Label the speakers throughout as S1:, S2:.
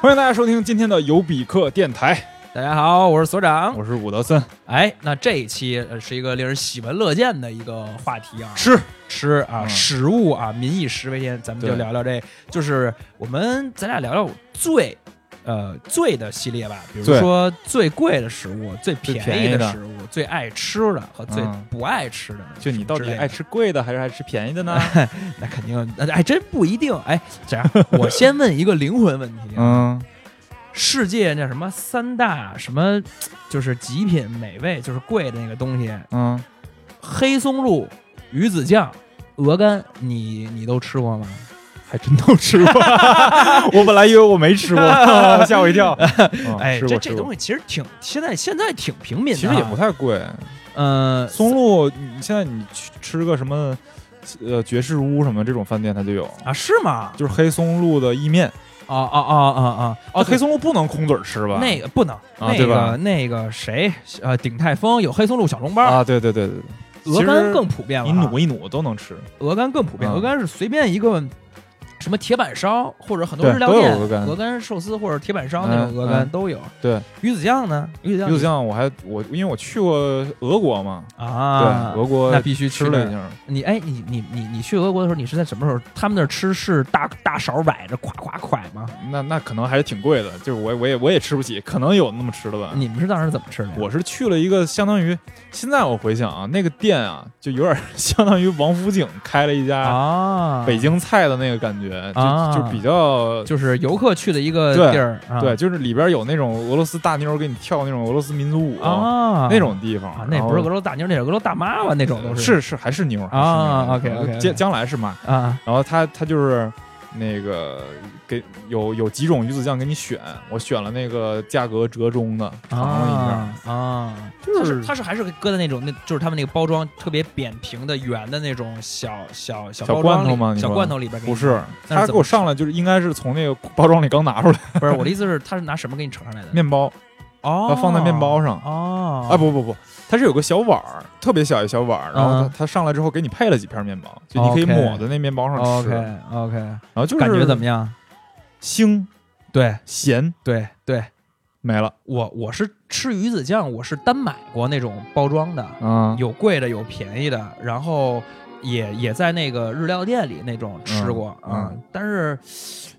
S1: 欢迎大家收听今天的有比克电台，
S2: 大家好，我是所长。
S1: 我是伍德森。
S2: 哎，那这一期呃是一个令人喜闻乐见的一个话题啊，
S1: 吃
S2: 吃啊，
S1: 嗯
S2: 食物啊，民以食为天，咱们就
S1: 对
S2: 聊聊这，就是我们咱俩聊聊最呃最的系列吧，比如
S1: 最
S2: 说最贵的食物、最
S1: 最
S2: 便宜
S1: 便宜的
S2: 的食物、最爱吃的和最
S1: 嗯
S2: 不爱吃的，
S1: 就你到
S2: 之
S1: 底哎
S2: 类的
S1: 爱吃贵的还是爱吃便宜的 呢？
S2: 那肯定，那哎，真不一定。 哎，这样，我先问一个灵魂问题 啊，
S1: 嗯，
S2: 世界那什么三大什么，就是极品美味，就是贵的那个东西，
S1: 嗯，
S2: 黑松露、鱼子酱、鹅肝，你你都吃过吗？
S1: 还真都吃过。 我本来以为我没吃过， 吓我一跳。嗯
S2: 哎，
S1: 吃过
S2: 这这
S1: 吃过
S2: 东西其实挺现在现在挺平民的啊，
S1: 其实也不太贵。
S2: 嗯
S1: 松露，你现在你去吃个什么，呃，爵士屋什么这种饭店它就有，
S2: 啊是吗？
S1: 就是黑松露的意面。
S2: 哦哦
S1: 啊
S2: 哦哦哦
S1: 哦，黑
S2: 松
S1: 松露不能空嘴儿吃吧？啊
S2: 那个不能，那
S1: 对
S2: 个
S1: 吧
S2: 那个谁呃鼎泰丰有黑松露小笼包，
S1: 啊，对对对对，对
S2: 鹅
S1: 其
S2: 肝
S1: 实
S2: 更普遍了
S1: 你
S2: 啊，
S1: 努一努都能吃。
S2: 鹅肝更普遍，
S1: 嗯
S2: 鹅肝是随便一个什么铁板烧，或者很多
S1: 对
S2: 日料
S1: 都有
S2: 店
S1: 鹅肝
S2: 寿司或者铁板烧那种
S1: 嗯
S2: 鹅肝
S1: 嗯
S2: 都有。
S1: 对，
S2: 鱼子酱呢？鱼子酱
S1: 鱼子酱我还我因为我去过俄国嘛，
S2: 啊，
S1: 对，俄国
S2: 那必须
S1: 吃
S2: 去那
S1: 了
S2: 儿
S1: 一下。
S2: 你哎，你你你你去俄国的时候，你是在什么时候？他们那儿吃是大大勺崴着咵咵咵吗？
S1: 那那可能还是挺贵的，就是我也我也我也吃不起，可能有那么吃的吧。
S2: 你们是当时怎么吃的呀？
S1: 我是去了一个相当于，现在我回想啊，那个店啊，就有点儿 相当于王府井开了一家
S2: 啊，
S1: 北京菜的那个感觉，
S2: 啊
S1: 就就比较，
S2: 就是游客去的一个
S1: 对
S2: 地儿，啊
S1: 对，就是里边有那种俄罗斯大妞儿给你跳那种俄罗斯民族舞、
S2: 啊
S1: 那种地方，
S2: 啊，那
S1: 然
S2: 不是
S1: 后
S2: 俄罗斯大妞，那是俄罗斯大妈吧？那种都
S1: 哦是是还是妞儿
S2: 啊
S1: 还是妞儿
S2: OK，OK，OK
S1: 将将来是嘛，
S2: 啊
S1: 然后他他就是那个给有有几种鱼子酱给你选，我选了那个价格折中的，尝了一下。
S2: 啊啊，
S1: 就
S2: 它
S1: 是
S2: 是它是还是搁在那种那就是他们那个包装特别扁平的圆的那种小小
S1: 小
S2: 小包装
S1: 罐头
S2: 里
S1: 吗你
S2: 小
S1: 说
S2: 罐头里边给你
S1: 不是，
S2: 那
S1: 他
S2: 是怎
S1: 给
S2: 么
S1: 我上来就是应该是从那个包装里刚拿出来
S2: 不是我的意思是它是拿什么给你盛上来的？
S1: 面包，
S2: 哦
S1: 它，放在面包上
S2: 哦，
S1: 啊不不不，它是有个小碗儿，特别小一小碗儿，然后
S2: 嗯哦
S1: 它它上来之后给你配了几片面包，就你可以
S2: OK
S1: 抹在那面包上吃，
S2: OK
S1: 然
S2: OK，
S1: 后就是
S2: 感觉怎么样？
S1: 腥
S2: 对
S1: 咸
S2: 对对，
S1: 没了
S2: 我我是吃鱼子酱，我是单买过那种包装的，
S1: 啊，
S2: 有贵的有便宜的，然后也也在那个日料店里那种吃过
S1: 嗯
S2: 啊、
S1: 嗯
S2: 但是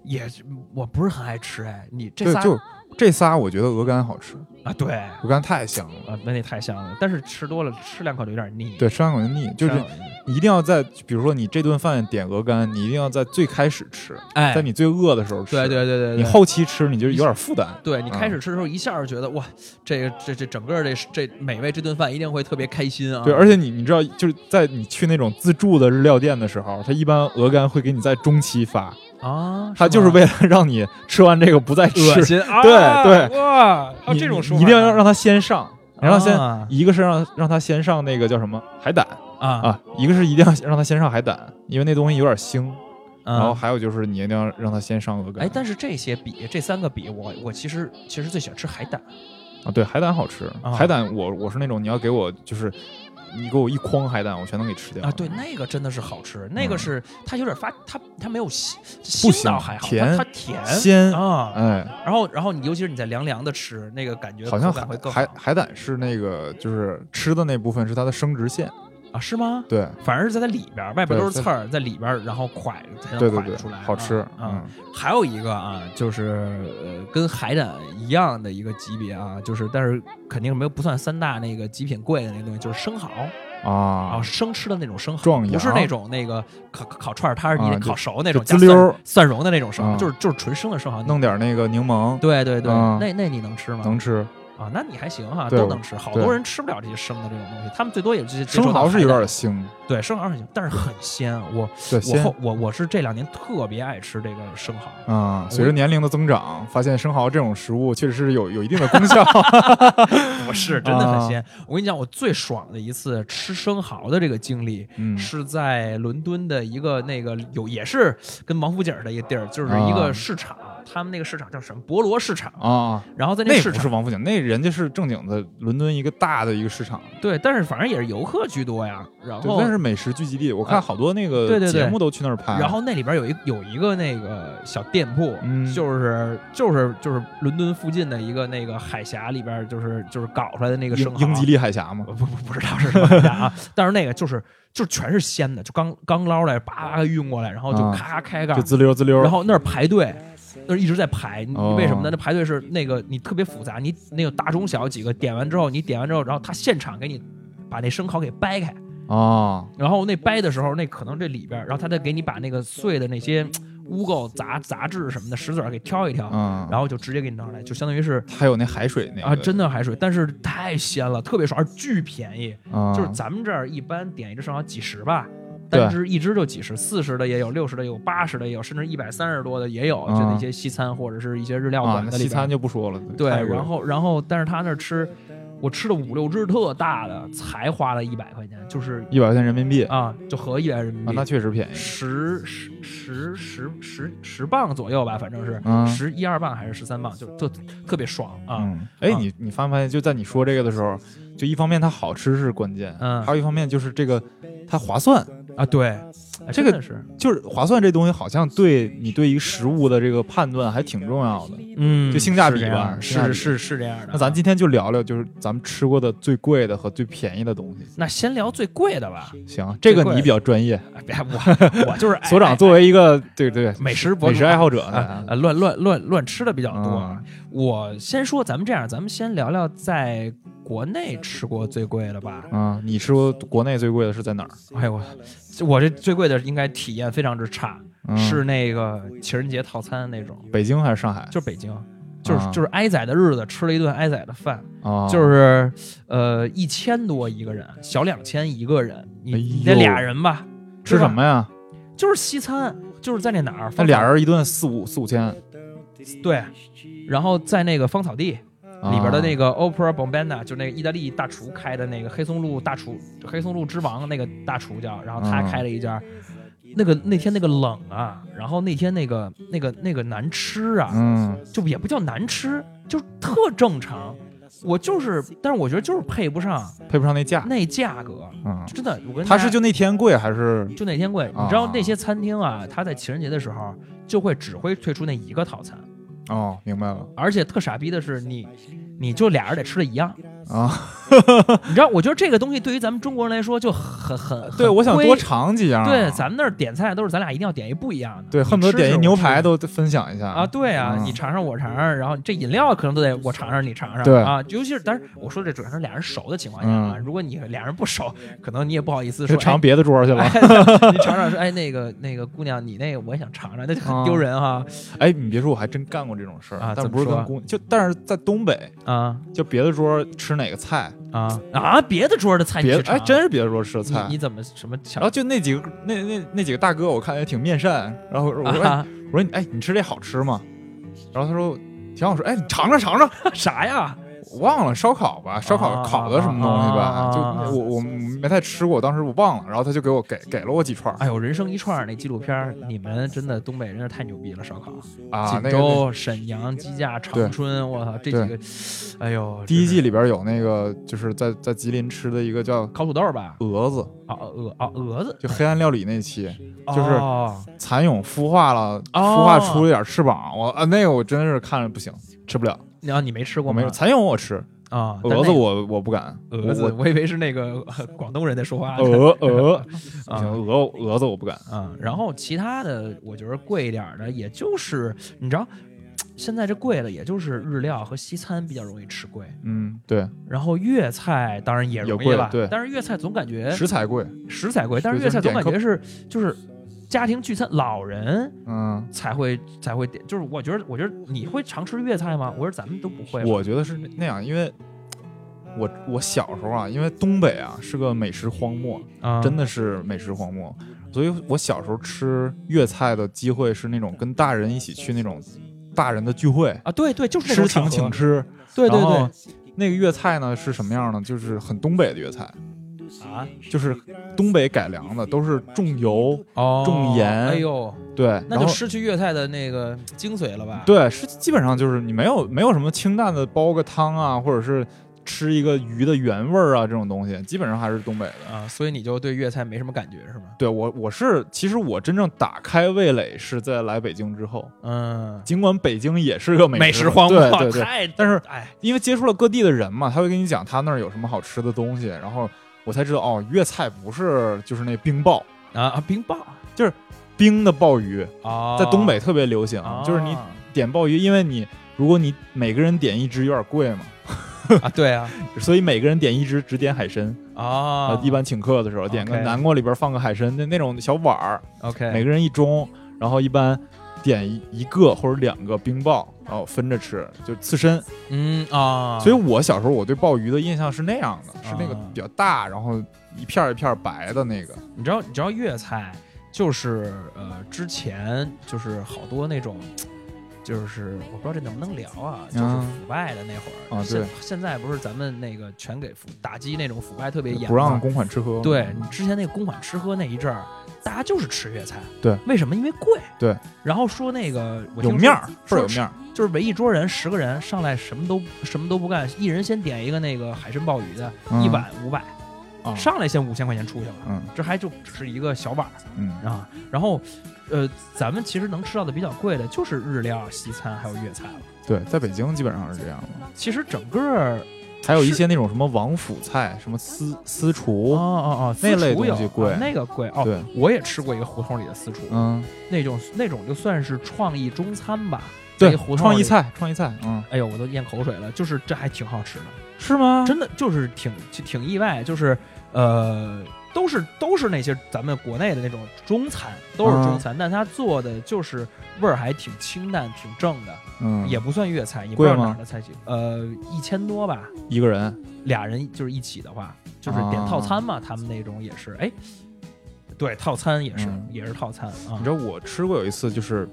S2: 也我不是很爱吃哎，你这
S1: 对
S2: 仨
S1: 就这仨我觉得鹅肝好吃，
S2: 啊对啊，
S1: 鹅肝太香了，
S2: 那那太香了，但是吃多了吃两口就有点腻，
S1: 对，吃完口就腻，就是
S2: 吃两口腻
S1: 你一定要在，比如说你这顿饭点鹅肝，你一定要在最开始吃，
S2: 哎
S1: 在，你最饿的时候吃，
S2: 对对对对对，啊
S1: 你后期吃你就有点负担，
S2: 对你
S1: 嗯
S2: 开始吃的时候，一下就觉得、哇，这个这这整个这这美味这顿饭一定会特别开心啊！
S1: 对，而且你你知道，就是在你去那种自助的日料店的时候，它一般鹅肝会给你在中期发，
S2: 啊，
S1: 它就是
S2: 吗
S1: 为了让你吃完这个不再吃，
S2: 恶心啊！
S1: 对
S2: 哇，啊
S1: 你
S2: 这种
S1: 你
S2: 说
S1: 你一定要
S2: 法
S1: 让它先上，然后先、
S2: 啊
S1: 一个是让让它先上那个叫什么海胆
S2: 啊，
S1: 啊，一个是一定要让它先上海胆，因为那东西有点腥，然后
S2: 嗯
S1: 还有就是你一定要让它先上鹅肝，
S2: 哎，但是这些比这三个比，我我其实其实最喜欢吃海胆
S1: 啊，对，海胆好吃。
S2: 啊
S1: 海胆我我是那种你要给我就是你给我一筐海胆，我全能给吃掉
S2: 啊，对，那个真的是好吃，那个
S1: 嗯
S2: 是它有点发，它它没有腥，
S1: 不
S2: 腥
S1: 腥
S2: 倒还好，
S1: 甜
S2: 它它甜
S1: 鲜，
S2: 啊，
S1: 哎，
S2: 然后然后你尤其是你在凉凉的吃，那个感觉
S1: 好像
S2: 口感会
S1: 海
S2: 更
S1: 海海胆是那个就是吃的那部分是它的生殖腺，
S2: 啊，是吗？
S1: 对
S2: 反而是在它里边儿，外边
S1: 对
S2: 都是
S1: 在
S2: 刺儿，在里边儿，然后蒯才能
S1: 对对
S2: 蒯
S1: 对
S2: 出来，，
S1: 好吃，
S2: 啊
S1: 嗯。
S2: 还有一个啊，就是呃，跟海胆一样的一个级别啊，就是但是肯定没有不算三大那个极品贵的那东西，就是生蚝啊，
S1: 啊，
S2: 生吃的那种生蚝，
S1: 壮阳
S2: 不是那种那个烤烤串儿摊儿你
S1: 啊
S2: 得
S1: 就
S2: 烤熟那种
S1: 就
S2: 加
S1: 滋溜
S2: 蒜
S1: 儿
S2: 蒜蓉的那种生蚝，
S1: 啊
S2: 就是就是纯生的生蚝，
S1: 弄点那个柠檬
S2: 对对对
S1: 啊，
S2: 那那你能吃吗？
S1: 能吃，
S2: 啊，那你还行哈，
S1: 对
S2: 都
S1: 我
S2: 能吃。好
S1: 对
S2: 多人吃不了这些生的这种东西，他们最多也就是接
S1: 生
S2: 受到
S1: 蚝是
S2: 海
S1: 有点
S2: 胆
S1: 腥，
S2: 对，生蚝很行，但是很鲜。我
S1: 对，
S2: 我
S1: 鲜
S2: 后我我是这两年特别爱吃这个生蚝，
S1: 啊、随着年龄的增长，发现生蚝这种食物确实是有有一定的功 效。
S2: 不是真的很
S1: 啊
S2: 鲜。我跟你讲，我最爽的一次吃生蚝的这个经历，
S1: 嗯，
S2: 是在伦敦的一个那个有也是跟王府井儿的一个地儿，就是一个
S1: 啊
S2: 市场，他们那个市场叫什么博罗市场，
S1: 啊，
S2: 然后在那
S1: 那
S2: 个市
S1: 不是
S2: 场
S1: 王府井，那人家是正经的伦敦一个大的一个市场，
S2: 对，但是反正也是游客居多呀。然
S1: 对，
S2: 后
S1: 但是美食聚集地，我看好多那
S2: 哦呃
S1: 个
S2: 对对对
S1: 节目都去那儿拍。
S2: 然后那里边有一有一个那个小店铺，
S1: 嗯
S2: 就是就是就是伦敦附近的一个那个海峡里边，就是就是搞出来的那个生
S1: 英
S2: 蚝，啊
S1: 英吉利海峡嘛
S2: 不，不不知道是什么海峡啊，但是那个就是就是全是鲜的，就刚刚捞来，叭叭运过来，然后就
S1: 啊
S2: 咔开盖
S1: 就，滋溜滋溜。
S2: 然后那儿排队，那儿一直在排，你
S1: 哦
S2: 为什么呢？那排队是那个你特别复杂，你那个大中小几个点完之后，你点完之后，然后他现场给你把那生蚝给掰开，
S1: 啊，
S2: 然后那掰的时候，那可能这里边儿，然后他再给你把那个碎的那些污垢、杂杂质什么的石子儿给挑一挑，
S1: 嗯，
S2: 然后就直接给你拿出来，就相当于是。
S1: 还有那海水那个
S2: 啊，真的海水，但是太鲜了，特别爽，而巨便宜。
S1: 啊
S2: 就是咱们这儿一般点一只生蚝几十吧，
S1: 对
S2: 单只一只就几十，四十的也有，六十的也有，八十的也有，甚至一百三十多的也有，就
S1: 嗯
S2: 那些西餐或者是一些日料
S1: 啊，
S2: 馆
S1: 那
S2: 的里
S1: 西
S2: 边。
S1: 餐就不说了，
S2: 对，
S1: 泰国
S2: 然后然后但是他那儿吃，我吃了五六只特大的，才花了一百块钱，就是
S1: 一百块钱人民币啊，
S2: 啊，就合一百人民币。
S1: 那确实便宜。
S2: 十十十十十十磅左右吧，反正是
S1: 嗯
S2: 十一二磅还是十三磅，就特特别爽啊！
S1: 嗯，哎，
S2: 啊
S1: 你你发没发现，就在你说这个的时候，就一方面它好吃是关键，
S2: 嗯
S1: 还有一方面就是这个它划算，
S2: 啊，对，哎
S1: 嗯这个
S2: 真的是，
S1: 就是划算这东西好像对你对于食物的这个判断还挺重要的。
S2: 嗯，
S1: 就性价比吧
S2: 是
S1: 性
S2: 这
S1: 价
S2: 样
S1: 比
S2: 是是是这样的。
S1: 那咱今天就聊聊，就是咱们吃过的最贵的和最便宜的东西。
S2: 那先聊最贵的吧。
S1: 行，这个
S2: 最贵
S1: 你比较专业，
S2: 哎别 我我就是爱
S1: 所长作为一个对对
S2: 爱美食博
S1: 美
S2: 主
S1: 食爱好者
S2: 啊
S1: 呢，，
S2: 呃乱乱乱乱吃的比较多。
S1: 嗯
S2: 我先说，咱们这样，咱们先聊聊在国内吃过最贵的吧。
S1: 嗯，你吃过国内最贵的是在哪儿？
S2: 哎呦，我我这最贵的应该体验非常之差，
S1: 嗯
S2: 是那个情人节套餐那种，
S1: 北京还是上海？
S2: 就是北京。就是
S1: 啊
S2: 就是挨宰的日子吃了一顿挨宰的饭，
S1: 啊，
S2: 就是呃一千多一个人，小两千一个人，你
S1: 哎
S2: 你得
S1: 呦
S2: 俩人吧？
S1: 吃
S2: 吧
S1: 什？么呀？
S2: 就是西餐，就是在那哪儿？
S1: 那
S2: 方
S1: 俩
S2: 草
S1: 人一顿四五四五千，
S2: 对，然后在那个芳草地
S1: 啊
S2: 里边的那个 Opera Bombana，就那个意大利大厨开的那个黑松露大厨，黑松露之王那个大厨叫，然后他
S1: 嗯
S2: 开了一家。那个那天那个冷啊，然后那天那个那个那个难吃啊，
S1: 嗯
S2: 就也不叫难吃，就特正常。我就是，但是我觉得就是配不上
S1: 配不上那价，
S2: 那价格，
S1: 嗯，
S2: 真的。我跟
S1: 他
S2: 大
S1: 是
S2: 家
S1: 就那天贵还是
S2: 就那天贵，
S1: 啊
S2: 你知道那些餐厅啊，他在情人节的时候就会只会推出那一个套餐，
S1: 哦，明白了
S2: 而且特傻逼的是你，你就俩人得吃的一样，
S1: 啊？
S2: 你知道？我觉得这个东西对于咱们中国人来说就很很很
S1: 对，我想
S2: 亏
S1: 多尝几样啊。
S2: 对，咱们那儿点菜都是咱俩一定要点一不一样的，
S1: 对
S2: 你
S1: 恨不得
S2: 吃
S1: 点
S2: 是
S1: 一
S2: 我
S1: 牛
S2: 吃
S1: 排都分享一下
S2: 啊，对啊，
S1: 嗯
S2: 你尝尝我尝尝，然后这饮料可能都得我尝尝你尝尝，
S1: 对
S2: 啊，尤其是但是我说这主要是俩人熟的情况下啊，
S1: 嗯
S2: 如果你俩人不熟，可能你也不好意思
S1: 就
S2: 说哎
S1: 尝别的桌去了。
S2: 哎你尝尝说，哎，那个那个姑娘，你那个我也想尝尝，那就
S1: 啊
S2: 很丢人哈
S1: 哎，你别说，我还真干过这种事儿
S2: 啊
S1: 但
S2: 怎么
S1: 不是
S2: 说
S1: 跟姑就但是在东北，
S2: 啊
S1: 就别的桌吃哪个菜，
S2: 啊啊！别的桌的菜你
S1: 别
S2: 去
S1: 哎
S2: 尝，
S1: 真是别的桌吃的菜
S2: 你。你怎么什么
S1: 然
S2: 想
S1: 后就那几个那那那几个大哥，我看也挺面善。然后我说、
S2: 啊？
S1: 我说你哎，你吃这好吃吗？然后他说挺好吃。哎，你尝尝尝尝。
S2: 啥呀？
S1: 我忘了烧烤吧，烧烤
S2: 啊
S1: 烤的什么东西吧？
S2: 啊
S1: 就
S2: 啊啊
S1: 我我没太吃过，当时我忘了。然后他就给我给给了我几串儿
S2: 哎呦，人生一串儿那纪录片儿，你们真的东北人是太牛逼了，烧烤，
S1: 啊，那
S2: 锦
S1: 个。
S2: 州、沈阳、鸡架、
S1: 对
S2: 长春，我操，这几个，哎呦，
S1: 第一
S2: 真
S1: 季
S2: 是
S1: 里边有那个，就是在在吉林吃的一个叫
S2: 烤土豆吧？
S1: 蛾子，
S2: 啊鹅啊鹅子，
S1: 就黑暗料理那期，就是
S2: 哦
S1: 蚕蛹孵化了，
S2: 哦
S1: 孵化出了点翅膀，我啊那个我真是看着不行，吃不了。
S2: 然后你没吃过
S1: 我
S2: 吗
S1: 没有？蚕蛹我吃，
S2: 啊，但
S1: 蛾子
S2: 那个
S1: 我我不敢，
S2: 蛾子，我以为是那个呃广东人在说话呢。
S1: 蛾蛾不
S2: 啊
S1: 行，蛾蛾子我不敢。
S2: 啊，然后其他的我觉得贵一点儿的，也就是你知道，现在这贵的也就是日料和西餐比较容易吃贵，
S1: 嗯，对，
S2: 然后粤菜当然也容
S1: 也
S2: 易
S1: 贵
S2: 吧，
S1: 对
S2: 但是粤菜总感觉
S1: 食材贵，
S2: 食材贵，但是
S1: 对
S2: 粤菜
S1: 就是
S2: 总
S1: 点
S2: 感觉是就是家庭聚餐，老人
S1: 嗯，
S2: 才会才会点。就是我觉得，我觉得你会常吃粤菜吗？我说咱们都不会。
S1: 我觉得是那样，因为我我小时候啊，因为东北啊是个美食荒漠，
S2: 啊
S1: 真的是美食荒漠，所以我小时候吃粤菜的机会是那种跟大人一起去那种大人的聚会，
S2: 啊，对对，就是那
S1: 吃
S2: 种
S1: 请
S2: 场合
S1: 请，吃。
S2: 对对
S1: 然后
S2: 对
S1: 那个粤菜呢是什么样呢？就是很东北的粤菜，
S2: 啊，
S1: 就是东北改良的，都是重油，
S2: 哦
S1: 重盐
S2: 哎呦，
S1: 对，
S2: 那
S1: 然
S2: 就
S1: 后
S2: 失去粤菜的那个精髓了吧？，
S1: 对，是基本上就是你没有没有什么清淡的煲个汤啊，或者是吃一个鱼的原味儿啊这种东西，基本上还是东北的。
S2: 啊，所以你就对粤菜没什么感觉是吗？
S1: 对我我是其实我真正打开味蕾是在来北京之后，
S2: 嗯，
S1: 尽管北京也是个
S2: 美
S1: 食
S2: 荒漠，
S1: 对对对，
S2: 太，
S1: 但是
S2: 哎，
S1: 因为接触了各地的人嘛，他会跟你讲他那儿有什么好吃的东西，然后我才知道哦，粤菜不是就是那冰雹。
S2: 啊啊，冰棒
S1: 冰的鲍鱼
S2: 啊，
S1: 在东北特别流行，
S2: 啊，
S1: 就是你点鲍鱼，因为你如果你每个人点一只有点贵嘛，
S2: 啊，对啊，
S1: 所以每个人点一只只点海参。
S2: 啊
S1: 啊，，一般请客的时候点个
S2: OK
S1: 南瓜里边放个海参的那种小碗儿，每
S2: OK，
S1: 个人一盅，然后一般点一一个或者两个冰雹，然后分着吃，就刺身。
S2: 嗯啊，
S1: 所以我小时候我对鲍鱼的印象是那样的，是那个
S2: 啊
S1: 比较大，然后一片儿一片儿白的那个。
S2: 你知道，你知道粤菜就是呃，之前就是好多那种，就是我不知道这能不能聊啊，就是腐败的那会儿
S1: 啊对
S2: 现现在不是咱们那个全给腐打击那种腐败特别严吗，
S1: 不让公款吃喝，
S2: 啊对你之前那个公款吃喝那一阵儿，大家就是吃粤菜，
S1: 对，
S2: 为什么？因为贵，
S1: 对。
S2: 然后说那个我
S1: 有
S2: 听说
S1: 面儿，倍
S2: 说
S1: 儿有面儿。
S2: 就是围一桌人十个人上来什么都什么都不干，一人先点一个那个海参鲍鱼的，
S1: 嗯
S2: 一碗五百，
S1: 啊，
S2: 上来先五千块钱出去了，
S1: 嗯
S2: 这还就只是一个小碗儿。
S1: 嗯
S2: 啊，然后，呃，咱们其实能吃到的比较贵的就是日料、啊西餐还有粤菜了。
S1: 对，在北京基本上是这样的。
S2: 其实整个儿，
S1: 还有一
S2: 是
S1: 些那种什么王府菜，什么私私
S2: 哦
S1: 厨，
S2: 哦哦，
S1: 那
S2: 私
S1: 类
S2: 厨
S1: 东
S2: 有
S1: 西
S2: 啊
S1: 贵
S2: 那个贵哦。
S1: 对，
S2: 我也吃过一个胡同里的私厨，
S1: 嗯，
S2: 那种那种就算是创意中餐吧。在
S1: 对
S2: 一胡，同
S1: 创
S2: 里
S1: 意。菜，创意菜，嗯，
S2: 哎呦，我都咽口水了，就是这还挺好吃的，
S1: 是吗？
S2: 真的就是挺挺挺意外，就是呃，都是都是那些咱们国内的那种中餐，都是中
S1: 嗯
S2: 餐，但它做的就是味儿还挺清淡、挺正的，
S1: 嗯，
S2: 也不算粤菜，也不知道
S1: 贵吗
S2: 哪儿的菜系，呃，一千多吧，
S1: 一个人，
S2: 俩人就是一起的话，就是点
S1: 啊
S2: 套餐嘛，他们那种也是，哎，对，套餐也是、
S1: 嗯
S2: 也是套餐啊
S1: 你知道我吃过有一次就是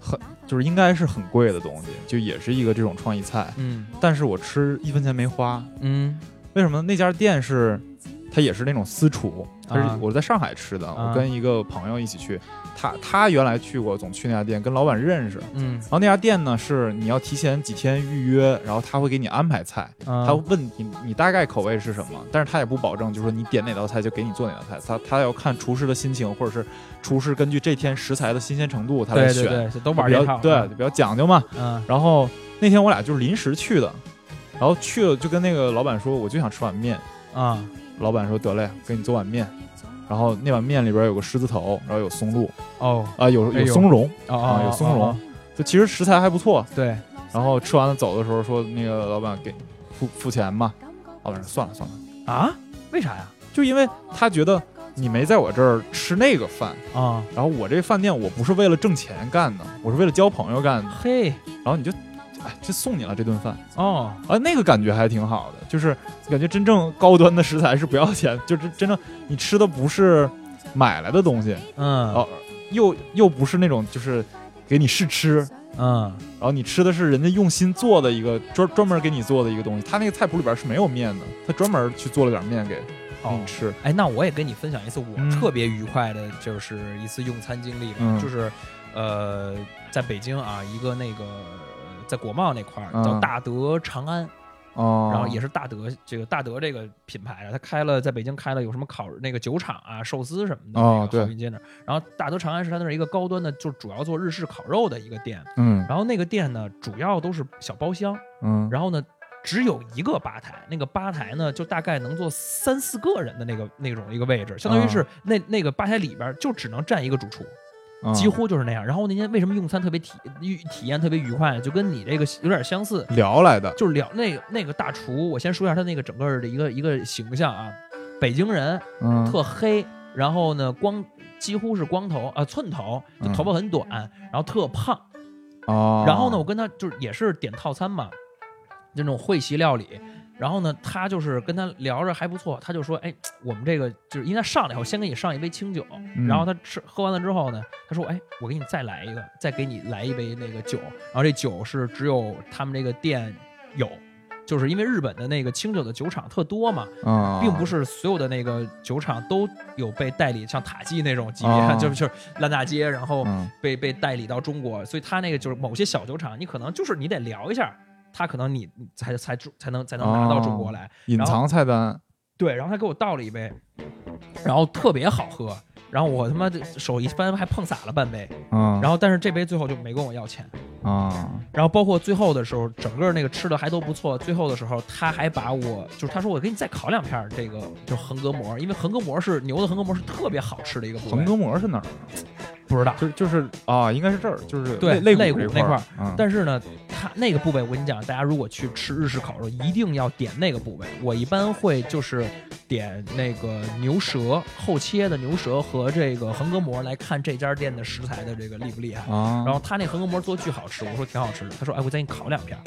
S1: 很就是应该是很贵的东西，就也是一个这种创意菜，
S2: 嗯
S1: 但是我吃一分钱没花，
S2: 嗯
S1: 为什么呢？那家店是它也是那种私厨，它是
S2: 啊
S1: 我在上海吃的，
S2: 啊
S1: 我跟一个朋友一起去，他他原来去过，总去那家店，跟老板认识。
S2: 嗯，
S1: 然后那家店呢是你要提前几天预约，然后他会给你安排菜，
S2: 啊
S1: 他问你你大概口味是什么，但是他也不保证，就是说你点哪道菜就给你做哪道菜，他他要看厨师的心情，或者是厨师根据这天食材的新鲜程度，他来
S2: 对
S1: 选，
S2: 对对，都
S1: 比
S2: 玩这
S1: 较
S2: 套，
S1: 对，比较讲究嘛。
S2: 嗯
S1: 然后那天我俩就是临时去的，然后去了就跟那个老板说，我就想吃碗面，
S2: 啊
S1: 老板说得嘞，给你做碗面。然后那碗面里边有个狮子头，然后有松露，
S2: 哦
S1: 啊、有
S2: 哎
S1: 有
S2: 呦
S1: 松茸，
S2: 哦
S1: 啊、
S2: 哦
S1: 有松茸
S2: 哦，
S1: 就其实食材还不错。
S2: 对，
S1: 然后吃完了走的时候说那个老板给付付钱嘛，老板说算了算了。
S2: 啊，为啥呀？
S1: 就因为他觉得你没在我这儿吃那个饭，
S2: 啊
S1: 然后我这饭店我不是为了挣钱干的，我是为了交朋友干的，
S2: 嘿
S1: 然后你就，哎，就送你了这顿饭
S2: 哦
S1: 啊，那个感觉还挺好的，就是感觉真正高端的食材是不要钱， 就是真正你吃的不是买来的东西，
S2: 嗯
S1: 哦，又又不是那种就是给你试吃，
S2: 嗯
S1: 然后你吃的是人家用心做的一个专专门给你做的一个东西，他那个菜谱里边是没有面的，他专门去做了点面给给
S2: 哦
S1: 你。吃，
S2: 哎，那我也跟你分享一次我
S1: 嗯
S2: 特别愉快的，就是一次用餐经历吧，
S1: 嗯
S2: 就是呃，在北京啊，一个那个呃在国贸那块儿
S1: 嗯
S2: 叫大德长安，
S1: 哦，
S2: 然后也是大德这个大德这个品牌啊，它开了在北京开了有什么烤那个酒厂啊、寿司什么的，
S1: 哦
S2: 那个
S1: 对
S2: 好运街那儿。然后大德长安是它那儿一个高端的，就主要做日式烤肉的一个店。
S1: 嗯
S2: 然后那个店呢，主要都是小包厢，
S1: 嗯，
S2: 然后呢。只有一个吧台，那个吧台呢，就大概能坐三四个人的那个那种一个位置，相当于是那、那个吧台里边就只能站一个主厨，
S1: 嗯
S2: 几乎就是那样。然后那天为什么用餐特别体体体验特别愉快，就跟你这个有点相似，
S1: 聊来的，
S2: 就是聊那个那个大厨，我先说一下他那个整个的一个一个形象啊，北京人，
S1: 嗯，
S2: 特黑，然后呢光几乎是光头啊、呃寸头，就
S1: 嗯
S2: 头发很短，然后特胖。
S1: 哦，
S2: 然后呢，我跟他就是也是点套餐嘛，就那种会席料理。然后呢，他就是跟他聊着还不错，他就说：“哎，我们这个就是因为他上来以后，先给你上一杯清酒，
S1: 嗯
S2: 然后他吃喝完了之后呢，他说：‘哎，我给你再来一个，再给你来一杯那个酒。’然后这酒是只有他们这个店有，就是因为日本的那个清酒的酒厂特多嘛，
S1: 啊，
S2: 并不是所有的那个酒厂都有被代理，像塔基那种级别，
S1: 啊
S2: 就是就是烂大街，然后
S1: 嗯
S2: 被被代理到中国，所以他那个就是某些小酒厂，你可能就是你得聊一下，他可能你你才才才能才能拿到中国来。
S1: 隐
S2: 然后
S1: 藏菜单，
S2: 对，然后他给我倒了一杯，然后特别好喝，然后我他妈这手一翻还碰洒了半杯，
S1: 嗯，
S2: 然后但是这杯最后就没跟我要钱。
S1: 后啊，
S2: 然后包括最后的时候，整个那个吃的还都不错。最后的时候，他还把我就是他说我给你再烤两片儿这个就横膈膜，因为横膈膜是牛的横膈膜是特别好吃的一个部位。
S1: 横膈膜是哪儿？
S2: 不知道，
S1: 就就是啊，应该是这儿，就是
S2: 对
S1: 肋
S2: 肋
S1: 骨
S2: 骨
S1: 这
S2: 那块
S1: 儿，嗯
S2: 但是呢，它那个部位我跟你讲，大家如果去吃日式烤肉，一定要点那个部位。我一般会就是点那个牛舌后切的牛舌和这个横膈膜来看这家店的食材的这个厉不厉害。
S1: 啊，
S2: 然后他那横膈膜做巨好吃，我说挺好吃的，他说哎，我再给你烤两片儿，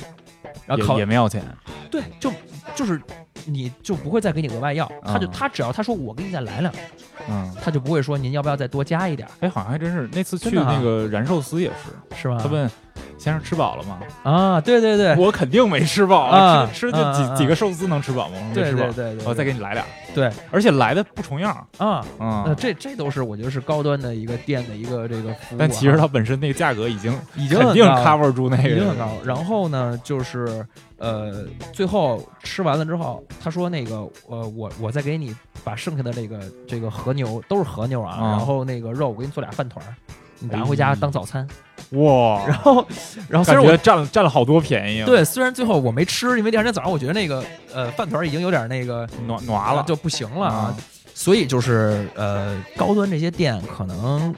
S2: 然后
S1: 也
S2: 烤
S1: 也没要钱，
S2: 对，就就是你就不会再给你额外要，他就
S1: 啊
S2: 他只要他说我给你再来两，片，
S1: 嗯，
S2: 他就不会说您要不要再多加一点儿，
S1: 哎，好像还真是那次去
S2: 真的啊啊
S1: 那个燃寿司也是，
S2: 是吧
S1: 他？问先生吃饱了吗？
S2: 啊，对对对，
S1: 我肯定没吃饱
S2: 啊
S1: 吃吃就
S2: 啊啊啊
S1: 几几个寿司能吃饱吗？我说没
S2: 对
S1: 吃
S2: 对
S1: 饱，
S2: 对对，
S1: 我再给你来俩，
S2: 对
S1: 而且来的不重样，
S2: 啊。那
S1: 嗯，
S2: 这这都是我觉得是高端的一个店的一个这个服务啊、
S1: 但其实它本身那个价格已经
S2: 已经
S1: 肯定
S2: 很高了
S1: cover 住那个，
S2: 已经很高了。然后呢，就是呃，最后吃完了之后，他说那个呃，我我再给你把剩下的这个这个和牛都是和牛啊，
S1: 啊
S2: 然后那个肉我给你做俩饭团儿，你拿回家当早餐。
S1: 哇，
S2: 然后然后虽
S1: 感
S2: 然我
S1: 觉占了占了好多便宜啊，
S2: 对，虽然最后我没吃，因为第二天早上我觉得那个呃饭团儿已经有点那个
S1: 暖暖了，
S2: 就不行了啊
S1: 啊。
S2: 所以就是呃，高端这些店可能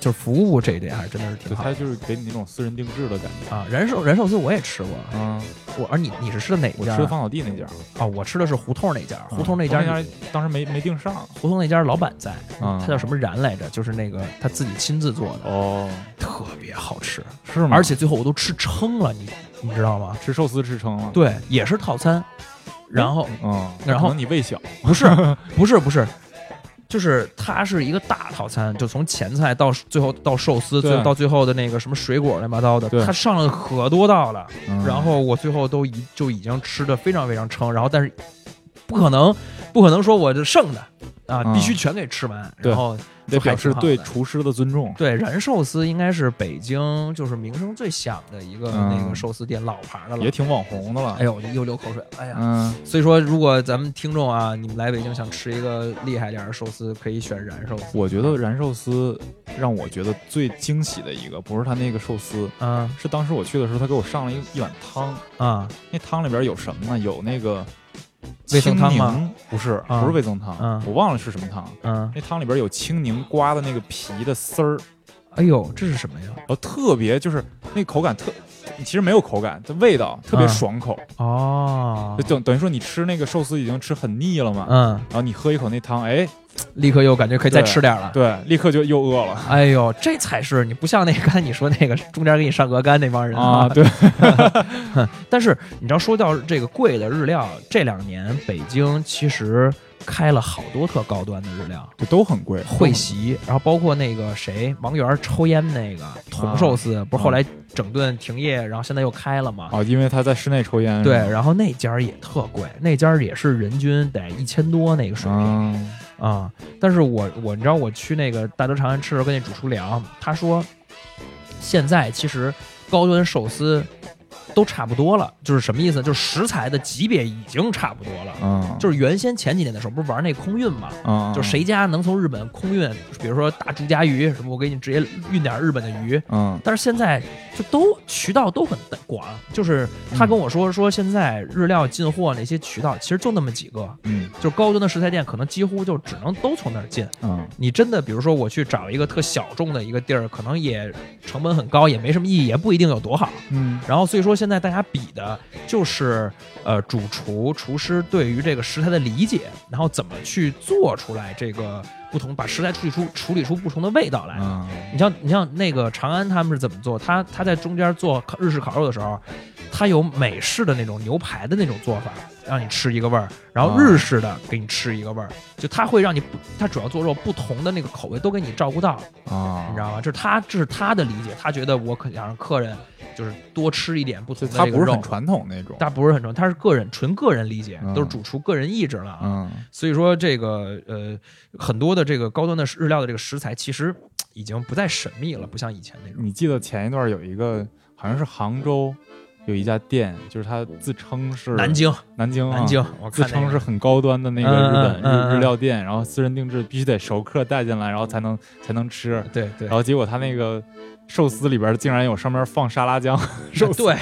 S2: 就是服务这一点还真的是挺
S1: 对，
S2: 好
S1: 它就是给你那种私人定制的感觉。
S2: 啊。燃寿燃寿司我也吃过，
S1: 嗯，
S2: 我而你你是吃的哪
S1: 我
S2: 家？
S1: 吃的芳草地那家，
S2: 啊，我吃的是胡同那家，胡同那
S1: 那
S2: 家啊
S1: 那家当时没没订上。
S2: 胡同那家老板在，
S1: 嗯
S2: 他叫什么燃来着？就是那个他自己亲自做的，
S1: 哦，
S2: 特别好吃，
S1: 是吗？
S2: 而且最后我都吃撑了，你你知道吗？
S1: 吃寿司吃撑了。，
S2: 对，也是套餐，然后
S1: 嗯，
S2: 然后
S1: 可能你胃小，
S2: 不是不是不是，就是它是一个大套餐，就从前菜到最后到寿司，
S1: 对
S2: 最到最后的那个什么水果乱七八糟的，
S1: 对
S2: 它上了可多道了。
S1: 嗯
S2: 然后我最后都已就已经吃的非常非常撑，然后但是不可能不可能说我这剩的啊，
S1: 嗯
S2: 必须全给吃完，
S1: 对
S2: 然后
S1: 得
S2: 还
S1: 表
S2: 挺
S1: 示
S2: 好
S1: 对
S2: 的
S1: 厨师的尊重。
S2: 对，燃寿司应该是北京就是名声最响的一个
S1: 嗯
S2: 那个寿司店，老牌的了。
S1: 也挺网红的了
S2: 哎。呦，我就又流口水了，哎呀，
S1: 嗯，
S2: 所以说，如果咱们听众啊，你们来北京想吃一个厉害点儿的寿司，可以选燃寿司。
S1: 我觉得燃寿司让我觉得最惊喜的一个，不是他那个寿司，
S2: 啊
S1: 是当时我去的时候，他给我上了一一碗汤，
S2: 啊
S1: 那汤里边有什么呢？有那个
S2: 味增汤吗
S1: 青柠？不是，
S2: 啊
S1: 不是味增汤
S2: 啊，
S1: 我忘了是什么汤。
S2: 啊！
S1: 那汤里边有青柠刮的那个皮的丝儿，
S2: 哎呦，这是什么呀？
S1: 然后特别就是那口感特，其实没有口感，这味道特别
S2: 嗯
S1: 爽口，
S2: 哦
S1: 就，等等于说你吃那个寿司已经吃很腻了嘛，
S2: 嗯，
S1: 然后你喝一口那汤，哎，
S2: 立刻又感觉可以再
S1: 对
S2: 吃点儿了。
S1: 对，立刻就又饿了
S2: 哎呦，这才是你不像那个刚才你说那个中间给你上鹅肝那帮人
S1: 啊，对，
S2: 但是你知道，说到这个贵的日料，这两年北京其实开了好多特高端的日料，
S1: 就都很贵，
S2: 会席，然后包括那个谁王源抽烟那个铜寿司，
S1: 嗯
S2: 不是后来整顿停业，然后现在又开了嘛？
S1: 啊，因为他在室内抽烟，
S2: 对，
S1: 是吧
S2: 然后那家儿也特贵，那家儿也是人均得一千多那个水平。
S1: 嗯，
S2: 啊、但是我我你知道我去那个大德长安吃的时候跟那主厨聊，他说现在其实高端寿司都差不多了，就是什么意思？就是食材的级别已经差不多了。
S1: 嗯，
S2: 就是原先前几年的时候，不是玩那空运嘛，
S1: 嗯，
S2: 就谁家能从日本空运，比如说大竹夹鱼什么，我给你直接运点日本的鱼。
S1: 嗯，
S2: 但是现在就都渠道都很广，就是他跟我说说现在日料进货那些渠道其实就那么几个，
S1: 嗯
S2: 就是高端的食材店，可能几乎就只能都从那儿进。
S1: 嗯
S2: 你真的，比如说我去找一个特小众的一个地儿，可能也成本很高，也没什么意义，也不一定有多好。
S1: 嗯
S2: 然后所以说，现在大家比的就是呃主厨厨师对于这个食材的理解，然后怎么去做出来这个不同，把食材处理出处理出不同的味道来。
S1: 嗯，
S2: 你像你像那个长安他们是怎么做？他他在中间做烤日式烤肉的时候，他有美式的那种牛排的那种做法，让你吃一个味儿，然后
S1: 哦
S2: 日式的给你吃一个味儿，就他会让你不，他主要做肉不同的那个口味都给你照顾到，
S1: 啊，
S2: 你知道吗？这是他这是他的理解，他觉得我可想让客人就是多吃一点不
S1: 就
S2: 同的
S1: 它
S2: 这个
S1: 不是很
S2: 肉，
S1: 传统那种，
S2: 他不是很重要，他是个人纯个人理解
S1: 嗯，
S2: 都是主厨个人意志了啊。
S1: 嗯，
S2: 所以说这个呃很多的这个高端的日料的这个食材，其实嘖已经不再神秘了，不像以前那种。
S1: 你记得前一段有一个好像是杭州有一家店，就是它自称是
S2: 南京，
S1: 南京啊
S2: 南京，我
S1: 自
S2: 看那
S1: 称
S2: 个
S1: 是很高端的那个日本日、
S2: 嗯嗯嗯
S1: 日料店，然后私人定制必须得熟客带进来，然后才能才能吃。
S2: 对对
S1: 然后结果他那个寿司里边竟然有上面放沙拉 酱寿司，
S2: 对，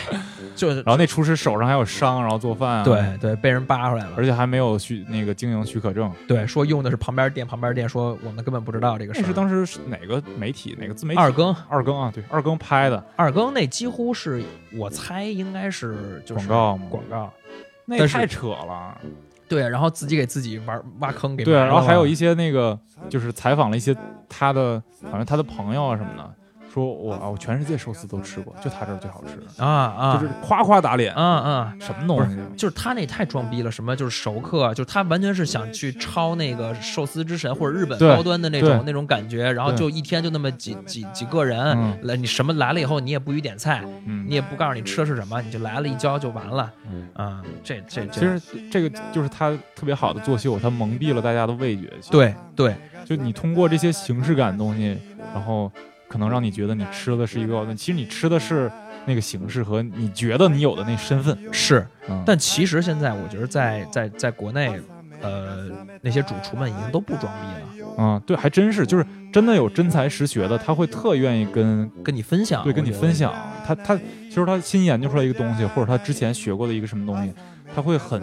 S2: 就是
S1: 然后那厨师手上还有伤，然后做饭、啊，，
S2: 对对被人扒出来了
S1: 而。且还没有许那个经营许可证。
S2: 对，说用的是旁边店，旁边店说我们根本不知道这个事
S1: 那是
S2: 儿。
S1: 当时是哪个媒体哪个自媒体？
S2: 二更
S1: 二更啊，对，二更拍的
S2: 二更那几乎是我猜应该是就
S1: 广
S2: 是
S1: 告嘛，
S2: 广告。
S1: 那
S2: 但
S1: 也
S2: 是
S1: 太扯了。
S2: 对，然后自己给自己玩挖坑给
S1: 对，
S2: 埋了
S1: 然后还有
S2: 嘛
S1: 一些那个就是采访了一些他的，反正他的朋友啊什么的，说我啊我全世界寿司都吃过，就他这儿最好吃，
S2: 啊啊
S1: 就是夸夸打脸，
S2: 啊啊，
S1: 什么东西？
S2: 就是他那太装逼了，什么就是熟客，啊就是他完全是想去抄那个寿司之神或者日本
S1: 对
S2: 高端的那种
S1: 对
S2: 那种感觉，然后
S1: 对
S2: 就一天就那么几几几个人
S1: 嗯
S2: 来，你什么来了以后你也不予点菜，
S1: 嗯
S2: 你，也不告诉你吃的是什么，你就来了一浇就完了
S1: 嗯，
S2: 啊、这这
S1: 其
S2: 这，
S1: 实这个就是他特别好的作秀，他蒙蔽了大家的味觉。其实，
S2: 对对
S1: 就你通过这些形式感的东西，然后可能让你觉得你吃的是一个高端，其实你吃的是那个形式和你觉得你有的那身份。
S2: 是，
S1: 嗯，
S2: 但其实现在我觉得在在在国内，呃，那些主厨们已经都不装逼了，
S1: 嗯，对，还真是，就是真的有真才实学的，他会特愿意跟
S2: 跟你分享，
S1: 对，跟你
S2: 啊我觉得
S1: 分享，他他其实他新研究出来一个东西，或者他之前学过的一个什么东西，他会很，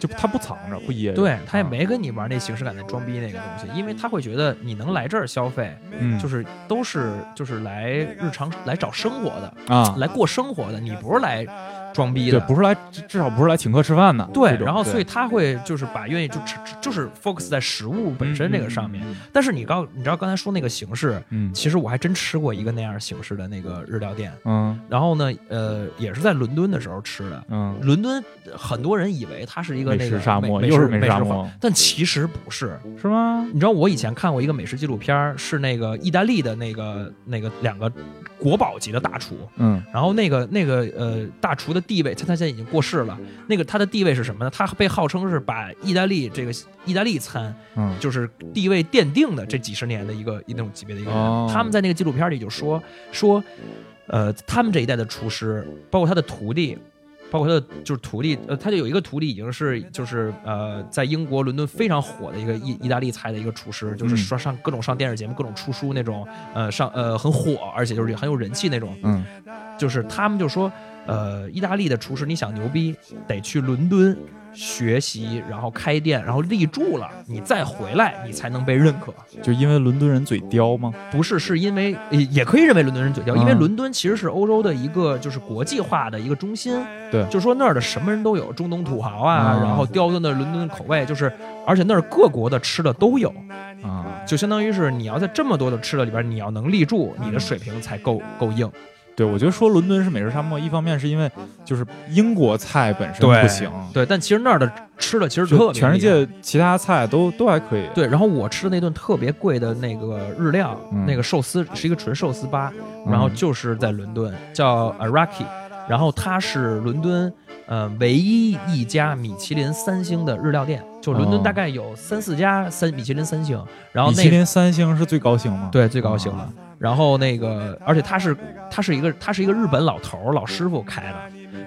S1: 就他不藏着，不掖着，
S2: 对他也
S1: 啊，
S2: 没跟你玩那形式感的装逼那个东西，因为他会觉得你能来这儿消费，
S1: 嗯，
S2: 就是都是就是来日常来找生活的，
S1: 啊，
S2: 来过生活的，你不是来装逼
S1: 对
S2: 的，，
S1: 不是来，至至少不是来请客吃饭的，
S2: 对
S1: 这。种
S2: 然后所
S1: 对
S2: 以他会就是把愿意就吃就是 focus 在食物本身这个上面。，但是你刚你知道刚才说那个形式，
S1: 嗯
S2: 其实我还真吃过一个那样形式的那个日料店，
S1: 嗯
S2: 然后呢，呃，也是在伦敦的时候吃的。
S1: 嗯，
S2: 伦敦很多人以为它是一个
S1: 美
S2: 那
S1: 食
S2: 个
S1: 沙
S2: 美
S1: 漠
S2: 美
S1: 又是
S2: 美
S1: 美
S2: 食
S1: 食沙
S2: 荒
S1: 漠，
S2: 但其实不是，
S1: 嗯是吗？
S2: 你知道我以前看过一个美食纪录片儿，是那个意大利的那个那个两个国宝级的大厨，
S1: 嗯
S2: 然后那个那个呃大厨的地位，他他现在已经过世了。那个他的地位是什么呢？他被号称是把意大利这个意大利餐
S1: 嗯
S2: 就是地位奠定的这几十年的一个一那种级别的一个人。
S1: 哦
S2: 他们在那个纪录片里就说说，呃，他们这一代的厨师，包括他的徒弟。包括他的就是徒弟，呃，他就有一个徒弟已经是就是呃，在英国伦敦非常火的一个意意大利菜的一个厨师，就是
S1: 嗯
S2: 上上各种上电视节目、各种出书那种，呃，上呃很火，而且就是很有人气那种。
S1: 嗯
S2: 就是他们就说，呃，意大利的厨师，你想牛逼，得去伦敦学习，然后开店，然后立住了，你再回来，你才能被认可。
S1: 就因为伦敦人嘴刁吗？
S2: 不是，是因为也也可以认为伦敦人嘴刁，
S1: 嗯
S2: 因为伦敦其实是欧洲的一个就是国际化的一个中心。
S1: 对
S2: 就说那儿的什么人都有，中东土豪啊，
S1: 嗯
S2: 然后刁钻的伦敦口味，就是而且那儿各国的吃的都有，
S1: 啊，
S2: 就相当于是你要在这么多的吃的里边，你要能立住，你的水平才够够硬。
S1: 对，我觉得说伦敦是美食沙漠，一方面是因为就是英国菜本身
S2: 对
S1: 不行，
S2: 对，但其实那儿的吃的其实特
S1: 就
S2: 别
S1: 全世
S2: 厉害
S1: 界其他菜都都还可以。
S2: 对，然后我吃的那顿特别贵的那个日料，
S1: 嗯
S2: 那个寿司是一个纯寿司吧，然后就是在伦敦，叫 Araki，然后它是伦敦呃唯一一家米其林三星的日料店，就伦敦
S1: 哦
S2: 大概有三四家三米其林三星，然后
S1: 米
S2: 那
S1: 其林三星是最高星吗？，
S2: 对最高星了。然后那个，而且他是他是一个他是一个日本老头儿老师傅开的，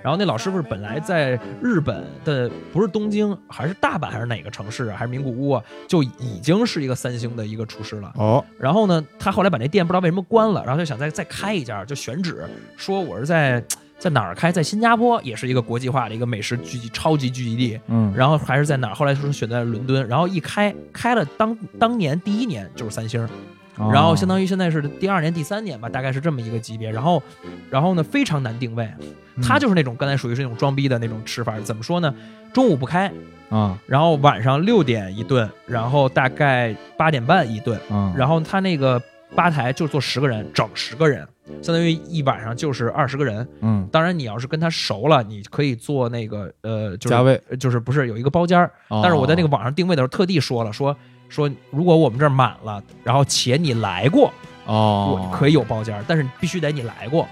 S2: 然后那老师傅本来在日本的不是东京还是大阪还是哪个城市啊还是名古屋啊，就已经是一个三星的一个厨师了。
S1: 哦，
S2: 然后呢，他后来把那店不知道为什么关了，然后就想再再开一家，就选址说我是在在哪儿开，在新加坡也是一个国际化的一个美食聚集超级聚集地，
S1: 嗯，
S2: 然后还是在哪儿？后来就是选在伦敦，然后一开开了当当年第一年就是三星儿，
S1: 哦
S2: 然后相当于现在是第二年、第三年吧，大概是这么一个级别。然后，然后呢，非常难定位，
S1: 哦嗯
S2: 它就是那种刚才属于是那种装逼的那种吃法，怎么说呢？中午不开，
S1: 啊
S2: 然后晚上六点一顿，然后大概八点半一顿，
S1: 啊，
S2: 然后他那个吧台就坐十个人，整十个人，相当于一晚上就是二十个人。
S1: 嗯
S2: 当然，你要是跟他熟了，你可以做那个呃，就是
S1: 价位，
S2: 呃就是不是有一个包间儿，
S1: 哦
S2: 但是我在那个网上定位的时候特地说了，说说如果我们这儿满了，然后且你来过，
S1: 哦
S2: 我可
S1: 以
S2: 以有包间儿，但是必须得你来过，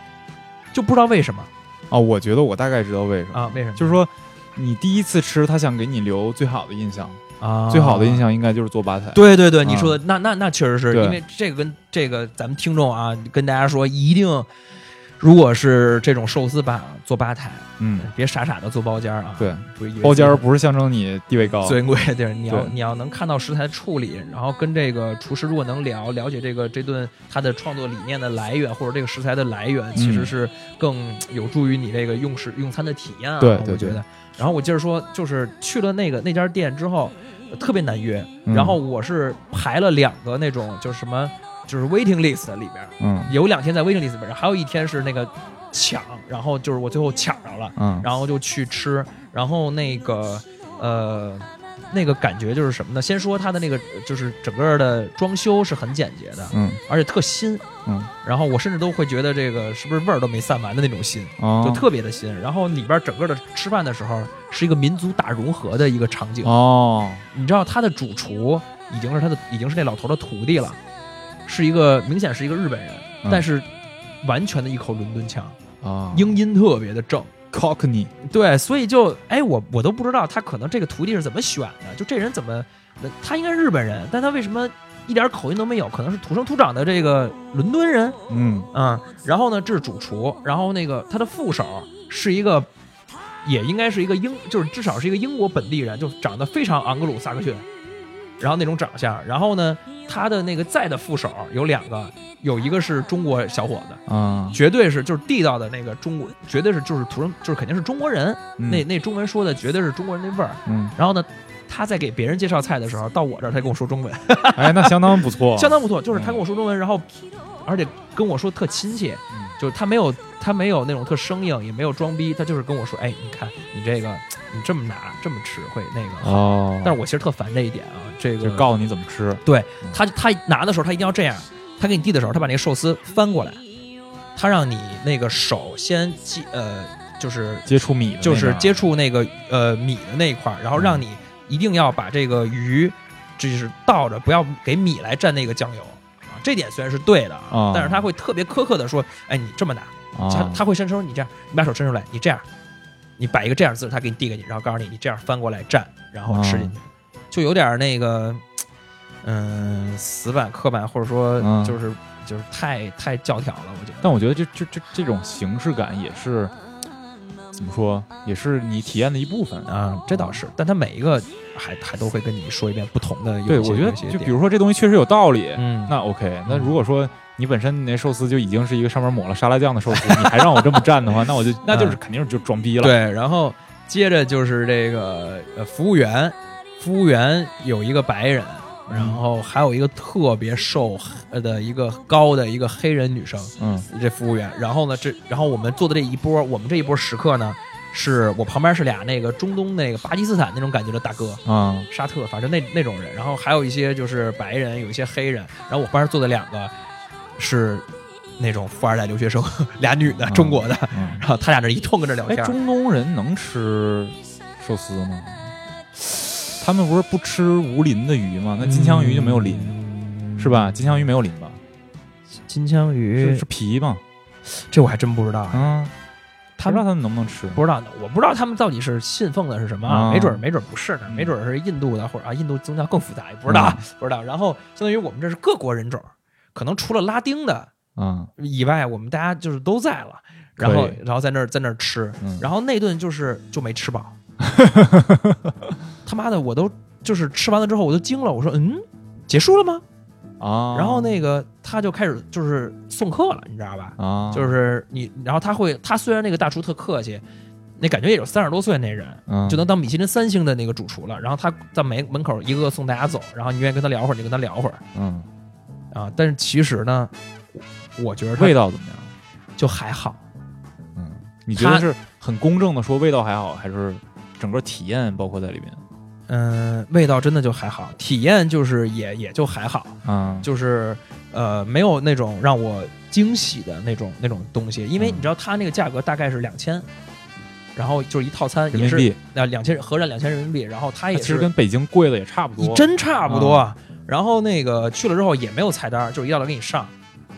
S2: 就不知道为什么
S1: 哦，我觉得我大概知道为什么，
S2: 啊？为什么？
S1: 就是说你第一次吃，他想给你留最好的印象，
S2: 啊，
S1: 最好的印。象应该就是坐吧台，
S2: 对对对，
S1: 啊
S2: 你说的、那那那确实是
S1: 对
S2: 因为这个跟这个咱们听众啊，跟大家说一定，如果是这种寿司吧，坐吧台，
S1: 嗯，
S2: 别傻傻的坐包间儿啊。
S1: 对，
S2: 不是以为
S1: 包间
S2: 自
S1: 儿
S2: 己
S1: 不是象征你地位高，
S2: 最贵的地儿，你要
S1: 哦对
S2: 你要能看到食材处理，然后跟这个厨师如果能聊了解这个这顿他的创作理念的来源，或者这个食材的来源，
S1: 嗯
S2: 其实是更有助于你这个用食用餐的体验啊。
S1: 对对
S2: 我觉
S1: 对
S2: 得。然后我接着说，就是去了那个那家店之后，呃特别难约。
S1: 嗯
S2: 然后我是排了两个那种就是什么就是 waiting list 里边儿，
S1: 嗯
S2: 有两天在 waiting list 里边儿，还有一天是那个抢，然后就是我最后抢着了。
S1: 嗯
S2: 然后就去吃，然后那个呃，那个感觉就是什么呢？先说它的那个就是整个的装修是很简洁的，
S1: 嗯
S2: 而且特新，
S1: 嗯，
S2: 然后我甚至都会觉得这个是不是味儿都没散完的那种新，
S1: 哦
S2: 就特别的新。然后里边整个的吃饭的时候是一个民族大融合的一个场景，
S1: 哦
S2: 你知道他的主厨已经是他的已经是那老头的徒弟了，是一个明显是一个日本人，
S1: 嗯
S2: 但是完全的一口伦敦腔，
S1: 啊
S2: 英音特别的正。
S1: Cockney
S2: 对，所以就哎，我我都不知道他可能这个徒弟是怎么选的，就这人怎么，呃他应该是日本人，但他为什么一点口音都没有？可能是土生土长的这个伦敦人
S1: 嗯
S2: 啊、嗯。然后呢，这是主厨，然后那个他的副手是一个，也应该是一个英，就是至少是一个英国本地人，就长得非常盎格鲁撒克逊，然后那种长相。然后呢，他的那个在的副手有两个，有一个是中国小伙子。
S1: 啊
S2: 绝对是就是地道的那个中国，绝对是就是土生，就是肯定是中国人，啊
S1: 嗯
S2: 那那中文说的绝对是中国人那味儿。
S1: 嗯
S2: 然后呢，他在给别人介绍菜的时候，到我这儿他跟我说中文，
S1: 哎那相当不错
S2: 相当不错。就是他跟我说中文，然后而且跟我说特亲切，
S1: 嗯
S2: 就是他没有他没有那种特生硬，也没有装逼，他就是跟我说，哎，你看你这个你这么拿这么吃会那个好。
S1: 哦，
S2: 但是我其实特烦这一点啊，这个
S1: 就告诉你怎么吃
S2: 他他拿的时候他一定要这样，他给你递的时候，他把那个寿司翻过来，他让你那个手先接呃就是
S1: 接触米的那
S2: 就是
S1: 个
S2: 接触那个呃米的那一块儿，然后让你一定要把这个鱼就是倒着，不要给米来蘸那个酱油啊。这点虽然是对的
S1: 啊
S2: 啊，但是他会特别苛刻的说，哎，你这么拿，他
S1: 啊
S2: 他会伸手，你这样，你把手伸出来，你这样，你摆一个这样的姿势，他给你递给你，然后告诉你，你这样翻过来蘸，然后吃
S1: 啊
S2: 进去，就有点那个，嗯、死板刻板，或者说
S1: 嗯
S2: 就是、就是太太教条了，我觉得。
S1: 但我觉得这这这这种形式感也是怎么说，也是你体验的一部分。
S2: 啊，这倒是，但他每一个还还都会跟你说一遍不同的有一
S1: 对，
S2: 些
S1: 我觉得
S2: 有一些
S1: 就
S2: 点
S1: 比如说这东西确实有道理，
S2: 嗯，
S1: 那 OK。那如果说你本身你那寿司就已经是一个上面抹了沙拉酱的寿 司，你还让我这么蘸的话，那我就那就是肯定是就装逼了。，
S2: 嗯对，然后接着就是这个呃服务员，服务员有一个白人，然
S1: 嗯
S2: 后还有一个特别瘦呃的一个高的一个黑人女生，
S1: 嗯
S2: 这服务员。然后呢，这然后我们做的这一波，我们这一波食客呢，是我旁边是俩那个中东那个巴基斯坦那种感觉的大哥，
S1: 啊
S2: 沙特，反正那那种人，然后还有一些就是白人，有一些黑人，然后我班上坐的两个是那种富二代留学生， 俩女的，
S1: 嗯
S2: 中国的，
S1: 嗯。
S2: 然后他俩这一通跟这聊
S1: 哎，
S2: 天儿，
S1: 中东人能吃寿司吗？他们不是不吃无鳞的鱼吗？那金枪鱼就
S2: 嗯
S1: 没有鳞，是吧？金枪鱼没有鳞吧？
S2: 金枪
S1: 是
S2: 鱼
S1: 是，皮吗？
S2: 这我还真不知道啊，
S1: 啊，
S2: 他
S1: 不知道
S2: 们
S1: 他们能不能吃。
S2: 不知道呢，我不知道他们到底是信奉的是什么
S1: 啊
S2: 啊，没准儿没准儿不是呢，
S1: 嗯
S2: 没准儿是印度的或者啊，印度宗教更复杂，也不知道啊不知道。然后相当于我们这是各国人种，可能除了拉丁的
S1: 啊，
S2: 以外，我们大家就是都在了，然后
S1: 可以
S2: 然后在那儿在那儿吃，
S1: 嗯
S2: 然后那顿就是就没 吃饱，他妈的我都就是吃完了之后我都惊了，我说嗯，结束了吗？
S1: 啊，
S2: 然后那个他就开始就是送客了，你知道吧？
S1: 啊，
S2: 就是你，然后他会，他虽然那个大厨特客气，那感觉也有三十多岁那人，
S1: 嗯
S2: 就能当米其林三星的那个主厨了。然后他在门门口一个个送大家走，然后你愿意跟他聊会儿，你就跟他聊会儿。
S1: 嗯
S2: 啊、啊。但是其实呢，我我觉得它
S1: 味道怎么样？
S2: 就还好，
S1: 嗯，你觉得
S2: 它
S1: 是很公正的说味道还好，还是整个体验包括在里面？
S2: 嗯、味道真的就还好，体验就是也也就还好，
S1: 嗯，
S2: 就是呃没有那种让我惊喜的那种那种东西，因为
S1: 嗯
S2: 你知道它那个价格大概是两千。然后就是一套餐，
S1: 人
S2: 也
S1: 民
S2: 是
S1: 币
S2: 那两千合着两千人民币，然后它
S1: 它
S2: 也
S1: 其
S2: 是
S1: 实跟啊北京贵的也差不多，
S2: 真差不多。然后那个去了之后也没有菜单，就是一道道给你上。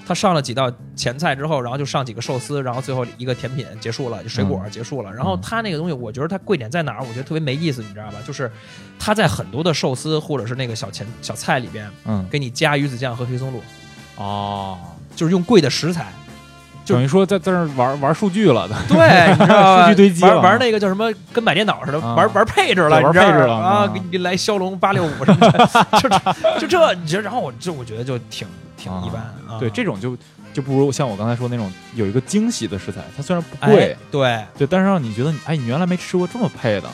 S2: 他上了几道前菜之后，然后就上几个寿司，然后最后一个甜品结束了，就水
S1: 嗯
S2: 果结束了。然后他那个东西，我觉得它贵点在哪儿？我觉得特别没意思，你知道吧？就是他在很多的寿司或者是那个小前小菜里边
S1: 嗯
S2: 给你加鱼子酱和黑松露，
S1: 哦，
S2: 就是用贵的食材。就
S1: 等于说在在这儿玩玩数据了，
S2: 对，你知道吧？
S1: 数据堆积了
S2: 玩玩那个叫什么，跟买电脑似的，
S1: 啊
S2: 玩玩配置了，
S1: 对玩
S2: 你知道
S1: 配置
S2: 吧
S1: 了
S2: 啊，
S1: 嗯
S2: 给你来骁龙八六五什么的，就 就就这，你这，然后我这我觉得就挺挺一般啊。
S1: 对，这种就就不如像我刚才说那种有一个惊喜的食材，它虽然不
S2: 哎
S1: 贵，
S2: 对
S1: 对，但是让你觉得你哎，你原来没吃过这么配的，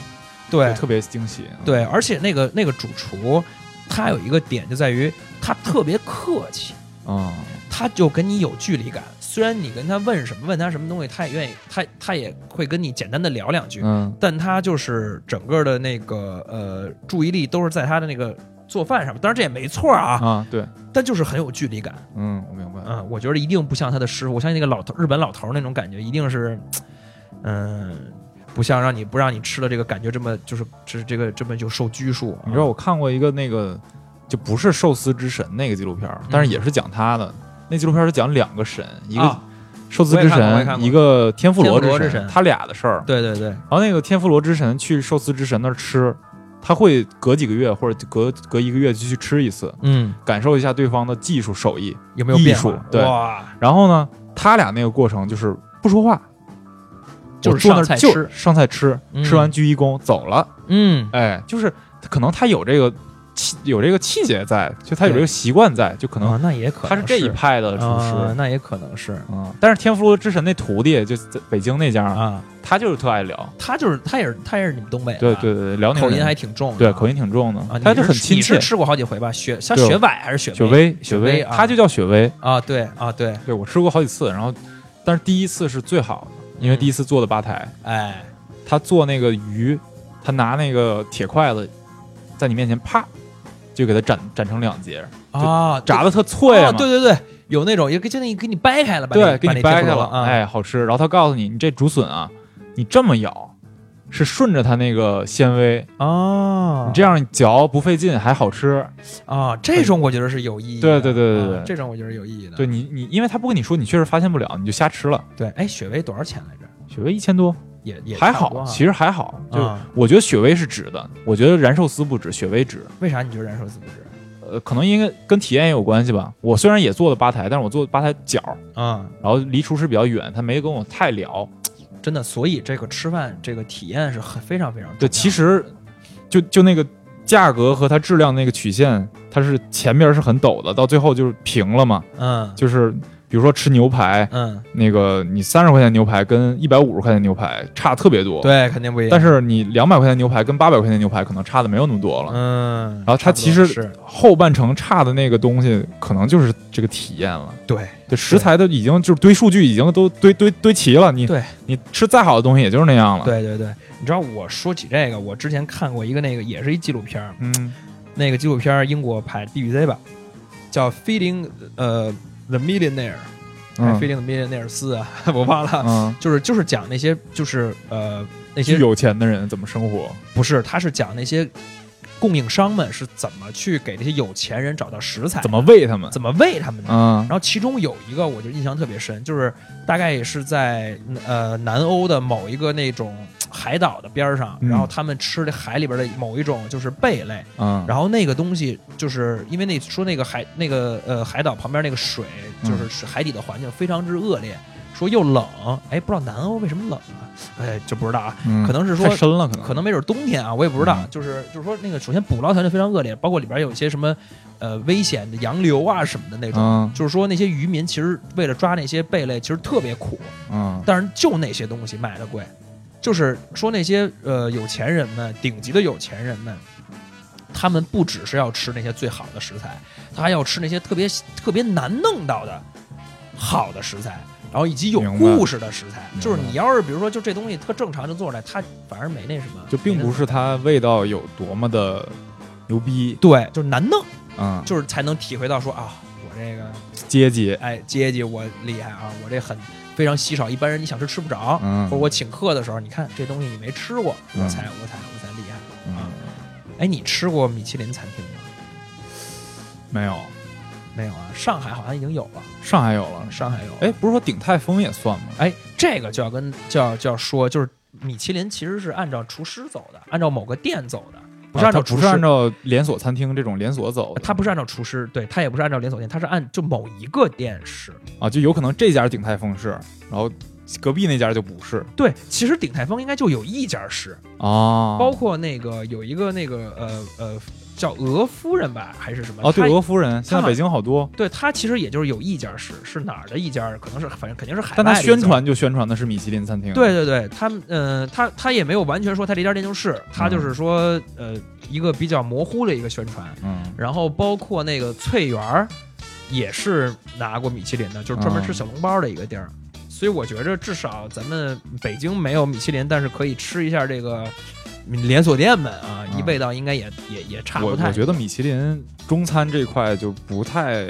S2: 对
S1: 就特别惊喜。嗯，
S2: 对，而且那个那个主厨，他有一个点就在于他特别客气，
S1: 嗯，
S2: 他就跟你有距离感。虽然你跟他问什么，问他什么东西，他也愿意，他他也会跟你简单的聊两句，
S1: 嗯，
S2: 但他就是整个的那个呃注意力都是在他的那个做饭上面，当然这也没错啊，
S1: 啊，对，
S2: 但就是很有距离感。
S1: 嗯，我明白。
S2: 嗯，我觉得一定不像他的师傅，我相信那个老头日本老头那种感觉，一定是，嗯，不像让你不让你吃了这个感觉这么就是这这个这么就受拘束啊。
S1: 你知道我看过一个那个，就不是寿司之神那个纪录片儿，但是也是讲他的。那纪录片儿是讲两个神，一个
S2: 嗯啊
S1: 寿司之
S2: 我也看过我也
S1: 神
S2: 看，过
S1: 一个天妇罗
S2: 天妇罗
S1: 神，
S2: 之神
S1: 他俩的事儿。
S2: 对对对，
S1: 然后那个天妇罗之神去寿司之神那儿吃，他会隔几个月或者隔隔一个月就去吃一次，
S2: 嗯，
S1: 感受一下对方的技术手艺。
S2: 有没有
S1: 艺
S2: 变
S1: 术
S2: 化
S1: 对
S2: 哇，
S1: 然后呢，他俩那个过程就是不说话，
S2: 就是
S1: 我坐那儿
S2: 上菜
S1: 就
S2: 吃
S1: 上菜吃，
S2: 嗯
S1: 吃完鞠一躬走了。
S2: 嗯，
S1: 哎，就是可能他有这个气，有这个气节在，就他有
S2: 对
S1: 这个习惯在，就可能
S2: 啊，那也可能
S1: 他是这一派的厨
S2: 啊
S1: 师。
S2: 那也可能是
S1: 嗯，但是天妇罗之神那徒弟就在北京那家，
S2: 啊，
S1: 他就是特爱聊，
S2: 他就是他也是他也是你们东北的，啊
S1: 对对对，辽宁
S2: 口音
S1: 人
S2: 还挺重的啊，
S1: 对口音挺重
S2: 啊，
S1: 的，
S2: 你
S1: 他就是很亲
S2: 你是
S1: 切。
S2: 吃过好几回吧？雪像
S1: 对
S2: 雪苇还是雪
S1: 雪
S2: 梅
S1: 薇，雪
S2: 薇
S1: 薇，
S2: 啊
S1: 他就叫雪薇。
S2: 啊？对啊对，
S1: 对我吃过好几次，然后但是第一次是最好的，因
S2: 嗯
S1: 为第一次做的吧台，
S2: 哎，
S1: 他做那个鱼，他拿那个铁筷子在你面前啪就给它斩斩成两截，
S2: 啊，
S1: 炸的特脆
S2: 哦
S1: 嘛，
S2: 对对对，有那种也给就那给你掰开了，把那
S1: 对，给
S2: 把
S1: 你
S2: 那
S1: 掰
S2: 贴
S1: 开
S2: 合
S1: 了，
S2: 啊，
S1: 哎，好吃。然后他告诉你，你这竹笋啊，你这么咬，是顺着它那个纤维，
S2: 哦
S1: 你这样嚼不费劲，还好吃。
S2: 啊，这种我觉得是有意义
S1: 对
S2: 的，
S1: 对对对
S2: 啊
S1: 对
S2: 这种我觉得是有意义的，
S1: 对你你，因为他不跟你说，你确实发现不了，你就瞎吃了。
S2: 对，哎，雪薇多少钱来着？
S1: 雪薇一千多，
S2: 也也
S1: 还
S2: 差不多
S1: 好，
S2: 啊
S1: 其实还好。就
S2: 啊，
S1: 我觉得雪薇是值的，我觉得燃寿司不值，雪薇值。
S2: 为啥你觉得燃寿司不值？
S1: 呃，可能应该跟体验也有关系吧。我虽然也做了吧台，但是我做的吧台角，
S2: 啊，
S1: 然后离厨师比较远，他没跟我太聊。
S2: 真的，所以这个吃饭这个体验是很非常非常重要
S1: 对，其实就就那个价格和它质量那个曲线，它是前边是很陡的，到最后就是平了嘛。
S2: 嗯
S1: 就是比如说吃牛排，
S2: 嗯，
S1: 那个你三十块钱牛排跟一百五十块钱牛排差特别多，。
S2: 对，肯定不一样，
S1: 但是你两百块钱牛排跟八百块钱牛排可能差的没有那么多了。
S2: 嗯，
S1: 然后它
S2: 差不多
S1: 其实
S2: 是
S1: 后半程差的那个东西，可能就是这个体验了。
S2: 对
S1: 对，食材都已经就是堆数据已经都堆堆堆齐了，你
S2: 对
S1: 你吃再好的东西也就是那样了。，
S2: 对对对，你知道我说起这个，我之前看过一个那个也是一纪录片儿，
S1: 嗯
S2: 那个纪录片儿英国拍 BBC 吧，叫《Feeding 呃 the Millionaire》，还是《
S1: 嗯
S2: Feeding the Millionaire 四》啊， 我忘了，
S1: 嗯，
S2: 就是就是讲那些就是呃那
S1: 巨
S2: 些
S1: 有钱的人怎么生活？
S2: 不是，他是讲那些供应商们是怎么去给这些有钱人找到食材，
S1: 怎么喂他们？
S2: 怎么喂他们的。
S1: 嗯
S2: 然后其中有一个我就印象特别深，就是大概也是在呃南欧的某一个那种海岛的边儿上，
S1: 嗯
S2: 然后他们吃的海里边的某一种就是贝类，
S1: 嗯，
S2: 然后那个东西就是因为那说那个海那个呃海岛旁边那个水就是
S1: 嗯
S2: 水海底的环境非常之恶劣，说又冷，哎不知道南欧为什么冷啊，哎就不知道啊，
S1: 嗯
S2: 可能是说
S1: 太深了，可能
S2: 可能没准冬天啊，我也不知道。
S1: 嗯
S2: 就是就是说，那个首先捕捞条件非常恶劣，包括里边有一些什么呃危险的洋流啊什么的那种。
S1: 嗯
S2: 就是说，那些渔民其实为了抓那些贝类，其实特别苦，
S1: 嗯
S2: 但是就那些东西卖的贵。就是说那些呃有钱人们，顶级的有钱人们，他们不只是要吃那些最好的食材，他还要吃那些特别特别难弄到的好的食材，然后以及有
S1: 明白
S2: 故事的食材。
S1: 白
S2: 就是你要是比如说就这东西特正常就做出来，它反而没那什么，
S1: 就并不是它味道有多么的牛逼，
S2: 对，就是难弄，
S1: 嗯，
S2: 就是才能体会到说啊，我这个
S1: 阶级，
S2: 哎阶级我厉害啊，我这很非常稀少，一般人你想吃吃不着，
S1: 嗯
S2: 或者我请客的时候，你看这东西你没吃过，我
S1: 嗯
S2: 才我才我才厉害。
S1: 嗯，
S2: 哎，你吃过米其林餐厅吗？
S1: 没有，
S2: 没有啊，上海好像已经有了，
S1: 上海有了，
S2: 上海有了。
S1: 哎，不是说鼎泰丰也算吗？
S2: 哎，这个就要跟就要就要说，就是米其林其实是按照厨师走的，按照某个店走的，不是
S1: 啊
S2: 按照
S1: 它
S2: 厨
S1: 不
S2: 师，
S1: 是按照连锁餐厅这种连锁走的，
S2: 它不是按照厨师，对，它也不是按照连锁店，它是按就某一个店是。
S1: 啊，就有可能这家鼎泰丰是，然后隔壁那家就不是
S2: 对，其实鼎泰丰应该就有一家是，
S1: 啊，
S2: 包括那个有一个那个呃呃叫俄夫人吧，还是什么？
S1: 哦，对，
S2: 他
S1: 俄夫人，现在北京好多，
S2: 对他其实也就是有一家是是哪儿的一家，可能是反正肯定是海外
S1: 但他
S2: 的一家。
S1: 宣传就宣传的是米其林餐厅，
S2: 对，对对，他们呃，他他也没有完全说他这家店就是，他就是说呃一个比较模糊的一个宣传，
S1: 嗯，
S2: 然后包括那个翠园儿也是拿过米其林的，就是专门吃
S1: 嗯
S2: 小笼包的一个地儿。所以我觉着，至少咱们北京没有米其林，但是可以吃一下这个连锁店们啊，一
S1: 嗯
S2: 味道应该也也也差
S1: 我
S2: 不太。
S1: 我觉得米其林中餐这块就不太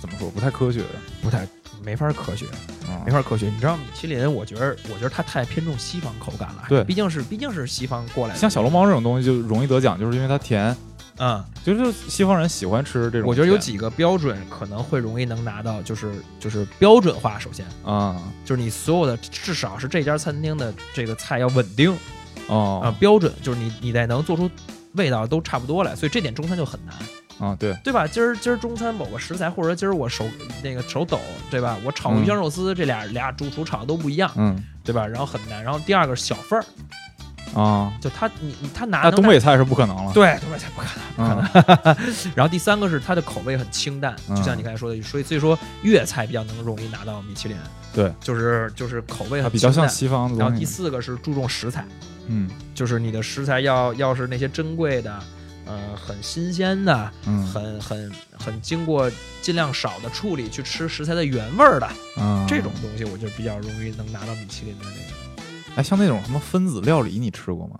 S1: 怎么说，不太科学，
S2: 不太没法科学。
S1: 嗯
S2: 没法科学。你知道米其林，我觉得，我觉得它太偏重西方口感了。
S1: 对
S2: 毕竟是毕竟是西方过来的。
S1: 像小笼包这种东西就容易得奖，就是因为它甜，
S2: 嗯，
S1: 就是西方人喜欢吃这种甜。
S2: 我觉得有几个标准可能会容易能拿到，就是就是标准化。首先
S1: 啊
S2: 就是你所有的至少是这家餐厅的这个菜要稳定啊、
S1: 哦
S2: 标准就是你你得能做出味道都差不多来，所以这点中餐就很难，
S1: 啊对，
S2: 对吧？今儿今儿中餐某个食材，或者今儿我手那个手抖，对吧？我炒鱼香肉丝、这俩俩主厨炒的都不一样，
S1: 嗯
S2: 对吧？然后很难。然后第二个是小份儿，
S1: 啊，
S2: 就他你你他拿
S1: 那
S2: 能
S1: 东
S2: 拿
S1: 北菜是不可能了。
S2: 对，东北菜不可能。
S1: 嗯
S2: 然后第三个是它的口味很清淡，
S1: 嗯
S2: 就像你刚才说的，所以所以说粤菜比较能容易拿到米其林。
S1: 对，
S2: 就是就是口味
S1: 它
S2: 很
S1: 比较
S2: 清
S1: 像
S2: 淡
S1: 西方的
S2: 然后
S1: 东
S2: 第
S1: 西。
S2: 四个是注重食材，
S1: 嗯
S2: 就是你的食材要要是那些珍贵的，呃，很新鲜的，
S1: 嗯
S2: 很很很经过尽量少的处理去吃食材的原味儿的
S1: 嗯，
S2: 这种东西，我就比较容易能拿到米其林的那个。
S1: 哎，像那种什么分子料理，你吃过吗？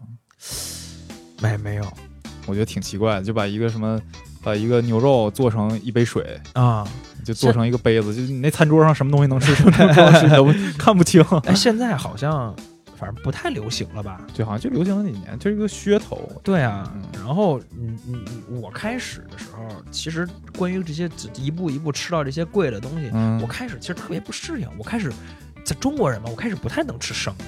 S2: 没没有
S1: 我觉得挺奇怪的，就把一个什么。把一个牛肉做成一杯水，
S2: 啊？
S1: 就做成一个杯子，就是你那餐桌上什么东西能吃，什么东西不 能吃，你都不看不清。
S2: 哎，现在好像反正不太流行了吧？
S1: 对，好像就流行了几年，就是一个噱头。
S2: 对啊
S1: 嗯，
S2: 然后你你你我开始的时候，其实关于这些一步一步吃到这些贵的东西，
S1: 嗯
S2: 我开始其实特别不适应。我开始在中国人嘛，我开始不太能吃生的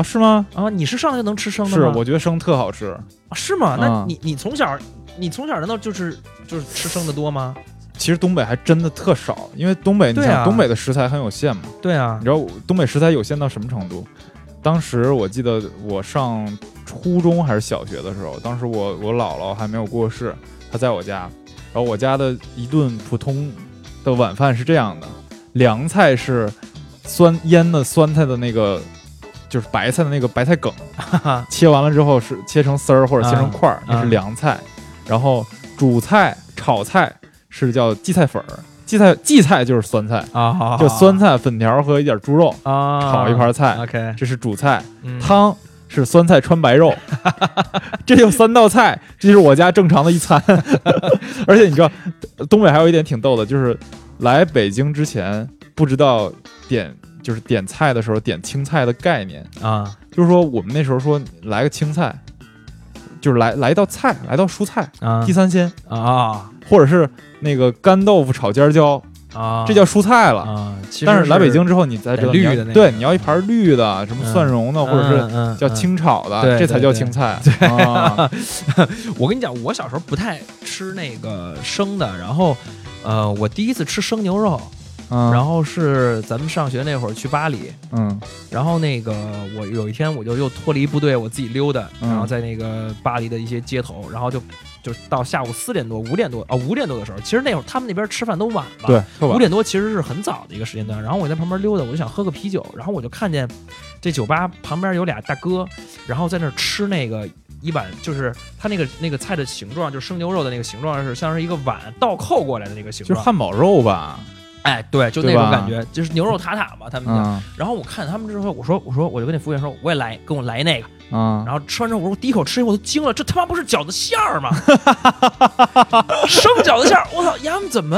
S1: 啊，是吗？
S2: 啊。你是上来就能吃生的
S1: 是，
S2: 吗？
S1: 我觉得生特好吃。
S2: 啊是吗？那
S1: 啊
S2: 你你从小你从小难道就是就是吃生的多吗？
S1: 其实东北还真的特少，因为东北，你
S2: 对啊
S1: 想东北的食材很有限嘛。
S2: 对啊
S1: 你，知道我东北食材有限到什么程度？当时我记得我上初中还是小学的时候，当时我我姥姥还没有过世，她在我家，然后我家的一顿普通的晚饭是这样的：凉菜是酸腌的酸菜的那个，就是白菜的那个白菜梗，切完了之后是切成丝儿或者切成块儿
S2: 啊，
S1: 那
S2: 啊
S1: 是凉菜。然后主菜、炒菜是叫荠菜粉儿，荠菜荠菜就是酸菜，
S2: 啊
S1: 就酸菜、粉条和一点猪肉。
S2: 啊，
S1: 炒一盘菜，
S2: OK，
S1: 这是主菜；
S2: 嗯
S1: 汤是酸菜穿白 肉，这就三道菜，这是我家正常的一 餐。而且你知道，东北还有一点挺逗的，就是来北京之前不知道点就是点菜的时候点青菜的概念，
S2: 啊
S1: 就是说我们那时候说来个青菜，就是来来一道菜，来道蔬菜，
S2: 啊
S1: 地三鲜，
S2: 啊
S1: 或者是那个干豆腐炒尖椒，
S2: 啊，
S1: 这叫蔬菜了。
S2: 啊，其实
S1: 但是来北京之后，你才知道
S2: 绿
S1: 你要
S2: 的那个
S1: 对，你要一盘绿的，什么
S2: 嗯
S1: 蒜蓉的，或者是
S2: 是
S1: 叫清炒的，
S2: 对
S1: 这才
S2: 对
S1: 叫
S2: 对
S1: 青菜。 啊，
S2: 我跟你讲，我小时候不太吃那个生的，然后，呃，我第一次吃生牛肉，
S1: 然
S2: 然后是咱们上学那会儿去巴黎，
S1: 嗯
S2: 然后那个我有一天我就又脱离部队，我自己溜达，
S1: 嗯
S2: 然后在那个巴黎的一些街头，然后就就到下午四点多、五点多啊五、点多的时候，其实那会儿他们那边吃饭都晚了，
S1: 对，特
S2: 五
S1: 晚
S2: 点多其实是很早的一个时间段，然后我在旁边溜达，我就想喝个啤酒，然后我就看见这酒吧旁边有俩大哥，然后在那儿吃那个一碗就是它那个那个菜的形状，就是生牛肉的那个形状是像是一个碗倒扣过来的那个形
S1: 就是
S2: 状。
S1: 汉堡肉吧，
S2: 哎，对，就那
S1: 对
S2: 种
S1: 吧
S2: 感觉，就是牛肉塔塔嘛，他们叫。
S1: 嗯
S2: 然后我看他们之后，我说我说我就跟那服务员说，我也来，跟我来那个。
S1: 嗯，
S2: 然后吃完之后，我说我第一口吃，我都惊了，这他妈不是饺子馅儿吗？生饺子馅儿，我操，呀们怎么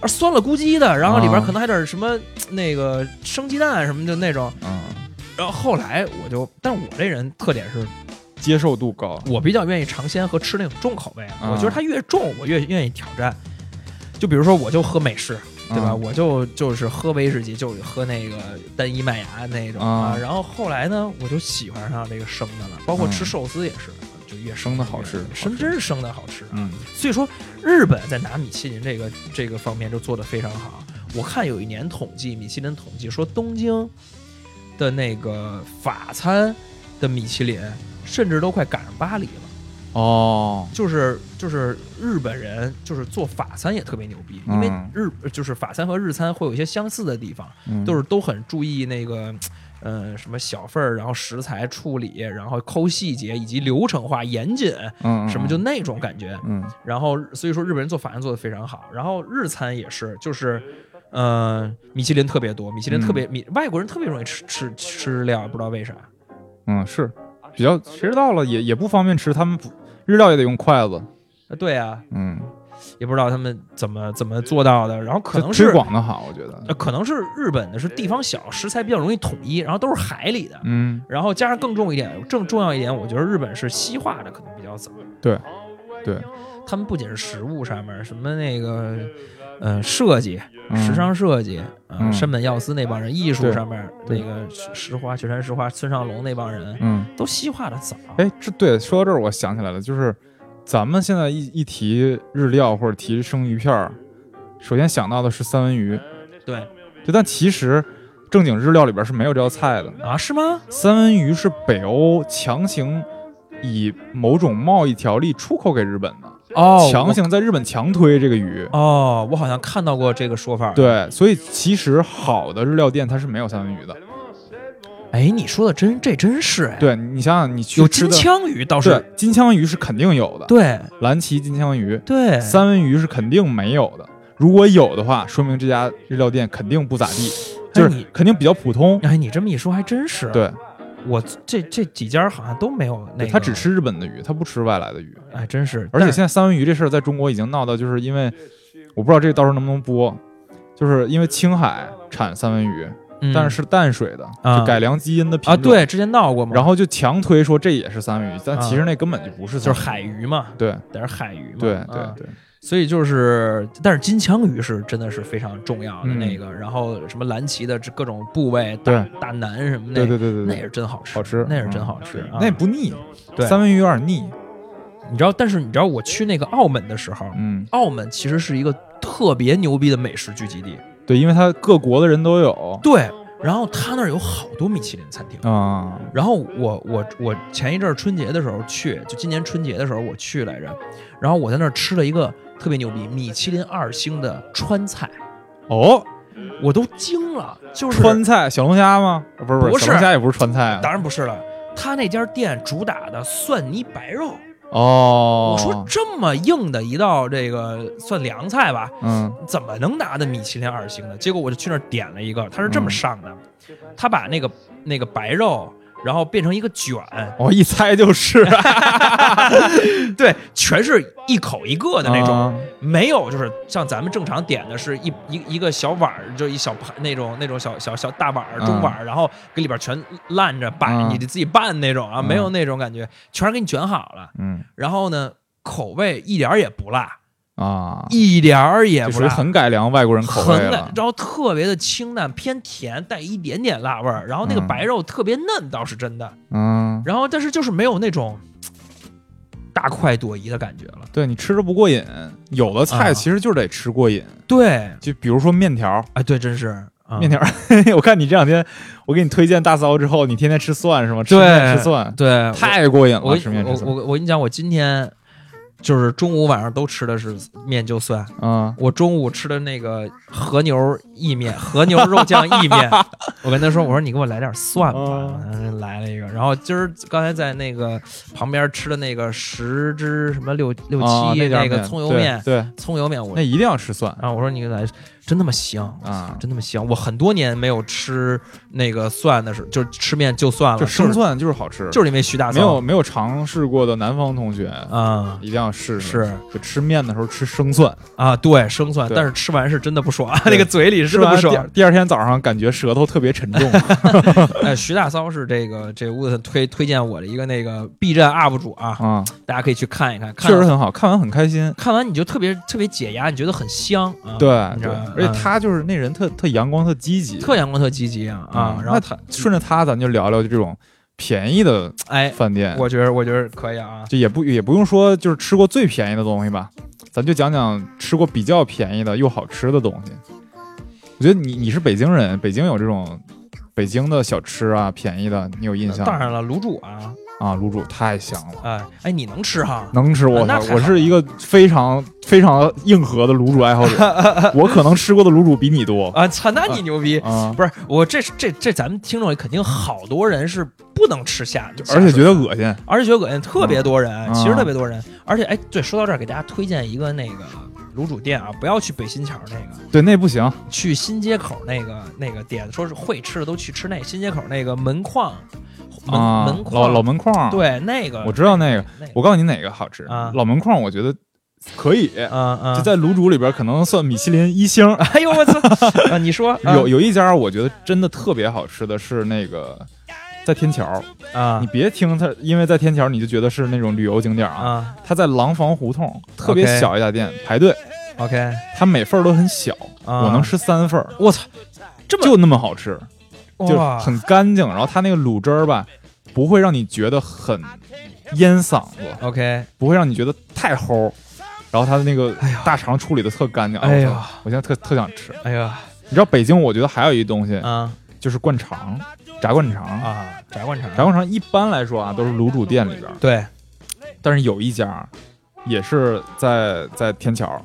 S2: 啊酸了咕叽的，然后里边
S1: 啊
S2: 可能还点什么那个生鸡蛋什么的那种。
S1: 嗯，
S2: 然后后来我就，但我这人特点是
S1: 接受度高，
S2: 我比较愿意尝鲜和吃那种重口味啊，
S1: 啊
S2: 我觉得它越重，我越愿意挑战。就比如说，我就喝美式，对吧？
S1: 嗯
S2: 我就就是喝威士忌，就喝那个单一麦芽那种啊。
S1: 啊
S2: 然后后来呢，我就喜欢上这个生的了，包括
S1: 嗯
S2: 吃寿司也是，就越
S1: 生的好吃
S2: 越生
S1: 好吃
S2: 真是生的好吃啊。
S1: 嗯
S2: 所以说，日本在拿米其林这个这个方面就做得非常好。我看有一年统计，米其林统计说东京的那个法餐的米其林，甚至都快赶上巴黎了。
S1: 哦，
S2: 就是就是日本人就是做法餐也特别牛逼，因为
S1: 嗯
S2: 日就是法餐和日餐会有一些相似的地方，
S1: 嗯
S2: 都是都很注意那个。呃，什么小份儿，然后食材处理，然后抠细节，以及流程化、严谨，
S1: 嗯
S2: 什么就那种感觉。
S1: 嗯
S2: 然后所以说日本人做法餐做的非常好，然后日餐也是，就是，呃，米其林特别多，米其林特别、米外国人特别容易吃吃吃料，不知道为啥。
S1: 嗯是比较迟到了也也不方便吃，他们不日料也得用筷子，
S2: 呃对啊，
S1: 嗯，
S2: 也不知道他们怎么怎么做到的，然后可
S1: 这
S2: 能
S1: 推
S2: 是。
S1: 广的好，我觉得，
S2: 呃，可能是日本的是地方小，食材比较容易统一，然后都是海里的，
S1: 嗯
S2: 然后加上更重一点，更重要一点，我觉得日本是西化的可能比较早。
S1: 对，对，
S2: 他们不仅是食物上面，什么那个，呃，设计、
S1: 嗯
S2: 时尚设计，啊、
S1: 嗯
S2: 山本耀司那帮人，艺术
S1: 对
S2: 上面那
S1: 对
S2: 个石石花、雪山石花、村上隆那帮人，
S1: 嗯。
S2: 都西化的早。
S1: 哎，这对说到这儿，我想起来了，就是咱们现在一一提日料或者提生鱼片儿，首先想到的是三文鱼，
S2: 对
S1: 就但其实正经日料里边是没有这道菜的。
S2: 啊，是吗？
S1: 三文鱼是北欧强行以某种贸易条例出口给日本的，
S2: 哦
S1: 强行在日本强推这个鱼。
S2: 哦，我好像看到过这个说法。，
S1: 对，所以其实好的日料店它是没有三文鱼的。
S2: 哎，你说的真，这真是哎，
S1: 对你想想，你去
S2: 有
S1: 吃
S2: 金
S1: 的，
S2: 枪鱼倒
S1: 对
S2: 是，
S1: 金枪鱼是肯定有的，
S2: 对
S1: 蓝鳍金枪鱼。
S2: 对，
S1: 三文鱼是肯定没有的。如果有的话，说明这家日料店肯定不咋地，就
S2: 哎你
S1: 是肯定比较普通。
S2: 哎，你这么一说还真是。，
S1: 对，
S2: 我这这几家好像都没有那个，
S1: 他只，吃日本的鱼，他不吃外来的鱼。
S2: 哎，真是。
S1: 而且
S2: 但是
S1: 现在三文鱼这事儿在中国已经闹到，就是因为我不知道这到时候能不能播，就是因为青海产三文鱼，
S2: 嗯
S1: 但是是淡水的，
S2: 啊
S1: 就改良基因的品
S2: 啊，
S1: 种。。
S2: 对，之前闹过嘛，
S1: 然后就强推说这也是三文鱼，但
S2: 啊
S1: 其实那根本就不是
S2: 就
S1: 三文
S2: 是海鱼嘛，
S1: 对
S2: 得是海鱼嘛，
S1: 对
S2: 啊
S1: 对对，
S2: 所以就是，但是金枪鱼是真的是非常重要的
S1: 嗯
S2: 那个，然后什么蓝鳍的这各种部位，大
S1: 对
S2: 大腩什么的，
S1: 对对对对
S2: 那
S1: 对
S2: 也是真好吃，
S1: 好吃，
S2: 那也是真
S1: 嗯
S2: 好吃
S1: 是
S2: 啊
S1: 那也不腻。
S2: 对
S1: 三文鱼有点腻，
S2: 你知道，但是你知道我去那个澳门的时候，
S1: 嗯。
S2: 澳门其实是一个特别牛逼的美食聚集地，
S1: 对，因为它各国的人都有
S2: 对，然后它那儿有好多米其林餐厅。
S1: 啊，
S2: 然后我我我前一阵儿春节的时候去，就今年春节的时候我去来着，然后我在那儿吃了一个特别牛逼米其林二星的川菜，
S1: 哦，
S2: 我都惊了，就是
S1: 川菜小龙虾吗？不是
S2: 不
S1: 不
S2: 是
S1: 小龙虾也不是川菜啊。
S2: 当然不是了，他那家店主打的蒜泥白肉，
S1: 哦，
S2: 我说这么硬的一道这个算凉菜吧，
S1: 嗯
S2: 怎么能拿的米其林二星呢？结果我就去那儿点了一个，他是这么
S1: 嗯
S2: 上的，他把那个那个白肉。然后变成一个卷，
S1: 我哦一猜就是啊
S2: 对，全是一口一个的那种，
S1: 啊
S2: 没有，就是像咱们正常点的是一一一个小碗儿，就一小盘那种那种小小小大碗儿、中碗儿，然后给里边全烂着摆，
S1: 嗯
S2: 你得自己拌那种啊，
S1: 嗯
S2: 没有那种感觉，全是给你卷好了。
S1: 嗯
S2: 然后呢，口味一点儿也不辣，
S1: 啊，
S2: 一点儿也
S1: 就啊
S2: 不
S1: 属于
S2: 辣，
S1: 很改良外国人口味
S2: 很感
S1: 了，
S2: 然后特别的清淡，偏甜，带一点点辣味儿。然后那个
S1: 嗯
S2: 白肉特别嫩，倒是真的。
S1: 嗯，
S2: 然后但是就是没有那种大快朵颐的感觉了。
S1: 对你吃着不过瘾，有的
S2: 啊
S1: 菜其实就是得吃过瘾，
S2: 对，
S1: 就比如说面条，
S2: 哎，对，真是啊
S1: 面条， 我看你这两天我给你推荐大骚之后，你天天吃蒜是吗？吃面
S2: 对
S1: 吃蒜
S2: 对，我
S1: 太过 瘾
S2: 我
S1: 了，吃面
S2: 我
S1: 吃蒜，
S2: 我我跟你讲，我今天就是中午晚上都吃的是面就蒜。
S1: 嗯
S2: 我中午吃的那个和牛意面，和牛肉酱意面，我跟他说，我说你给我来点蒜吧，
S1: 啊
S2: 然后来了一个。然后今儿刚才在那个旁边吃的那个十只什么六六
S1: 啊
S2: 七
S1: 家
S2: 个
S1: 面
S2: 葱油
S1: 对
S2: 面，
S1: 对，
S2: 葱油面我啊
S1: 那，一定要吃蒜
S2: 然后我说你给我来，真他妈香。
S1: 啊，
S2: 真他妈香！我很多年没有吃那个蒜的时候，就是吃面就蒜了，
S1: 就
S2: 啊就
S1: 生
S2: 是
S1: 蒜就是好吃，
S2: 就是因为徐大
S1: 没
S2: 嫂
S1: 有没有尝试过的南方同学
S2: 啊
S1: 一定要试试。
S2: 是
S1: 就吃面的时候吃生蒜，
S2: 啊，对生蒜，
S1: 对
S2: 但是吃完是真的不爽，
S1: 对
S2: 那个嘴里是
S1: 吃
S2: 真的
S1: 完
S2: 不
S1: 第
S2: 爽
S1: 二。第二天早上感觉舌头特别沉重。
S2: 哎，徐大骚是这个这屋子推推荐我的一个那个 B 站 UP 主啊，
S1: 啊，
S2: 大家可以去看一看，看啊
S1: 确实很好，看完很开心。
S2: 看完你就特别特别解压，你觉得很香啊，
S1: 对
S2: 你知
S1: 对
S2: 道吗，
S1: 而且他就是那人特特阳光、特积极。
S2: 特阳光特积极啊啊，
S1: 嗯
S2: 然后
S1: 那
S2: 他
S1: 顺着他，咱就聊聊这种便宜的
S2: 哎，
S1: 饭店。
S2: 我觉得我觉得可以啊，
S1: 就也不也不用说就是吃过最便宜的东西吧，咱就讲讲吃过比较便宜的又好吃的东西。我觉得你你是北京人，北京有这种北京的小吃啊，便宜的，你有印象吗？
S2: 当然了，卤煮啊，
S1: 啊，卤煮太香了。
S2: 哎哎，你能吃哈？
S1: 能吃我
S2: 啊那
S1: 操
S2: 太好
S1: 我是一个非常非常硬核的卤煮爱好 者，我可能吃过的卤煮比你多
S2: 啊，操，那你牛逼！
S1: 啊，
S2: 不是我这这这咱们听众里肯定好多人是不能吃下的，
S1: 而且觉
S2: 下水
S1: 得
S2: 的
S1: 恶心
S2: 而且觉得恶心，特别多人，
S1: 嗯
S2: 其实特别多人。而且哎，对，说到这儿，给大家推荐一个那个卤煮店啊，不要去北新桥那个，
S1: 对，那不行
S2: 去新街口那个那个店，说是会吃的都去吃那新街口那个门框，门、
S1: 啊
S2: 门，
S1: 老
S2: 框
S1: 老门框，，
S2: 对那个
S1: 我知道那个，
S2: 那个
S1: 我告诉你哪个好吃
S2: 啊，
S1: 老门框我觉得可以，
S2: 嗯嗯，
S1: 就在卤煮里边可能算米其林一星。
S2: 哎呦我操啊！你说啊
S1: 有有一家我觉得真的特别好吃的是那个在天桥，
S2: 啊
S1: 你别听它，因为在天桥你就觉得是那种旅游景点啊。
S2: 啊
S1: 它在廊坊胡同，特别
S2: OK
S1: 小一家店，排队，
S2: ，OK，
S1: 它每份儿都很小，
S2: 啊
S1: 我能吃三份儿，
S2: 我操，这么
S1: 就那么好吃， 就是
S2: 哇
S1: 很干净。然后它那个卤汁儿吧，不会让你觉得很淹嗓
S2: 哎
S1: 子，
S2: OK，
S1: 不会让你觉得太齁。然后它的那个大肠处理的特干净，
S2: 哎
S1: 呦
S2: 呦，
S1: 我现在特特想吃。
S2: 哎呀
S1: 你知道北京，我觉得还有一东西，
S2: 啊
S1: 就是灌肠，炸灌肠。
S2: 啊，炸灌肠，
S1: 炸灌肠一般来说啊，都是卤煮店里边儿，
S2: 对
S1: 但是有一家也是在在天桥，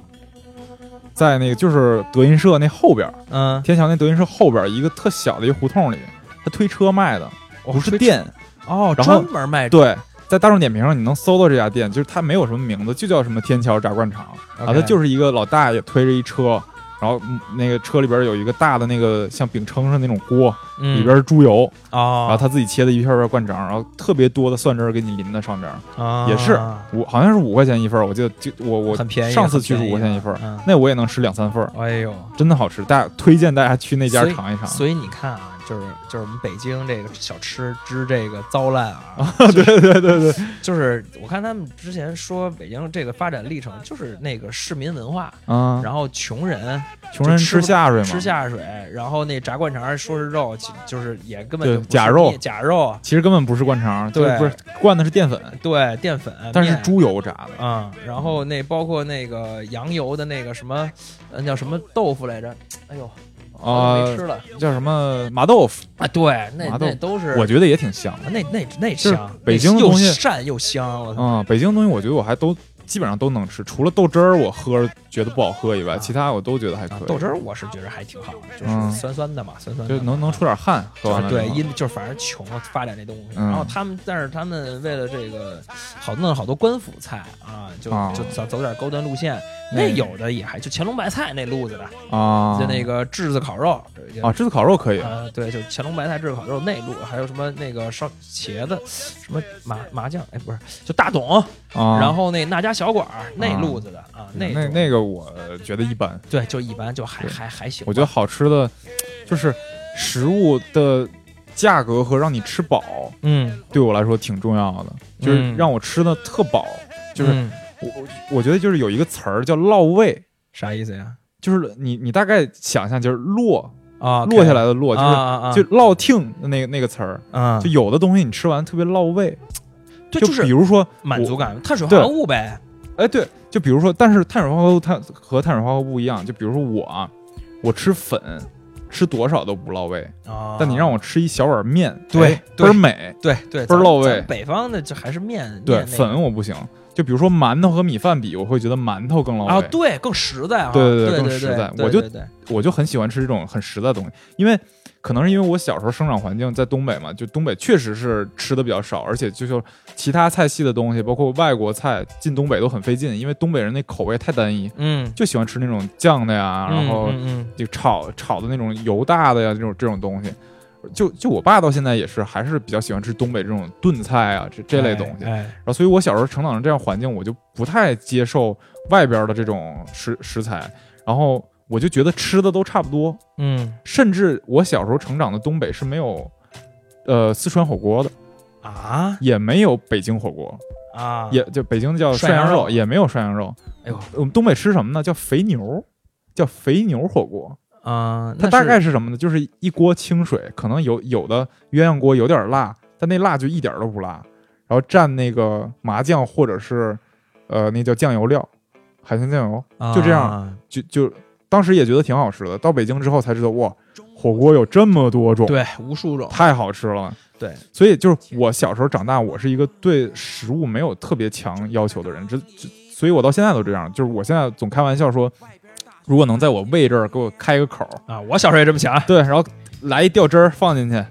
S1: 在那个就是德云社那后边儿，
S2: 嗯，
S1: 天桥那德云社后边儿一个特小的一个胡同里，他推车卖的，不是店。
S2: 哦，
S1: 然后
S2: 专门卖
S1: 对，在大众点评上你能搜到这家店，就是它没有什么名字，就叫什么天桥炸灌肠。然后
S2: OK
S1: 它就是一个老大爷推着一车。然后嗯那个车里边儿有一个大的那个像饼铛似的那种锅，
S2: 嗯
S1: 里边儿是猪油，
S2: 哦，
S1: 然后他自己切的一片片灌肠，然后特别多的蒜汁儿给你淋在上边儿，
S2: 啊
S1: 也是五好像是五块钱一份儿，我记得就我我
S2: 很便宜，
S1: 上次去是
S2: 很
S1: 五
S2: 便宜
S1: 块钱一份儿，
S2: 嗯
S1: 那我也能吃两三份儿，
S2: 哎呦，
S1: 真的好吃，大家推荐大家去那家
S2: 所以
S1: 尝一尝。
S2: 所以你看啊，就是就是我们北京这个小吃之这个糟烂 啊，
S1: 对对对对，
S2: 就是我看他们之前说北京这个发展历程，就是那个市民文化，
S1: 啊，
S2: 然后穷人
S1: 穷人
S2: 就
S1: 吃
S2: 吃
S1: 下水嘛，
S2: 吃下水，然后那炸灌肠说是肉，其就是也根本
S1: 对
S2: 就不是
S1: 假肉
S2: 面假肉，
S1: 其实根本不是灌肠，
S2: 对
S1: 就是不是灌的是淀粉，
S2: 对淀粉，
S1: 但是
S2: 面
S1: 猪油炸的，
S2: 啊、然后那包括那个羊油的那个什么，呃，叫什么豆腐来着？哎呦，好久没
S1: 啊
S2: 吃了
S1: 叫什么麻豆腐，
S2: 啊！对，那
S1: 麻豆
S2: 那都是
S1: 我觉得也挺香的。
S2: 那那那
S1: 就是
S2: 香，
S1: 北京的
S2: 又
S1: 东西
S2: 膻又香，我操！
S1: 啊、北京的东西我觉得我还都基本上都能吃，除了豆汁儿我喝觉得不好喝以外，
S2: 啊
S1: 其他我都觉得还可
S2: 啊
S1: 以。
S2: 豆汁儿我是觉得还挺好的，就
S1: 嗯
S2: 是酸酸的嘛，酸酸的
S1: 就
S2: 嘛
S1: 能能出点汗，喝
S2: 就
S1: 完
S2: 是
S1: 了
S2: 对，
S1: 之后
S2: 因就是反正穷啊，发展这东西。
S1: 嗯
S2: 然后他们，但是他们为了这个好弄了好多官府菜啊，就
S1: 啊
S2: 就走走点高端路线。那
S1: 嗯
S2: 有的也还就乾隆白菜那路子的，
S1: 啊，
S2: 就那个炙子烤肉，就
S1: 啊，，栀子烤肉可以，
S2: 呃，对，就是乾隆白菜、炙烤肉内陆，还有什么那个烧茄子，什么麻麻酱，哎，不是，就大董，
S1: 啊，嗯
S2: 然后那那家小馆儿那路子的啊，
S1: 那
S2: 那种
S1: 那个我觉得一般，
S2: 对，就一般，就还
S1: 对
S2: 还还行吧。
S1: 我觉得好吃的就是食物的价格和让你吃饱，
S2: 嗯，
S1: 对我来说挺重要的，就是
S2: 嗯
S1: 让我吃的特饱，就是
S2: 嗯
S1: 我我觉得就是有一个词儿叫落味，
S2: 啥意思呀？
S1: 就是你你大概想象就是落
S2: 啊，
S1: 落下来的落，
S2: 我
S1: 就是
S2: 啊
S1: 就落听的那个那个词儿，
S2: 啊，
S1: 就有的东西你吃完特别落味，
S2: 对，
S1: 就
S2: 就是
S1: 比如说
S2: 满
S1: 我
S2: 足感，碳水
S1: 对
S2: 化合物呗。
S1: 哎，对，就比如说，但是碳水化合物碳和碳水化合物不一样，就比如说我啊，我吃粉，吃多少都不落味，
S2: 啊，
S1: 但你让我吃一小碗面，
S2: 对
S1: 哎倍
S2: 对
S1: 儿美，
S2: 对对
S1: 倍儿
S2: 咱
S1: 落
S2: 咱
S1: 味
S2: 北方的就还是面
S1: 对
S2: 面那个
S1: 粉我不行。就比如说馒头和米饭比，我会觉得馒头更落味。
S2: 啊，对，更实在啊，
S1: 对对
S2: 对
S1: 对更
S2: 对
S1: 实在
S2: 对
S1: 我就
S2: 对对
S1: 我就很喜欢吃这种很实在的东西，因为可能是因为我小时候生长环境在东北嘛，就东北确实是吃的比较少，而且就是其他菜系的东西，包括外国菜进东北都很费劲，因为东北人那口味太单一，
S2: 嗯，
S1: 就喜欢吃那种酱的呀，然后
S2: 嗯
S1: 就炒炒的那种油大的呀，这种这种东西。就就我爸到现在也是，还是比较喜欢吃东北这种炖菜啊，这这类东西。
S2: 哎，哎
S1: 然后，所以我小时候成长成这样环境，我就不太接受外边的这种食食材，然后我就觉得吃的都差不多，
S2: 嗯
S1: 甚至我小时候成长的东北是没有，呃，四川火锅的，
S2: 啊
S1: 也没有北京火锅，
S2: 啊，
S1: 也就北京叫
S2: 涮
S1: 涮
S2: 羊
S1: 羊
S2: 肉
S1: 肉，也没有涮羊肉。
S2: 哎呦
S1: 我们东北吃什么呢？叫肥牛，叫肥牛火锅。
S2: 啊，
S1: 它
S2: 那
S1: 大
S2: 是
S1: 概是什么呢？就是一锅清水，可能有有的鸳鸯锅有点辣，但那辣就一点儿都不辣，然后蘸那个麻酱或者是呃那叫酱油料，海鲜酱油，就这样
S2: 啊
S1: 就就当时也觉得挺好吃的。到北京之后才知道，哇，火锅有这么多种，
S2: 对，无数种，
S1: 太好吃了。
S2: 对，
S1: 所以就是我小时候长大，我是一个对食物没有特别强要求的人，这这，所以我到现在都这样。就是我现在总开玩笑说，如果能在我胃这儿给我开个口儿，
S2: 啊，我小时候也这么想，
S1: 对，然后来一掉汁儿放进去，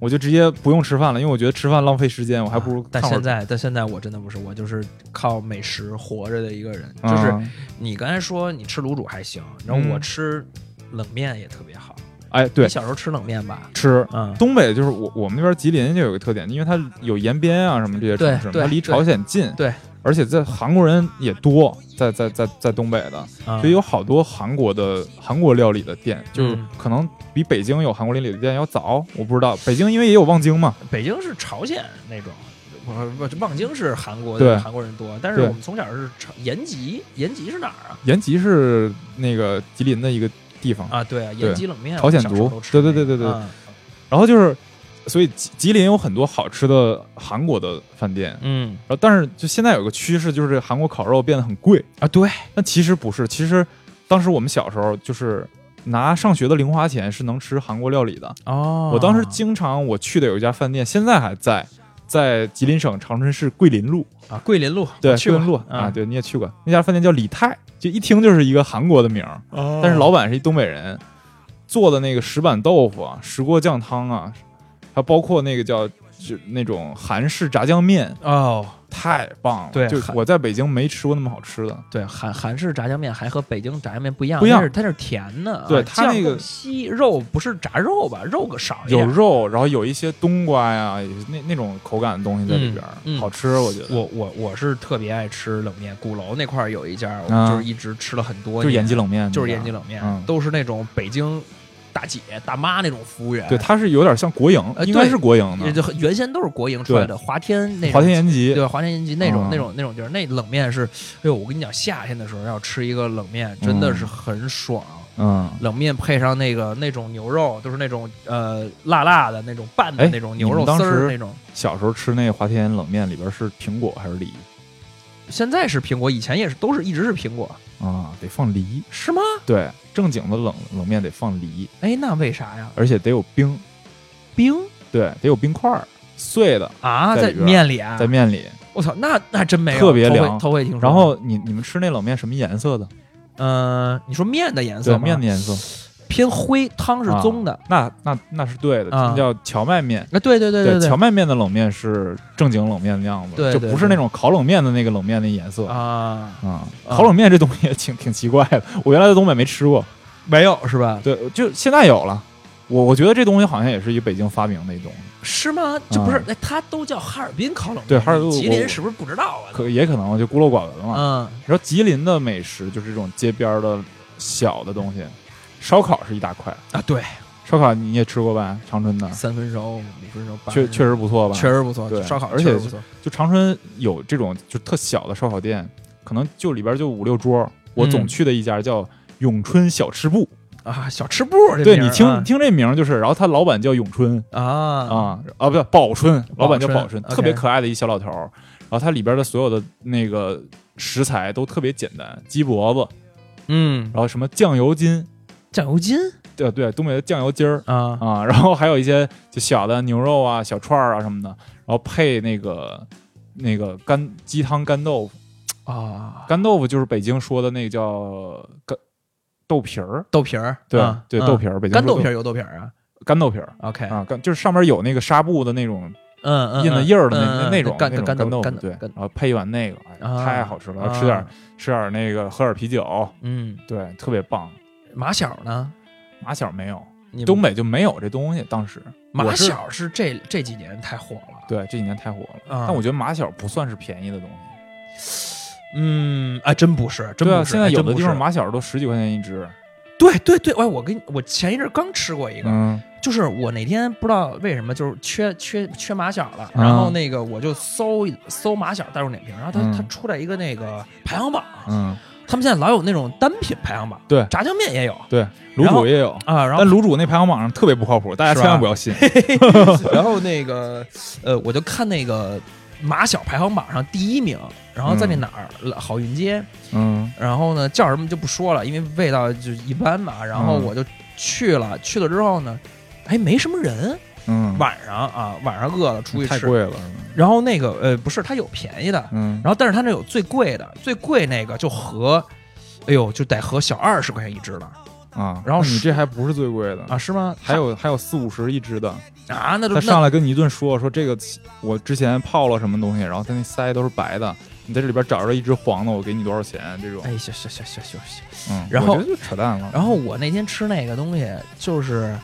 S1: 我就直接不用吃饭了，因为我觉得吃饭浪费时间，我还不如
S2: 啊但
S1: 看会儿。
S2: 现在，但现在我真的不是，我就是靠美食活着的一个人。就是
S1: 嗯，
S2: 你刚才说你吃卤煮还行，然后我
S1: 嗯
S2: 吃冷面也特别好。
S1: 哎，
S2: 你
S1: 对，
S2: 小时候吃冷面吧？
S1: 吃
S2: 嗯，
S1: 东北就是我我们那边吉林就有个特点，因为它有延边啊什么这些城市嘛，
S2: 对对
S1: 它离朝鲜近，
S2: 对，
S1: 而且在韩国人也多，在在在在东北的，
S2: 啊
S1: 所以有好多韩国的韩国料理的店，就是
S2: 嗯
S1: 可能比北京有韩国料理的店要早，我不知道，北京因为也有望京嘛，
S2: 北京是朝鲜那种。不不，望京是韩国
S1: 对
S2: 的，韩国人多。但是
S1: 对
S2: 我们从小是朝延吉，延吉是哪儿啊？
S1: 延吉是那个吉林的一个地方，
S2: 啊，对啊，延吉冷面，
S1: 朝鲜
S2: 我小时候
S1: 族
S2: 都吃那个。
S1: 对对对对对
S2: 啊
S1: 然后就是，所以吉吉林有很多好吃的韩国的饭店，
S2: 嗯
S1: 然后但是就现在有个趋势，就是韩国烤肉变得很贵，
S2: 啊，对，
S1: 但其实不是，其实当时我们小时候就是拿上学的零花钱是能吃韩国料理的。
S2: 哦，
S1: 我当时经常我去的有一家饭店，现在还在，在吉林省长春市桂林路，
S2: 啊，桂林路，
S1: 对，
S2: 我去
S1: 桂
S2: 过
S1: 林路啊，
S2: 啊，
S1: 对，你也去过那家饭店叫李泰，就一听就是一个韩国的名儿，
S2: 但
S1: 但是老板是一东北人，做的那个石板豆腐啊、石锅酱汤啊，还包括那个叫就那种韩式炸酱面，
S2: 哦，
S1: 太棒了！
S2: 对
S1: 就
S2: 韩
S1: 我在北京没吃过那么好吃的。
S2: 对，韩韩式炸酱面还和北京炸酱面不一样，
S1: 不一样
S2: 它是它是甜的，
S1: 对
S2: 啊
S1: 它
S2: 酱
S1: 那个
S2: 更稀肉不是炸肉吧，肉个少一
S1: 有
S2: 点。
S1: 肉，然后有一些冬瓜呀，有那那种口感的东西在里边儿，
S2: 嗯嗯
S1: 好吃，我觉得。
S2: 我我我是特别爱吃冷面，鼓楼那块儿有一家，我
S1: 啊
S2: 就是一直吃了很多年，
S1: 就是延吉冷面，
S2: 就是延
S1: 延
S2: 吉
S1: 吉。
S2: 冷面，啊
S1: 嗯
S2: 都是那种北京大姐大妈那种服务员，
S1: 对，它是有点像国营，
S2: 呃
S1: 应该
S2: 对
S1: 是国营
S2: 也
S1: 的。
S2: 就原先都是国营出来的，华天那种
S1: 华天延吉，
S2: 对吧？华天延吉啊那种、
S1: 嗯
S2: 那种那种地儿，那冷面是，哎呦，我跟你讲，夏天的时候要吃一个冷面，真的是很爽。
S1: 嗯，
S2: 冷面配上那个那种牛肉，就是那种呃辣辣的那种拌的
S1: 哎
S2: 那种牛肉
S1: 你们
S2: 丝
S1: 当时
S2: 儿那种。
S1: 小时候吃那华天冷面里边是苹果还是梨
S2: 现在是苹果，以前也是都是一直是苹果，
S1: 啊？得放梨，
S2: 是吗？
S1: 对，正经的冷冷面得放梨，
S2: 哎，那为啥呀？
S1: 而且得有冰，
S2: 冰
S1: 对，得有冰块儿碎的
S2: 啊，
S1: 在
S2: 在
S1: 里边
S2: 面里啊
S1: 在！面里。
S2: 我操，那那真没有，
S1: 特别
S2: 头回
S1: 凉
S2: 头回听说。
S1: 然，后你你们吃那冷面什么颜色的？
S2: 呃，你说面的颜色
S1: 对，
S2: 吗？
S1: 面的颜色
S2: 偏灰，汤是棕的。
S1: 啊那那那是对的，
S2: 啊
S1: 这叫荞麦面。
S2: 啊，对对对对，
S1: 荞麦面的冷面是正经冷面的样子，
S2: 对
S1: 就
S2: 对
S1: 不是
S2: 对
S1: 那种烤冷面的那个冷面的颜色。
S2: 啊，
S1: 啊，
S2: 啊
S1: 烤冷面这东西也挺挺奇怪的，我原来在东北没吃过。
S2: 没有是吧？
S1: 对，就现在有了。我我觉得这东西好像也是一北京发明的一东西，
S2: 是吗？这不是
S1: 啊，
S2: 哎，它都叫哈尔滨烤冷面，
S1: 对哈尔滨
S2: 吉
S1: 我
S2: 林是不是不知道啊？
S1: 可也可能就孤陋寡闻了嘛。
S2: 嗯，
S1: 然后吉林的美食就是这种街边儿的小的东西，烧烤是一大块，
S2: 啊，对，
S1: 烧烤你也吃过吧？长春的
S2: 三分熟、五分熟、八
S1: 确
S2: 分
S1: 确
S2: 熟，
S1: 实不错吧？
S2: 确实不错，
S1: 对
S2: 烧烤
S1: 而且
S2: 确实不错。
S1: 就长春有这种就特小的烧烤店，可能就里边儿就五六桌儿。我总
S2: 嗯
S1: 去的一家叫咏春小吃部，
S2: 啊，小吃部这
S1: 对
S2: 名儿
S1: 你听、
S2: 啊
S1: 你听这名儿就是，然后他老板叫咏春，
S2: 啊啊
S1: 啊啊，不对，宝春，老板叫
S2: 宝
S1: 宝
S2: 春
S1: 春，
S2: ，OK
S1: 特别可爱的一小老头儿。然后它里边的所有的那个食材都特别简单，鸡脖子，
S2: 嗯，
S1: 然后什么酱油筋，
S2: 酱油筋
S1: 对对，东北的酱油筋儿
S2: 啊
S1: 啊， 然后还有一些就小的牛肉啊、小串儿啊什么的，然后配那个那个干鸡汤干豆腐，
S2: 啊，
S1: 干豆腐就是北京说的那个叫干豆皮儿，
S2: 豆皮儿，
S1: 对
S2: 啊
S1: 对，
S2: 嗯
S1: 豆皮儿，北京
S2: 啊干
S1: 说
S2: 豆皮儿有豆皮儿啊，
S1: 干豆皮儿
S2: OK，
S1: 啊，干就是上面有那个纱布的那种
S2: 嗯嗯，
S1: 印的印儿的那
S2: 嗯嗯嗯
S1: 那种
S2: 干
S1: 那种
S2: 干
S1: 豆
S2: 豆
S1: 腐，
S2: 干
S1: 对，
S2: 干
S1: 然后配一碗那个，哎
S2: 啊
S1: 太好吃了，然后吃点
S2: 啊
S1: 吃点那个喝点啤酒，
S2: 嗯，
S1: 对，特别棒。
S2: 马小呢？
S1: 马小没有，
S2: 你们
S1: 东北就没有这东西，当时
S2: 马
S1: 我是
S2: 小是这这几年太火了，
S1: 对这几年太火了，
S2: 啊
S1: 但我觉得马小不算是便宜的东西。
S2: 嗯，哎，真不是，真
S1: 对
S2: 不
S1: 啊，
S2: 是，
S1: 现在
S2: 还
S1: 有
S2: 真
S1: 的
S2: 不
S1: 地方
S2: 是
S1: 马小都十几块钱一只。
S2: 对对对，哎，我跟你我前一阵儿刚吃过一个，
S1: 嗯
S2: 就是我哪天不知道为什么就是缺缺缺马小了，然后那个我就搜搜马小带入哪瓶，然后它、
S1: 嗯
S2: 它出来一个那个排行榜，
S1: 嗯，
S2: 他们现在老有那种单品排行榜，
S1: 对
S2: 炸酱面也有
S1: 对，卤
S2: 然后
S1: 煮也有，
S2: 啊，然后
S1: 但卤煮那排行榜上特别不靠谱，大家
S2: 是吧
S1: 千万不要 信。
S2: 然后那个呃，我就看那个马小排行榜上第一名，然后在那
S1: 嗯
S2: 哪儿、好运街，
S1: 嗯
S2: 然后呢叫什么就不说了，因为味道就一般嘛，然后
S1: 嗯
S2: 我就去了，去了之后呢，哎没什么人，
S1: 嗯，
S2: 晚上啊晚上饿了出去
S1: 太
S2: 吃，
S1: 贵了，是吗
S2: 然后那个呃不是它有便宜的，
S1: 嗯，
S2: 然后但是它那有最贵的，最贵那个就合，哎呦就得合小二十块钱一只了
S1: 啊，
S2: 然后
S1: 那你
S2: 是
S1: 这还不是最贵的
S2: 啊，是吗？
S1: 还有还有四五十一只的，
S2: 啊那就
S1: 他
S2: 那
S1: 上来跟你一顿说说这个我之前泡了什么东西，然后他那腮都是白的，你在这里边找着一只黄的，我给你多少钱？这种，
S2: 哎行行行行行行。
S1: 嗯，
S2: 然后
S1: 我觉得就扯淡了。
S2: 然后我那天吃那个东西，就是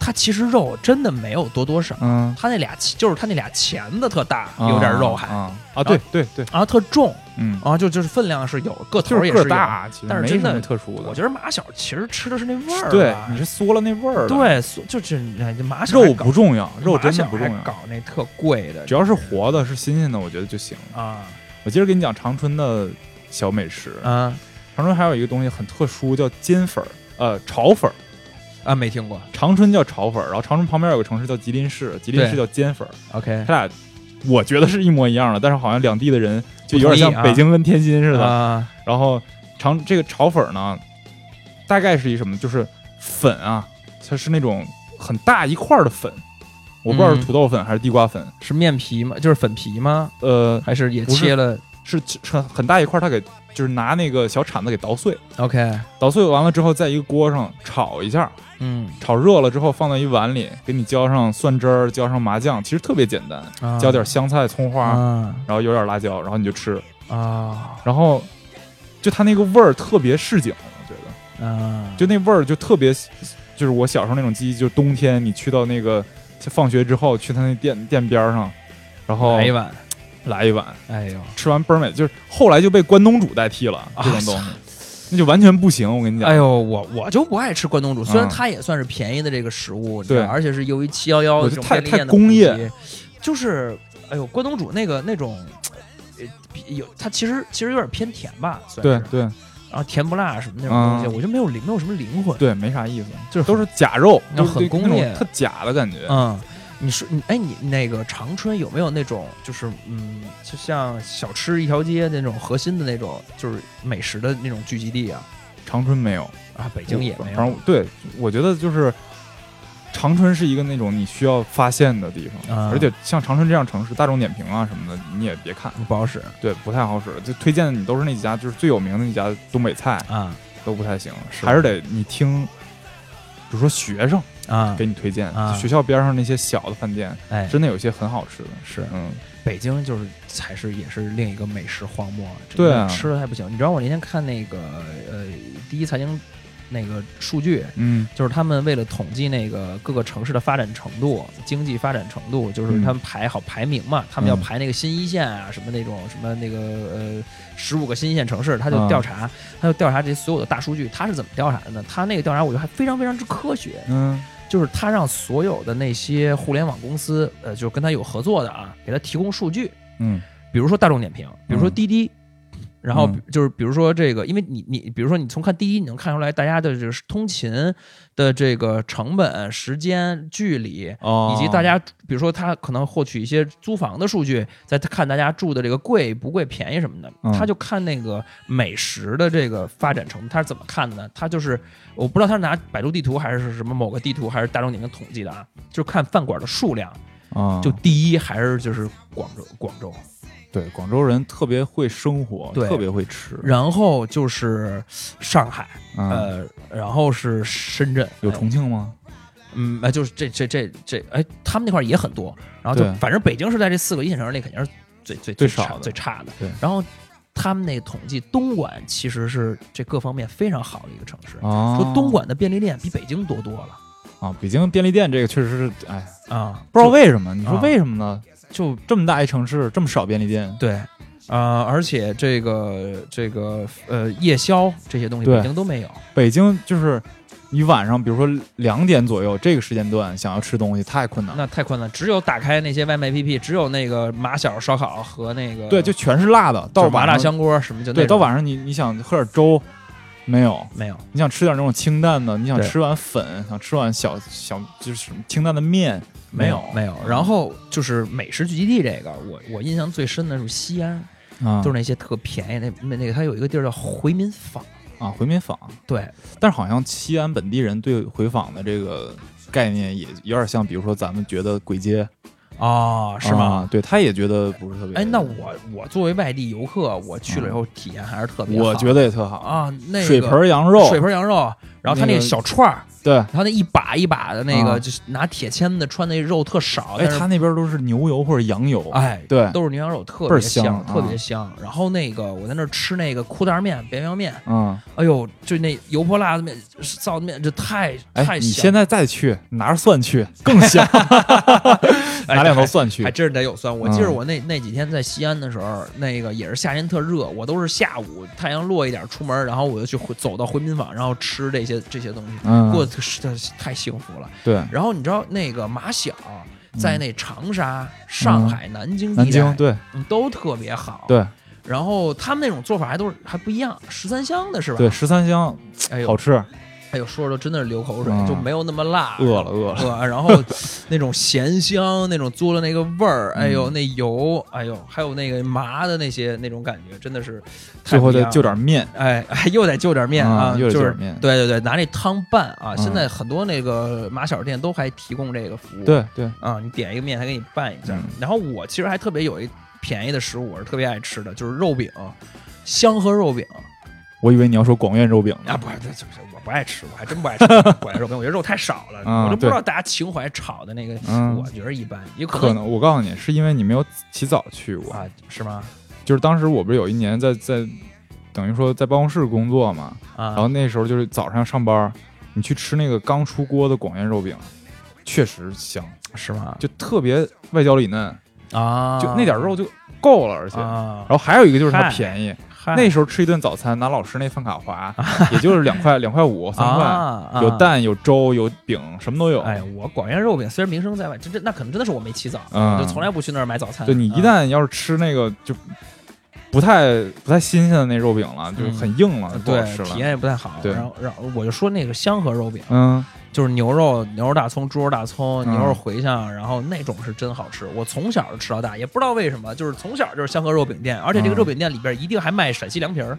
S2: 它其实肉真的没有多多少，
S1: 嗯，
S2: 它那俩钳就是它那俩钳子特大，有点肉还，
S1: 啊啊，对对对，
S2: 然后特重，啊
S1: 嗯，
S2: 然后就就是分量是有，个
S1: 就
S2: 头
S1: 是
S2: 也
S1: 个儿
S2: 是有。
S1: 大，其实
S2: 但是
S1: 没
S2: 真
S1: 什
S2: 的
S1: 么特殊
S2: 我
S1: 的。
S2: 觉得马小其实吃的是那味儿吧，啊
S1: 对，你是缩了那味儿了。，
S2: 对，所就是哎这马小还
S1: 肉
S2: 搞
S1: 不重要，肉
S2: 马
S1: 真的
S2: 小
S1: 不
S2: 还
S1: 重要，
S2: 搞那特贵的，
S1: 只要是活的，是新鲜的，我觉得就行了。
S2: 啊
S1: 我接着给你讲长春的小美食。
S2: 啊
S1: 长春还有一个东西很特殊，叫煎粉儿，呃，炒粉儿。
S2: 啊没听过
S1: 长春叫炒粉儿，然后长春旁边有个城市叫吉林市，吉林市叫煎粉儿，
S2: ，OK
S1: 它俩我觉得是一模一样的，但是好像两地的人就有点
S2: 不
S1: 像
S2: 同意啊
S1: 北京跟天津似的。
S2: 啊
S1: 然后长这个炒粉儿呢，大概是一什么，就是粉啊，它是那种很大一块儿的粉，我不知道是
S2: 嗯
S1: 土豆粉还是地瓜粉，
S2: 是面皮吗？就是粉皮吗？
S1: 呃，
S2: 还是也
S1: 不是
S2: 切了
S1: 是是很很大一块儿，它给就是拿那个小铲子给捣碎，
S2: ？OK，
S1: 捣碎完了之后，在一个锅上炒一下，
S2: 嗯，
S1: 炒热了之后放到一碗里，给你浇上蒜汁儿，浇上麻酱，其实特别简单，
S2: 啊
S1: 浇点香菜、葱花，
S2: 啊
S1: 然后有点辣椒，然后你就吃，
S2: 啊
S1: 然后就它那个味儿特别市井，我觉得，
S2: 啊！
S1: 就那味儿就特别，就是我小时候那种记忆，就是冬天你去到那个放学之后去他那店店边儿上，然后
S2: 来一碗，
S1: 来一碗，
S2: 哎呦，
S1: 吃完倍儿美，就是后来就被关东煮代替了这种东西，啊那就完全不行，我跟你讲，
S2: 哎呦，我我就不爱吃关东煮，虽
S1: 嗯
S2: 然它也算是便宜的这个食物，你知道
S1: 对
S2: 而且是由于七幺幺
S1: 我
S2: 这
S1: 觉得
S2: 种
S1: 太
S2: 便利店
S1: 太
S2: 的
S1: 工业
S2: 普及，就是哎呦，关东煮那个那种。呃比有它其实其实有点偏甜吧，算
S1: 对
S2: 是，
S1: 对
S2: 然后甜不辣什么那种东西，
S1: 嗯
S2: 我就没有灵，没有什么灵魂。
S1: 对，没啥意思，就是都是假肉，
S2: 那
S1: 就是
S2: 很工业
S1: 那种特假的感觉，
S2: 嗯，你说你哎，你那个长春有没有那种就是嗯，就像小吃一条街那种核心的那种，就是美食的那种聚集地啊？
S1: 长春没有。
S2: 啊，北京也没
S1: 反
S2: 有
S1: 正对，我觉得就是长春是一个那种你需要发现的地方，
S2: 啊
S1: 而且像长春这样城市，大众点评啊什么的，你也别看，
S2: 不好使
S1: 对，不太好使。就推荐的你都是那几家，就是最有名的那几家东北菜
S2: 啊
S1: 都不太行，
S2: 是
S1: 还是嗯得你听，比如说学生
S2: 啊！
S1: 给你推荐，
S2: 啊
S1: 学校边上那些小的饭店，
S2: 哎，
S1: 真的有些很好吃的。
S2: 是
S1: 嗯，
S2: 北京就是才是也是另一个美食荒漠，这
S1: 对啊
S2: 吃的还不行。你知道我那天看那个呃第一财经那个数据，
S1: 嗯
S2: 就是他们为了统计那个各个城市的发展程度、经济发展程度，就是
S1: 嗯
S2: 他们排好排名嘛，他们要
S1: 嗯
S2: 排那个新一线啊，什么那种什么那个呃十五个新一线城市，他
S1: 啊
S2: 就调查，他就调查这些所有的大数据，他是怎么调查的呢？他那个调查我觉得还非常非常之科学，
S1: 嗯
S2: 就是他让所有的那些互联网公司，呃，就是跟他有合作的啊，给他提供数据，
S1: 嗯
S2: 比如说大众点评，比如说滴滴，然后
S1: 嗯
S2: 就是比如说这个，因为你你比如说你从看滴滴，你能看出来大家的就是通勤的这个成本、时间、距离。
S1: 哦，
S2: 以及大家，比如说他可能获取一些租房的数据，再看大家住的这个贵不贵、便宜什么的，
S1: 嗯
S2: 他就看那个美食的这个发展程度，他是怎么看的呢？他就是我不知道他是拿百度地图还是什么某个地图还是大众点评统计的啊，就是看饭馆的数量，
S1: 啊，
S2: 就第一还是就是广州，广州，
S1: 对广州人特别会生活，
S2: 对
S1: 特别会吃，
S2: 然后就是上海，呃
S1: 嗯，
S2: 呃，然后是深圳，
S1: 有
S2: 哎
S1: 重庆吗？
S2: 嗯，哎，就是这这这这，哎，他们那块儿也很多。然后就
S1: 对
S2: 反正北京是在这四个一线城市里肯定是最最
S1: 最
S2: 差
S1: 少的
S2: 最差的。
S1: 对
S2: 然后他们那统计，东莞其实是这各方面非常好的一个城市。
S1: 啊，
S2: 说东莞的便利店比北京多多了
S1: 啊，北京便利店这个确实是，哎，
S2: 啊，
S1: 不知道为什么，你说
S2: 啊
S1: 为什么呢？
S2: 就
S1: 这么大一城市，这么少便利店，
S2: 对，啊，而且这个这个呃夜宵这些东西
S1: 对
S2: 北京都没有，
S1: 北京就是你晚上，比如说两点左右这个时间段想要吃东西太困难了。
S2: 那太困难。只有打开那些外卖 APP，只有那个马小烧烤和那个
S1: 对，就全是辣的，到
S2: 就是麻
S1: 晚
S2: 辣
S1: 上
S2: 香锅什么就
S1: 对，
S2: 那
S1: 到
S2: 种
S1: 晚上你你想喝点粥，没有；
S2: 没有。
S1: 你想吃点那种清淡的，你想
S2: 对
S1: 吃碗粉，想吃碗小小就是清淡的面，
S2: 没
S1: 有
S2: 没有。然后就是美食聚集地这个，我我印象最深的是西安，
S1: 啊，
S2: 就是那些特便宜那那那个，它有一个地儿叫回民坊，
S1: 啊回民坊。
S2: 对，
S1: 但是好像西安本地人对回访的这个概念也有点像，比如说咱们觉得簋街
S2: 哦，是吗？
S1: 啊对，他也觉得不是特别。
S2: 哎，那我我作为外地游客，我去了以后体验还是特别好。
S1: 我觉得也特好，
S2: 啊，那个
S1: 水盆羊肉，
S2: 水盆羊肉，然后它
S1: 那
S2: 那
S1: 个
S2: 个小串儿，
S1: 对，
S2: 它那一把一把的那个，
S1: 啊
S2: 就是拿铁签子穿那肉特少，
S1: 哎，
S2: 但是
S1: 他那边都是牛油或者羊油，
S2: 哎，
S1: 对，
S2: 都是牛羊肉，特
S1: 倍
S2: 别
S1: 儿香啊
S2: 特别香。然后那个我在那儿吃那个裤袋面、扁苗面，
S1: 嗯，
S2: 哎呦，就那油泼辣子面、臊子面，这太
S1: 哎，
S2: 太
S1: 你现
S2: 在
S1: 在再去拿着蒜去更 香，拿两头蒜去
S2: 哎还，真是得有酸。我记着
S1: 嗯
S2: 我那那几天在西安的时候，那个也是夏天特热，我都是下午太阳落一点出门，然后我就去回走到回民坊，然后吃这些这些东西，
S1: 嗯，
S2: 过得是呃太幸福了。
S1: 对，
S2: 然后你知道那个马小在那长沙、上海、南京
S1: 嗯南
S2: 地
S1: 京
S2: 带
S1: 对
S2: 嗯都特别好。
S1: 对
S2: 然后他们那种做法还都是还不一样，十三香的是吧？
S1: 对，，十三香
S2: 哎
S1: 好
S2: 呦，
S1: 吃，
S2: 哎呦，说着真的是流口水，
S1: 嗯
S2: 就没有那么辣。
S1: 饿了饿了，
S2: 呃，然后那种咸香，那种嘬的那个味儿，哎呦，
S1: 嗯
S2: 那油，哎呦，还有那个麻的那些那种感觉，真的是太
S1: 最后
S2: 不一
S1: 再
S2: 样
S1: 就
S2: 了。
S1: 点面，
S2: 哎，哎又得就点面
S1: 啊
S2: 啊，
S1: 又得就
S2: 就
S1: 点
S2: 是
S1: 面
S2: 对对对，拿那汤拌啊。
S1: 嗯
S2: 现在很多那个马小店都还提供这个服务。
S1: 对对，
S2: 啊，你点一个面，他给你拌一下
S1: 嗯。
S2: 然后我其实还特别有一便宜的食物，我是特别爱吃的，就是肉饼，香河肉饼
S1: 我以为你要说广院肉饼
S2: 啊，
S1: 呢，
S2: 不是，这这这我不爱吃，我还真不爱 吃不爱吃肉饼，我觉得肉太少了，
S1: 啊
S2: 我都不知
S1: 对
S2: 道大家情怀炒的那个，
S1: 嗯
S2: 我觉得一般，有
S1: 可
S2: 可能
S1: 能我告诉你，是因为你没有起早去过，
S2: 啊，是吗？
S1: 就是当时我不是有一年在在等于说在办公室工作嘛，然
S2: 啊
S1: 后那时候就是早上上班儿，你去吃那个刚出锅的广院肉饼，确实香，
S2: 是吗？
S1: 就特别外焦里嫩，
S2: 啊，
S1: 就那点肉就够了，而且。
S2: 啊
S1: 然，后还有一个就是它
S2: 嗨
S1: 便宜，
S2: 嗨
S1: 那时候吃一顿早餐拿老师那饭卡划，也就是两块两块 五三块，
S2: 啊
S1: 有。蛋有粥有饼什么都有。
S2: 啊哎，我广元肉饼虽然名声在外，这这那可能真的是我没起早，
S1: 嗯
S2: 我就从来不去那儿买早餐。
S1: 对你一
S2: 啊
S1: 旦要是吃那个就不太不太新鲜的那肉饼了，就
S2: 嗯
S1: 很硬了，不好吃
S2: 对体验
S1: 了。
S2: 也不太好，
S1: 对
S2: 然后然后我就说那个香河肉饼，
S1: 嗯，
S2: 就是牛肉、牛肉大葱、猪肉大葱、
S1: 嗯
S2: 牛肉茴香，然后那种是真好吃。我从小就吃到大，也不知道为什么，就是从小就是香河肉饼店，而且这个
S1: 嗯
S2: 肉饼店里边一定还卖陕西凉皮儿，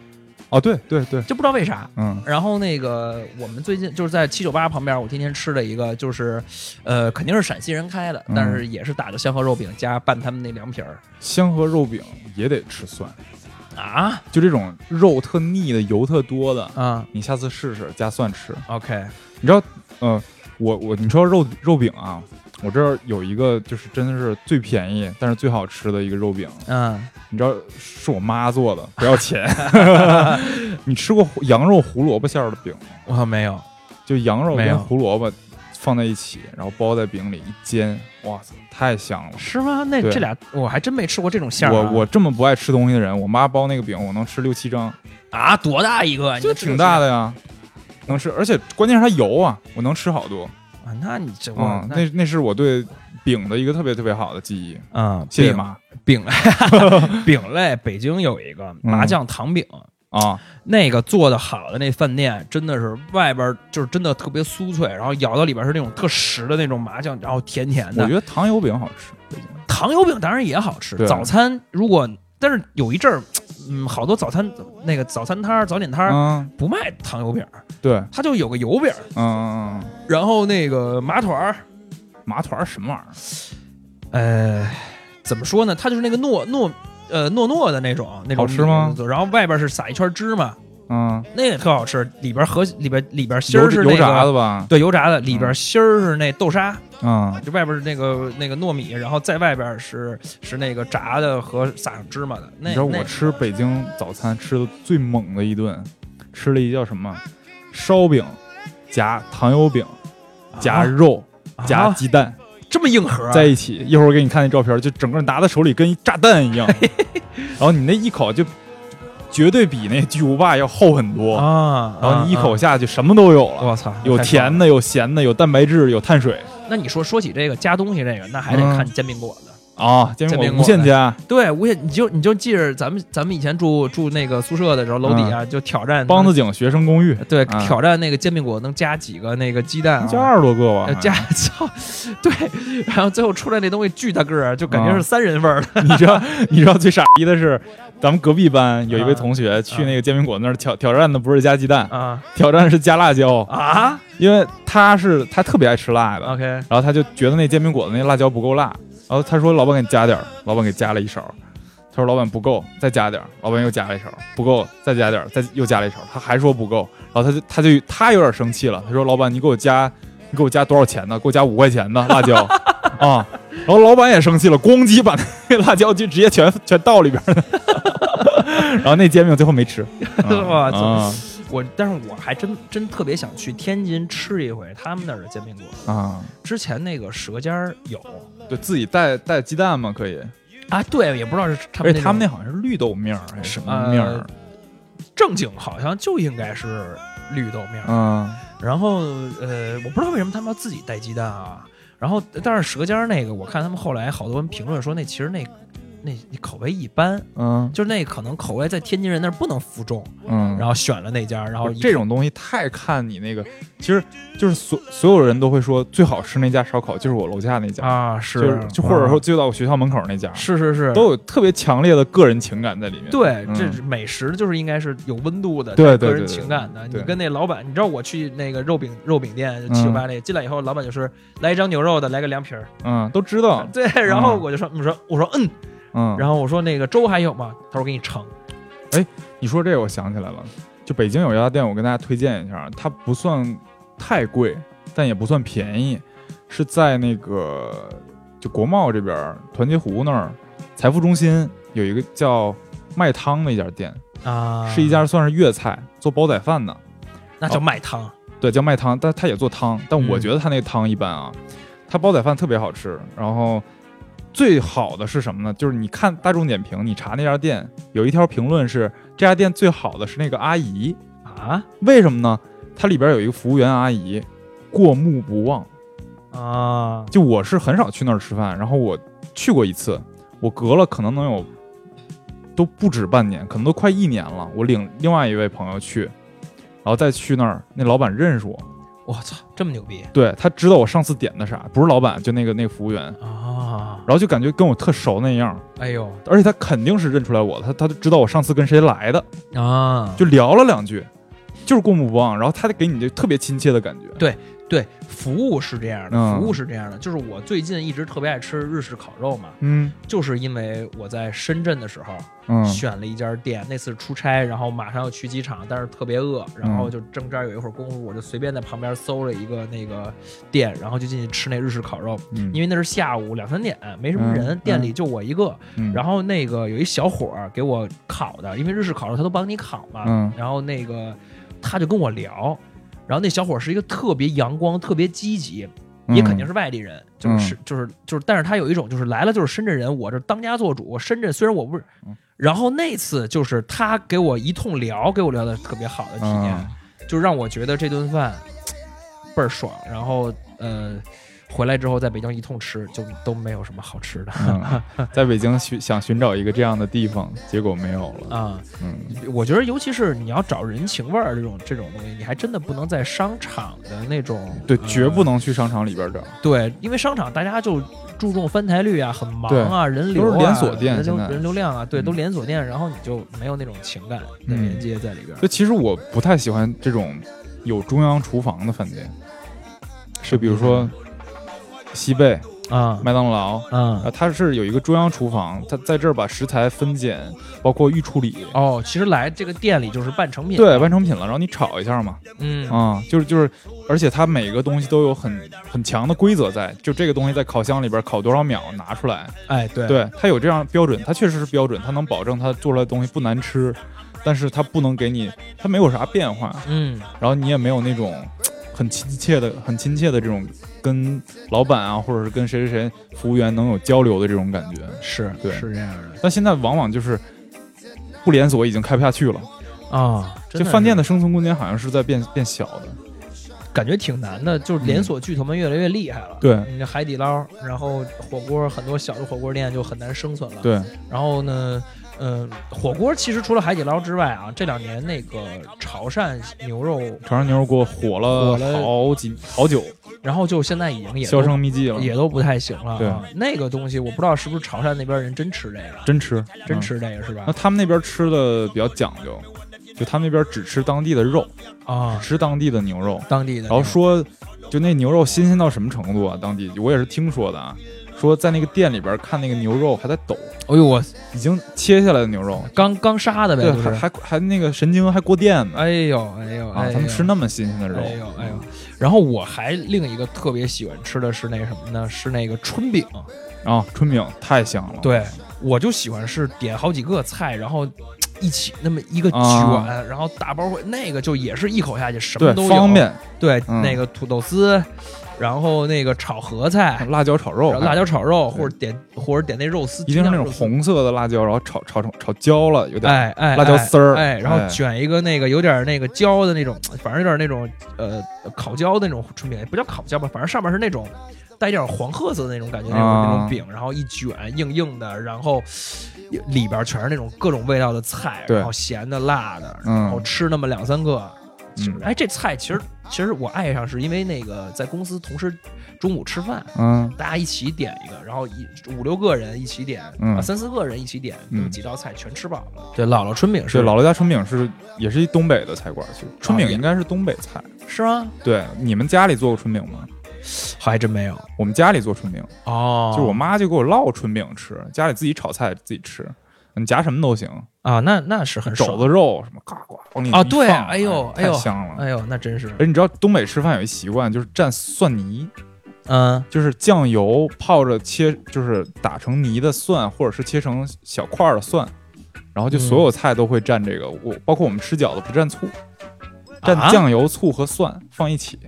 S1: 哦对对对，
S2: 就不知道为啥。
S1: 嗯
S2: 然后那个我们最近就是在七九八旁边，我天天吃的一个就是，呃，肯定是陕西人开的，
S1: 嗯
S2: 但是也是打着香河肉饼加拌他们那凉皮儿
S1: 香河肉饼也得吃蒜，
S2: 啊
S1: 就这种肉特腻的油特多的，
S2: 啊
S1: 你下次试试加蒜吃。
S2: ，OK，
S1: 你知道，呃，我我你说肉肉饼啊，我这儿有一个就是真的是最便宜但是最好吃的一个肉饼，
S2: 嗯，
S1: 你知道是我妈做 的，不要钱。 你吃过胡羊肉胡萝卜馅儿的饼吗？
S2: 我没有，
S1: 就羊肉
S2: 没
S1: 跟
S2: 有
S1: 胡萝卜放在一起，然后包在饼里一煎，哇塞，太香了！
S2: 是吗？那
S1: 对
S2: 这俩我还真没吃过这种馅儿啊、
S1: 我我这么不爱吃东西的人，我妈包那个饼，我能吃六七张，
S2: 啊，多大一个？
S1: 就挺大
S2: 的
S1: 的呀，能吃。而且关键是它油啊，我能吃好多。
S2: 啊。那你这我、
S1: 嗯，那那是我对饼的一个特别特别好的记忆。
S2: 嗯，
S1: 谢谢
S2: 饼
S1: 妈
S2: 饼类，饼类，北京有一
S1: 嗯
S2: 个麻酱糖饼，
S1: 啊！
S2: 那个做的好的那饭店真的是外边就是真的特别酥脆，然后咬到里边是那种特实的那种麻酱，然后甜甜
S1: 我觉得
S2: 的。
S1: 糖油饼好吃，
S2: 糖油饼当然也好吃，
S1: 对
S2: 早餐如果但是有一阵儿，嗯，好多早餐那个早餐摊儿、早点摊儿、
S1: 嗯，
S2: 不卖糖油饼，
S1: 对，
S2: 它就有个油饼，
S1: 嗯嗯嗯
S2: 然后那个麻团儿，
S1: 嗯，麻团儿什么玩意儿？
S2: 呃，怎么说呢？它就是那个糯糯呃糯糯的那种那种
S1: 好吃吗
S2: 米然后外边是撒一圈芝麻，
S1: 嗯，
S2: 那个特好吃，里边核里边里边芯
S1: 油
S2: 儿是那
S1: 油炸
S2: 个
S1: 的嗯吧？
S2: 对油炸的，里边芯儿是那豆沙，
S1: 嗯，
S2: 就外边是那个那个糯米，然后在外边是是那个炸的和撒上芝麻的。那
S1: 你知道
S2: 那
S1: 我吃北京早餐吃的最猛的一顿，吃了一叫什么烧饼，夹糖油饼，夹
S2: 啊
S1: 肉，夹
S2: 啊
S1: 鸡蛋
S2: 这么硬核啊，
S1: 在一起。一会儿给你看那照片，就整个人拿在手里跟一炸弹 一样，然后你那一口就绝对比那巨无霸要厚很多，
S2: 啊，
S1: 然后你一口
S2: 啊，
S1: 下去什么都有了，
S2: 我操，
S1: 有
S2: 太爽
S1: 甜
S2: 了。
S1: 的，有咸的，有蛋白质，有碳水
S2: 那你说说起这个加东西这个，那还得
S1: 嗯
S2: 看煎饼果子。
S1: 啊，煎饼
S2: 煎饼
S1: 果
S2: 果
S1: 无限
S2: 子嗯
S1: 加，
S2: 对，我也你就你就记着咱们咱们以前住住那个宿舍的时候，楼底下就挑战
S1: 梆嗯子井学生公寓，
S2: 对
S1: 啊
S2: 挑战那个煎饼果能加几个那个鸡蛋
S1: 加
S2: 啊。
S1: 二十多个吧，
S2: 呃
S1: 好像
S2: 加操，对，然后最后出来那东西巨大个儿，啊就感觉是三人份儿的。
S1: 你知道，你知道最傻逼的是，咱们隔壁班有一位
S2: 啊
S1: 同学去那个煎饼果子那儿挑挑战的不是加鸡蛋，
S2: 啊
S1: 挑战是加辣椒，
S2: 啊
S1: 因为他是他特别爱吃辣的，
S2: ，OK，
S1: 然 后他就觉得那煎饼果子那辣椒不够辣，然后他说老板给你加点儿，老板给加了一勺，他说老板不够，再加点儿，老板又加了一勺，不够再加点儿，再又加了一勺，他还说不够，然后他就他就他有点生气了，他说老板你给我加你给我加多少钱的？给我加五块钱的辣椒 啊！然后老板也生气了，咣叽把那辣椒就直接全全倒里边儿了， 然后那煎饼最后没 吃，嗯
S2: 哇操
S1: 啊
S2: 我，但是我还真真特别想去天津吃一回他们那儿的煎饼果子。
S1: 啊！
S2: 之前那个舌尖儿有
S1: 对自己带带鸡蛋嘛可以，
S2: 啊，对，也不知道是他
S1: 而
S2: 们
S1: 且他们
S2: 那
S1: 那好像是绿豆面儿还是什么
S2: 呃
S1: 面儿？啊
S2: 种正经好像就应该是绿豆面儿，
S1: 嗯
S2: 然后呃，我不知道为什么他们要自己带鸡蛋啊。然后，但是舌尖儿那个，我看他们后来好多人评论说，那其实那那那口味一般，
S1: 嗯
S2: 就是那可能口味在天津人那儿不能服众，
S1: 嗯，
S2: 然后选了那家，然后
S1: 不是
S2: 一
S1: 这种东西太看你那个，其实就是所所有人都会说最好吃那家烧烤就是我楼下那家，
S2: 啊是
S1: 就是就或者说
S2: 啊
S1: 就到我学校门口那家，
S2: 是是是
S1: 都有特别强烈的个人情感在里面。
S2: 对，
S1: 嗯
S2: 这是美食就是应该是有温度的，
S1: 对
S2: 带
S1: 对
S2: 个
S1: 对
S2: 人
S1: 对
S2: 情感的。
S1: 对嗯
S2: 你跟那老板，你知道我去那个肉饼肉饼店七九八那进来以后，老板就是来一张牛肉的，来个凉皮儿。
S1: 嗯，都知道，
S2: 对，然后
S1: 嗯
S2: 我就说，我说我说嗯，
S1: 嗯。
S2: 然后我说那个粥还有吗？他说给你盛。
S1: 你说这个我想起来了，就北京有一家店，我跟大家推荐一下，它不算太贵，但也不算便宜，是在那个就国贸这边儿团结湖那儿财富中心有一个叫卖汤的一家店，
S2: 啊，
S1: 是一家算是粤菜做煲仔饭的，
S2: 那叫卖汤
S1: 对，叫卖汤，但他也做汤，但我
S2: 嗯
S1: 觉得他那个汤一般啊，他煲仔饭特别好吃。然后最好的是什么呢？就是你看大众点评，你查那家店，有一条评论是这家店最好的是那个阿姨，
S2: 啊
S1: 为什么呢？它里边有一个服务员阿姨，过目不忘。
S2: 啊
S1: 就我是很少去那儿吃饭，然后我去过一次，我隔了可能能有都不止半年，可能都快一年了。我领另外一位朋友去，然后再去那儿，那老板认识我，
S2: 我操，这么牛逼
S1: 对他知道我上次点的啥，不是老板就那个那个服务员，然
S2: 啊！
S1: 后就感觉跟我特熟那样，
S2: 哎呦
S1: 而且他肯定是认出来我的，他他就知道我上次跟谁来的，
S2: 啊，
S1: 就聊了两句，就是过目不忘，然后他给你就特别亲切的感觉，
S2: 对，服务是这样的，
S1: 嗯
S2: 服务是这样的，就是我最近一直特别爱吃日式烤肉嘛，
S1: 嗯
S2: 就是因为我在深圳的时候。
S1: 嗯
S2: 选了一家店，那次出差，然后马上要去机场，但是特别饿，然后
S1: 嗯
S2: 就正这儿有一会儿功夫，我就随便在旁边搜了一个那个店，然后就进去吃那日式烤肉，
S1: 嗯，
S2: 因为那是下午两三点，没什么人，
S1: 嗯
S2: 店里就我一个，
S1: 嗯
S2: 然后那个有一小伙儿给我烤的，因为日式烤肉他都帮你烤嘛，
S1: 嗯
S2: 然后那个他就跟我聊。然后那小伙儿是一个特别阳光、特别积极，也肯定
S1: 是
S2: 是外地人，
S1: 嗯
S2: 就是就是就是，但是他有一种就是来了就是深圳人，我这当家做主，深圳虽然我不是
S1: 嗯，
S2: 然后那次就是他给我一通聊，给我聊的特别好的
S1: 嗯
S2: 体验，就让我觉得这顿饭嘖倍儿爽，然后呃。回来之后，在北京一通吃，就都没有什么好吃的
S1: 嗯，在北京寻想寻找一个这样的地方，结果没有了。
S2: 啊、
S1: 嗯
S2: 我觉得，尤其是你要找人情味儿这种这种东西，你还真的不能在商场的那种，
S1: 对，
S2: 呃
S1: 绝不能去商场里边找。
S2: 对，因为商场大家就注重翻台率啊，很忙啊，人流啊，
S1: 都是连锁店
S2: 人流
S1: 现在
S2: 人流量啊，对，
S1: 嗯
S2: 都连锁店，然后你就没有那种情感的
S1: 嗯
S2: 连接在里边儿。
S1: 就其实我不太喜欢这种有中央厨房的饭店，就比如说西贝，
S2: 啊
S1: 麦当劳啊、
S2: 啊
S1: 它是有一个中央厨房，它在这儿把食材分拣，包括预处理，
S2: 哦，其实来这个店里就是半成品，
S1: 对，，完成品了，然后你炒一下嘛，
S2: 嗯
S1: 啊、就是就是，而且它每个东西都有很很强的规则在，就这个东西在烤箱里边烤多少秒拿出来，
S2: 哎对，
S1: 对，它有这样标准，它确实是标准，它能保证它做出来的东西不难吃，但是它不能给你，它没有啥变化，
S2: 嗯
S1: 然后你也没有那种很亲切的、很亲切的这种跟老板啊，或者是跟谁谁谁服务员能有交流的这种感觉。
S2: 是
S1: 对
S2: 是这样的
S1: 但现在往往就是不连锁已经开不下去了，
S2: 啊，
S1: 这饭店
S2: 的
S1: 的生存空间好像是在变变小的。
S2: 感觉挺难的，就是连锁巨头们越来越厉害了，
S1: 嗯对
S2: 你这海底捞，然后火锅很多小的火锅店就很难生存了，
S1: 对，
S2: 然后呢，嗯、火锅其实除了海底捞之外啊，这两年那个潮汕牛肉，
S1: 长沙牛肉锅火了
S2: 火了
S1: 好几好久，
S2: 然后就现在已经也
S1: 销
S2: 都
S1: 声匿迹了。
S2: 也都不太行了、啊。
S1: 对
S2: 那个东西我不知道是不是潮汕那边人真吃这个，
S1: 真吃，
S2: 真
S1: 嗯
S2: 吃这个是吧
S1: 那？他们那边吃的比较讲究，就他们那边只吃当地的肉，
S2: 啊，
S1: 吃当地的牛肉。
S2: 当地的
S1: 然
S2: 那种，
S1: 后说，就那牛肉新鲜到什么程度啊？当地我也是听说的啊，说在那个店里边看那个牛肉还在抖，
S2: 哎呦我
S1: 已经切下来的牛肉，
S2: 刚刚杀的呗，
S1: 对，
S2: 就
S1: 还
S2: 是。
S1: 还还那个神经还过电呢
S2: 哎呦哎呦哎
S1: 啊！
S2: 呦，
S1: 他们吃那么新鲜的肉，
S2: 哎呦哎呦，然后我还另一个特别喜欢吃的是那什么呢？是那个春饼。
S1: 啊，春饼太香了，
S2: 对，我就喜欢是点好几个菜，然后一起那么一个卷，
S1: 啊
S2: 然后大包烩，那个就也是一口下去什么
S1: 对
S2: 都有
S1: 方，便，
S2: 对，
S1: 嗯
S2: 那个土豆丝，然后那个炒合菜，
S1: 辣椒炒肉
S2: 然
S1: 还，
S2: 后哎辣椒炒肉，或者点或者点那肉丝，
S1: 一定是
S2: 京
S1: 那
S2: 酱
S1: 种
S2: 肉丝。
S1: 红色的辣椒，然后炒炒成炒焦了，有点
S2: 哎哎，
S1: 辣椒丝儿
S2: 哎，哎然后
S1: 哎
S2: 卷一个那个有点那个焦的那种，反正有点那种呃烤焦的那种春饼，不叫烤焦吧，反正上面是那种带一点黄褐色的那种感觉那种、
S1: 啊
S2: 那种饼，然后一卷硬硬的，然后里边全是那种各种味道的菜，
S1: 对
S2: 然后咸的辣的，
S1: 嗯
S2: 然后哎吃那么两三个。
S1: 嗯
S2: 哎，这菜其实其实我爱上是因为那个在公司同事中午吃饭，
S1: 嗯
S2: 大家一起点一个，然后一五六个人一起点，
S1: 嗯
S2: 啊三四个人一起点，
S1: 嗯
S2: 那么几道菜全吃饱了。对，姥姥春饼
S1: 对，姥姥家春饼是也是一东北的菜馆儿，其实春饼
S2: 啊也
S1: 应该是东北菜。
S2: 是吗？
S1: 对，你们家里做过春饼吗？
S2: 还真没有
S1: 我们家里做春饼，
S2: 哦
S1: 就是我妈就给我烙春饼吃，家里自己炒菜自己吃，你夹什么都行，
S2: 啊，那那是很
S1: 肘
S2: 爽
S1: 子肉什么，嘎呱往里一
S2: 啊，对，
S1: 放
S2: 哎呦
S1: 太
S2: 哎呦，
S1: 香了。
S2: 哎呦，那真是
S1: 而，你知道东北吃饭有一习惯，就是蘸蒜泥，
S2: 嗯
S1: 就是酱油泡着切，就是打成泥的蒜，或者是切成小块儿的蒜，然后就
S2: 嗯
S1: 所有菜都会蘸这个。我包括我们吃饺子不蘸醋，
S2: 啊
S1: 蘸酱油、醋和蒜放一起，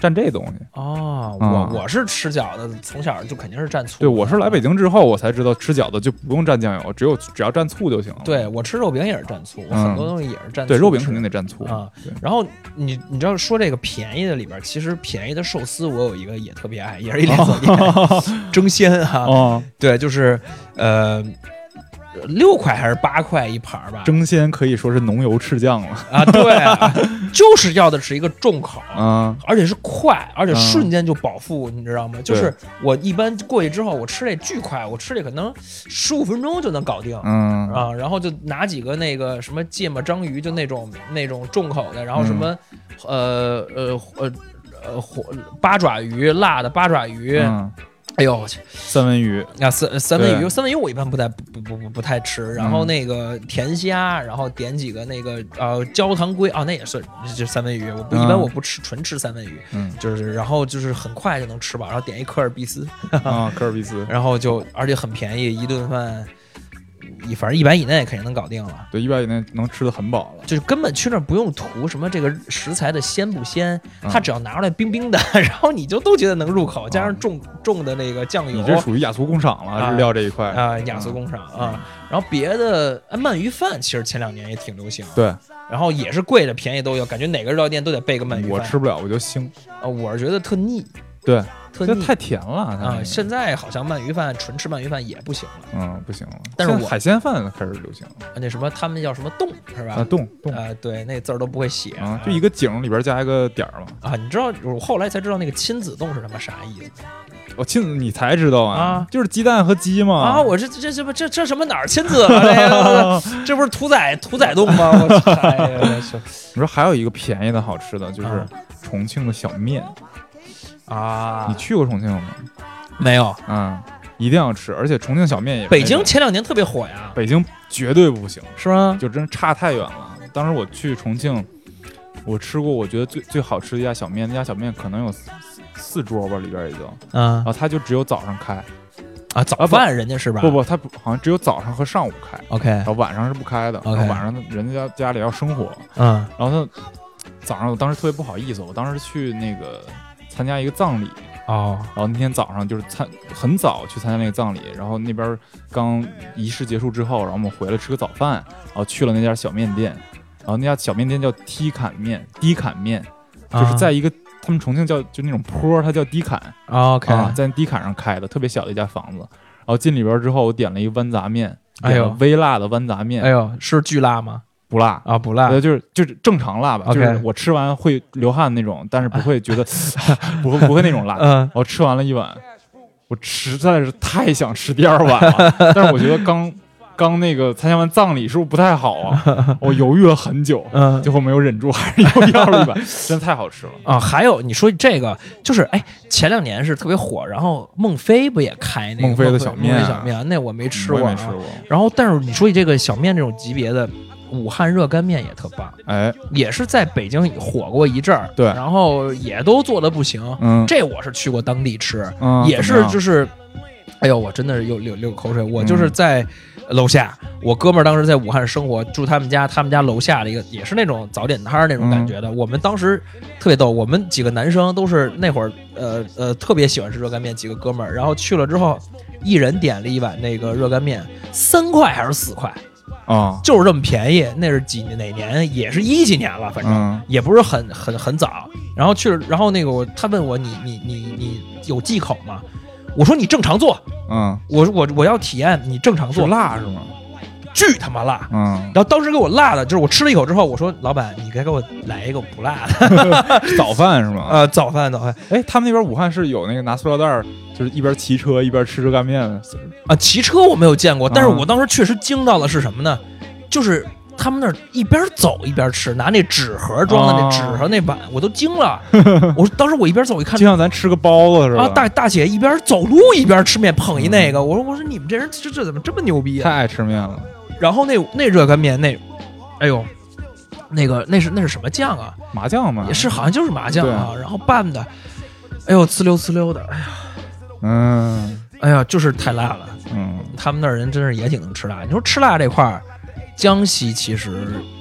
S1: 蘸这东西。
S2: 哦，
S1: 啊
S2: 我我是吃饺子，从小就肯定是蘸醋。
S1: 对我是来北，京之后，我才知道吃饺子就不用蘸酱油，只有只要蘸醋就行了。
S2: 对我吃肉饼也是蘸醋，我
S1: 嗯
S2: 很多东西也是蘸醋吃。
S1: 对，肉饼肯定得蘸醋
S2: 啊
S1: 对。
S2: 然后你你知道说这个便宜的里边，其实便宜的寿司我有一个也特别爱，也是一连锁店， 争鲜啊，
S1: 啊，
S2: 对，就是呃六块还是八块一盘儿吧，
S1: 蒸鲜可以说是浓油赤酱了
S2: 啊，对啊，就是要的是一个重口，
S1: 啊。
S2: 而且是快，而且
S1: 嗯
S2: 瞬间就饱腹，你知道吗？就是我一般过去之后，我吃这巨快，我吃这可能十五分钟就能搞定。
S1: 嗯，
S2: 啊，然后就拿几个那个什么芥末章鱼，就那种那种重口的，然后
S1: 嗯
S2: 什么，呃呃呃呃火八爪鱼，辣的八爪鱼，
S1: 嗯
S2: 哎呦我去，
S1: 三文鱼，
S2: 啊三三文鱼，
S1: 对嗯
S2: 三文鱼我一般不太不不不不太吃，然后那个甜虾，然后点几个那个呃焦糖龟啊，那也是就三文鱼，我不、
S1: 嗯
S2: 一般我不吃纯吃三文鱼，
S1: 嗯
S2: 就是然后就是很快就能吃饱，然后点一科尔必斯，
S1: 啊，科尔必斯，
S2: 然后就而且很便宜，一顿饭一反正一百以内肯定能搞定了。
S1: 对，一百以内能吃的很饱了。
S2: 就是根本去那儿不用图什么这个食材的鲜不鲜，
S1: 嗯嗯
S2: 它只要拿出来冰冰的， 然后你就都觉得能入口，加上重重的那个酱油，
S1: 你这属于雅俗共赏了，
S2: 哎啊
S1: 日料这一块
S2: 啊，雅俗共赏
S1: 嗯
S2: 啊。然后别的啊，鳗鱼饭其实前两年也挺流行，
S1: 对，
S2: 然后也是贵的便宜都有，感觉哪个日料店都得备个鳗鱼饭。
S1: 我吃不了，我就腥。
S2: 啊，我是觉得特腻，
S1: 对，
S2: 特
S1: 这
S2: 腻
S1: 太嗯甜了，它那
S2: 啊。
S1: 个
S2: 现在好像鳗鱼饭纯吃鳗鱼饭也不行了，
S1: 嗯不行了。
S2: 但是
S1: 现在
S2: 我
S1: 海鲜饭开始流行了
S2: 那什么他们叫什么冻是吧？
S1: 啊，冻冻
S2: 啊，对，那字儿都不会写
S1: 啊，就一个井里边加一个点儿嘛。
S2: 啊，你知道我后来才知道那个亲子冻是他妈啥意思
S1: 我亲子你才知道啊
S2: 啊，
S1: 就是鸡蛋和鸡嘛。
S2: 啊？我这这这这这什么哪儿亲子啊？这个 这不是屠宰屠宰冻吗？我操！哎呀我去
S1: 你说还有一个便宜的好吃的，就是
S2: 啊
S1: 重庆的小面。
S2: 啊
S1: 你去过重庆吗？
S2: 没有，
S1: 嗯，一定要吃。而且重庆小面也是
S2: 北
S1: 那
S2: 京
S1: 种
S2: 前两年特别火呀，
S1: 北京绝对不行，
S2: 是吗？
S1: 就真差太远了。当时我去重庆，我吃过我觉得最最好吃的一家小面，那家小面可能有四四桌吧，里边已经，
S2: 嗯
S1: 然后它就只有早上开，
S2: 啊，早
S1: 啊不
S2: 饭人家是吧？
S1: 不不，它不好像只有早上和上午开，
S2: ，OK，
S1: 然后晚上是不开的。
S2: OK
S1: 然后晚上人家家里要生火，
S2: 嗯
S1: 然后他早上我当时特别不好意思，我当时去那个参加一个葬礼，
S2: 哦
S1: 然后那天早上就是参很早去参加那个葬礼，然后那边刚仪式结束之后，然后我们回来吃个早饭，然后去了那家小面店，然后那家小面店叫梯坎面，低坎面就是
S2: 啊
S1: 在一个、他们重庆叫就那种坡儿，它叫低坎，
S2: 哦，OK，
S1: 啊，在低坎上开的，特别小的一家房子。然后进里边之后，我点了一豌杂面，
S2: 哎呦
S1: 点了微辣的豌杂面，
S2: 哎呦，是巨辣吗？
S1: 不辣。
S2: 啊，不辣
S1: 呃，就是就是正常辣吧
S2: OK
S1: 就是我吃完会流汗那种，但是不会觉得 不会不会那种辣。
S2: 嗯
S1: 我吃完了一碗，我实在是太想吃第二碗了， 但是我觉得刚刚那个参加完葬礼是不是不太好 啊？我犹豫了很久，
S2: 嗯
S1: 最后没有忍住，还是又要了一 碗，真的太好吃了。
S2: 啊，还有你说这个就是哎，前两年是特别火，然后孟非不也开那个
S1: 孟非的小面啊嗯
S2: 孟非小面那我没吃
S1: 我也
S2: 过、啊，
S1: 没吃过，
S2: 然后，但是你说起这个小面这种级别的，武汉热干面也特棒，
S1: 哎，
S2: 也是在北京火过一阵儿，
S1: 对
S2: 然后也都做的不行。
S1: 嗯，
S2: 这我是去过当地吃，
S1: 嗯
S2: 也
S1: 怎么
S2: 是
S1: 样
S2: 就是，哎呦，我真的是又流流口水。我
S1: 嗯
S2: 就是在楼下，我哥们儿当时在武汉生活，住他们家，他们家楼下的一个也是那种早点摊儿那种
S1: 嗯
S2: 感觉的。我们当时特别逗，我们几个男生都是那会儿呃呃特别喜欢吃热干面，几个哥们儿，然后去了之后，一人点了一碗那个热干面，三块还是四块，
S1: 啊，
S2: 就是这么便宜。那是几哪年？也是一几年了，反正。
S1: 嗯
S2: 也不是很很很早，然后去了，然后那个我他问我你你你你有忌口吗？我说你正常做，
S1: 嗯，
S2: 我我我要体验你正常
S1: 是
S2: 做，
S1: 辣是吗？
S2: 巨他妈辣。
S1: 嗯，
S2: 然后当时给我辣的，就是我吃了一口之后，我说老板，你该给我来一个不辣的。
S1: 早饭是 吗？
S2: 呃，早饭早饭
S1: 哎，他们那边武汉是有那个拿塑料袋儿，就是一边骑车一边吃热干面的，
S2: 啊，骑车我没有见过，
S1: 啊
S2: 但是我当时确实惊到了是什么呢？就是他们那儿一边走一边吃，拿那纸盒装的那
S1: 哦
S2: 纸盒那碗，我都惊了。 我说当时我一边走一看
S1: 就，像咱吃个包子似
S2: 啊，
S1: 的。
S2: 大大姐一边走路一边吃面，捧一那个。我说我说你们这人这这怎么这么牛逼
S1: 太
S2: 啊？
S1: 爱吃面了，
S2: 然后那那热干面那，哎呦，那个那是那是什么酱啊？
S1: 麻酱嘛
S2: 也，是好像就是麻酱啊，然后拌的，哎呦呲溜呲溜的，哎呀
S1: 嗯
S2: 哎呀，就是太辣了。
S1: 嗯，
S2: 他们那儿人真是也挺能吃辣。你说吃辣这块儿，江西其实，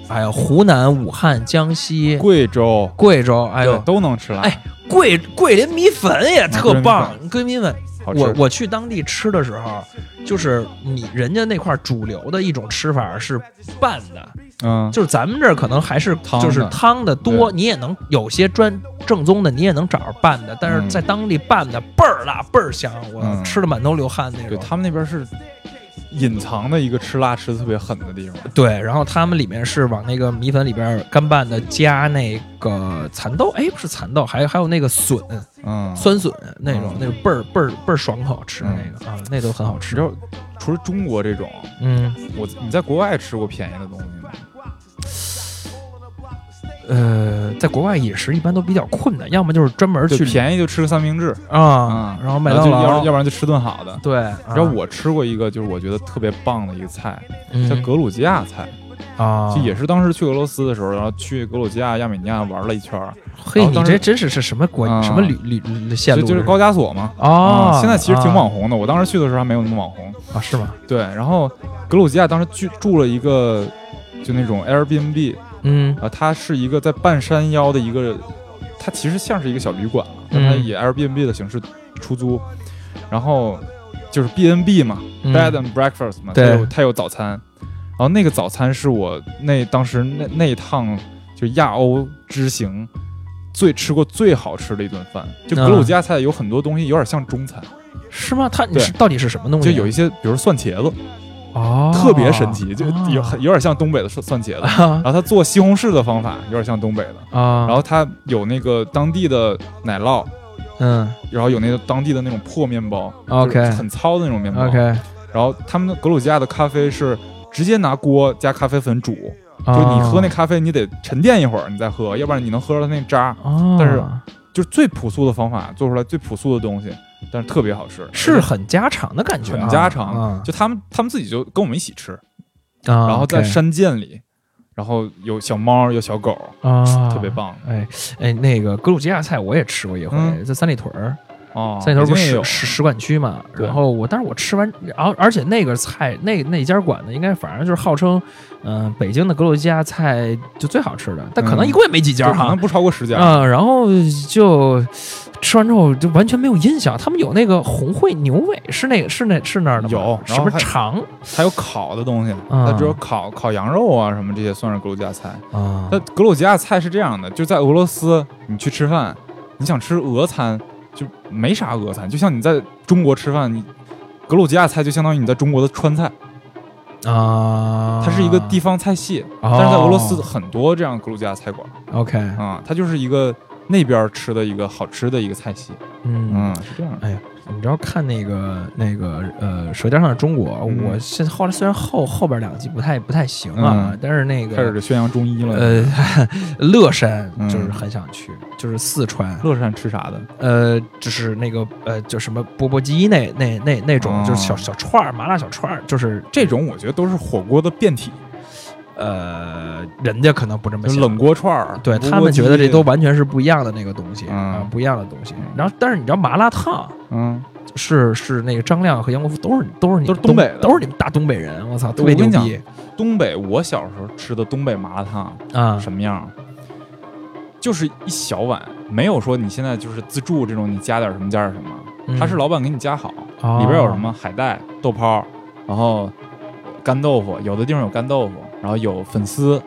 S2: 哎呀，湖南、武汉、江西、
S1: 贵州，
S2: 贵州，哎
S1: 对
S2: 呦，
S1: 都能吃辣，
S2: 哎桂桂林米粉也特棒，桂林米粉。
S1: 好吃。
S2: 我我去当地吃的时候，就是你人家那块儿主流的一种吃法是拌的，
S1: 嗯，
S2: 就是咱们这儿可能还是
S1: 汤的
S2: 就是汤的多，
S1: 对
S2: 你也能有些专正宗的，你也能找着拌的，但是
S1: 嗯
S2: 在当地拌的倍儿辣倍儿香，我
S1: 嗯
S2: 吃的满头流汗那
S1: 对
S2: 种。
S1: 他们那边是隐藏的一个吃辣吃的特别狠的地方。
S2: 对，然后他们里面是往那个米粉里边干拌的，加那个蚕豆，哎，不是蚕豆，还还有那个笋，
S1: 嗯，
S2: 酸笋那种
S1: 嗯，
S2: 那种倍儿倍儿倍儿爽口，吃那个啊，那都很好
S1: 你知
S2: 吃。
S1: 道除了中国这种，
S2: 嗯，
S1: 我你在国外吃过便宜的东西吗？
S2: 呃，在国外饮食一般都比较困难，要么就是专门
S1: 就
S2: 去
S1: 便宜就吃个三明治
S2: 啊，然后麦当
S1: 就要
S2: 劳，啊
S1: 要不然就吃顿好的。
S2: 对，
S1: 你知道我吃过一个，就是我觉得特别棒的一个菜，叫格鲁吉亚菜，
S2: 嗯啊，
S1: 就也是当时去俄罗斯的时候，然后去格鲁吉亚、亚美尼亚玩了一圈儿，
S2: 嘿，
S1: 然后
S2: 你
S1: 当时
S2: 这真是是什么国
S1: 啊
S2: 什么旅旅旅线
S1: 就
S2: 路这？
S1: 就是高加索嘛。
S2: 哦
S1: 啊，，现在其实挺网
S2: 猛
S1: 红的，我当时去的时候还没有那么网红。
S2: 啊，是吗？
S1: 对，然后格鲁吉亚当时居住了一个就那种 Airbnb
S2: 嗯
S1: 啊，它是一个在半山腰的一个，它其实像是一个小旅馆了，但它
S2: 嗯
S1: 以 Airbnb 的形式出租，然后就是 B&B 嘛、
S2: 嗯
S1: b e d and Breakfast 嘛，它
S2: 对
S1: 有它有早餐，然后那个早餐是我那当时那那一趟就亚欧之行。最吃过最好吃的一顿饭，就格
S2: 嗯
S1: 鲁吉亚菜有很多东西有点像中餐，
S2: 是吗？它你
S1: 对
S2: 是到底是什么东西
S1: 就
S2: 啊？
S1: 有一些，比如蒜茄子，
S2: 哦，
S1: 特别神奇，就
S2: 啊
S1: 有很有点像东北的蒜蒜茄子。
S2: 啊
S1: 然后他做西红柿的方法有点像东北的，
S2: 啊，
S1: 然后他有那个当地的奶酪，
S2: 嗯
S1: 然后有那个当地的那种破面包
S2: ，OK
S1: 就是很糙的那种面包。
S2: OK，
S1: 然后他们的格鲁吉亚的咖啡是直接拿锅加咖啡粉煮，
S2: 就
S1: 就你喝那咖啡你得沉淀一会儿你再喝，要不然你能喝到它那渣。
S2: 哦，
S1: 但是就是最朴素的方法做出来最朴素的东西，但是特别好吃，
S2: 是很家常的感觉、啊，
S1: 很家常。
S2: 啊
S1: 就他们他们自己就跟我们一起吃，
S2: 啊
S1: 然后在
S2: OK
S1: 山涧里，然后有小猫有小狗，
S2: 啊，
S1: 特别。棒
S2: 哎哎，那个格鲁吉亚菜我也吃过一回，
S1: 嗯
S2: 在三里屯儿，
S1: 哦。
S2: 三里屯儿不
S1: 北京
S2: 是
S1: 也有
S2: 使使使馆区嘛？
S1: 对
S2: 然后我，但是我吃完，然后而且那个菜，那那家馆子应该反正就是号称，嗯、北京的格鲁吉亚菜就最好吃的，但可能
S1: 嗯
S2: 一共也没几家
S1: 就可
S2: 哈
S1: 能。不超过十家。
S2: 啊、然后就吃完之后就完全没有印象。他们有那个红烩牛尾，是那个是那是那儿的吗
S1: 有然
S2: 什
S1: 后
S2: 么
S1: 还
S2: 肠
S1: 还有烤的东西，它只有烤烤羊肉啊什么这些算是格鲁吉亚菜。
S2: 啊
S1: 那格鲁吉亚菜是这样的，就在俄罗斯你去吃饭，你想吃俄餐就没啥俄餐，就像你在中国吃饭，你格鲁吉亚菜就相当于你在中国的川菜，
S2: 啊，
S1: 它是一个地方菜系。
S2: 哦，
S1: 但是在俄罗斯很多这样格鲁吉亚菜馆
S2: OK，
S1: 啊、它就是一个那边吃的一个好吃的一个菜系。
S2: 嗯
S1: 嗯，是这样的。
S2: 你知道看那个那个呃《舌尖上的中国》
S1: 嗯
S2: 我现在后来虽然后后边两集不太不太行啊，
S1: 嗯
S2: 但是那
S1: 开
S2: 个
S1: 始宣扬中医了。
S2: 呃乐山
S1: 嗯
S2: 就是很想去，就是四川，
S1: 乐山吃啥的？
S2: 呃，就是那个呃，就什么钵钵鸡那那那那种，
S1: 哦
S2: 就是小小串儿麻辣小串儿，就是
S1: 这种我觉得都是火锅的变体，
S2: 呃，人家可能不这么
S1: 就
S2: 想。
S1: 冷锅串儿。
S2: 对
S1: 钵
S2: 他
S1: 钵
S2: 们觉得
S1: 鸡
S2: 这都完全是不一样的那个东西
S1: 嗯
S2: 啊、不一样的东西
S1: 嗯。
S2: 然后，但是你知道麻辣烫，
S1: 嗯，
S2: 是是那个张亮和杨国福都是都是你
S1: 都
S2: 们
S1: 是东北的
S2: 都是你们大东北人，我操，特
S1: 对
S2: 别
S1: 我跟
S2: 牛
S1: 你
S2: 逼
S1: 东北我小时候吃的东北麻辣烫
S2: 啊！
S1: 什么样？就是一小碗，没有说你现在就是自助这种，你加点什么加点什么，
S2: 嗯
S1: 它是老板给你加好，
S2: 哦
S1: 里边有什么海带、豆泡，然后干豆腐，有的地方有干豆腐，然后有粉丝，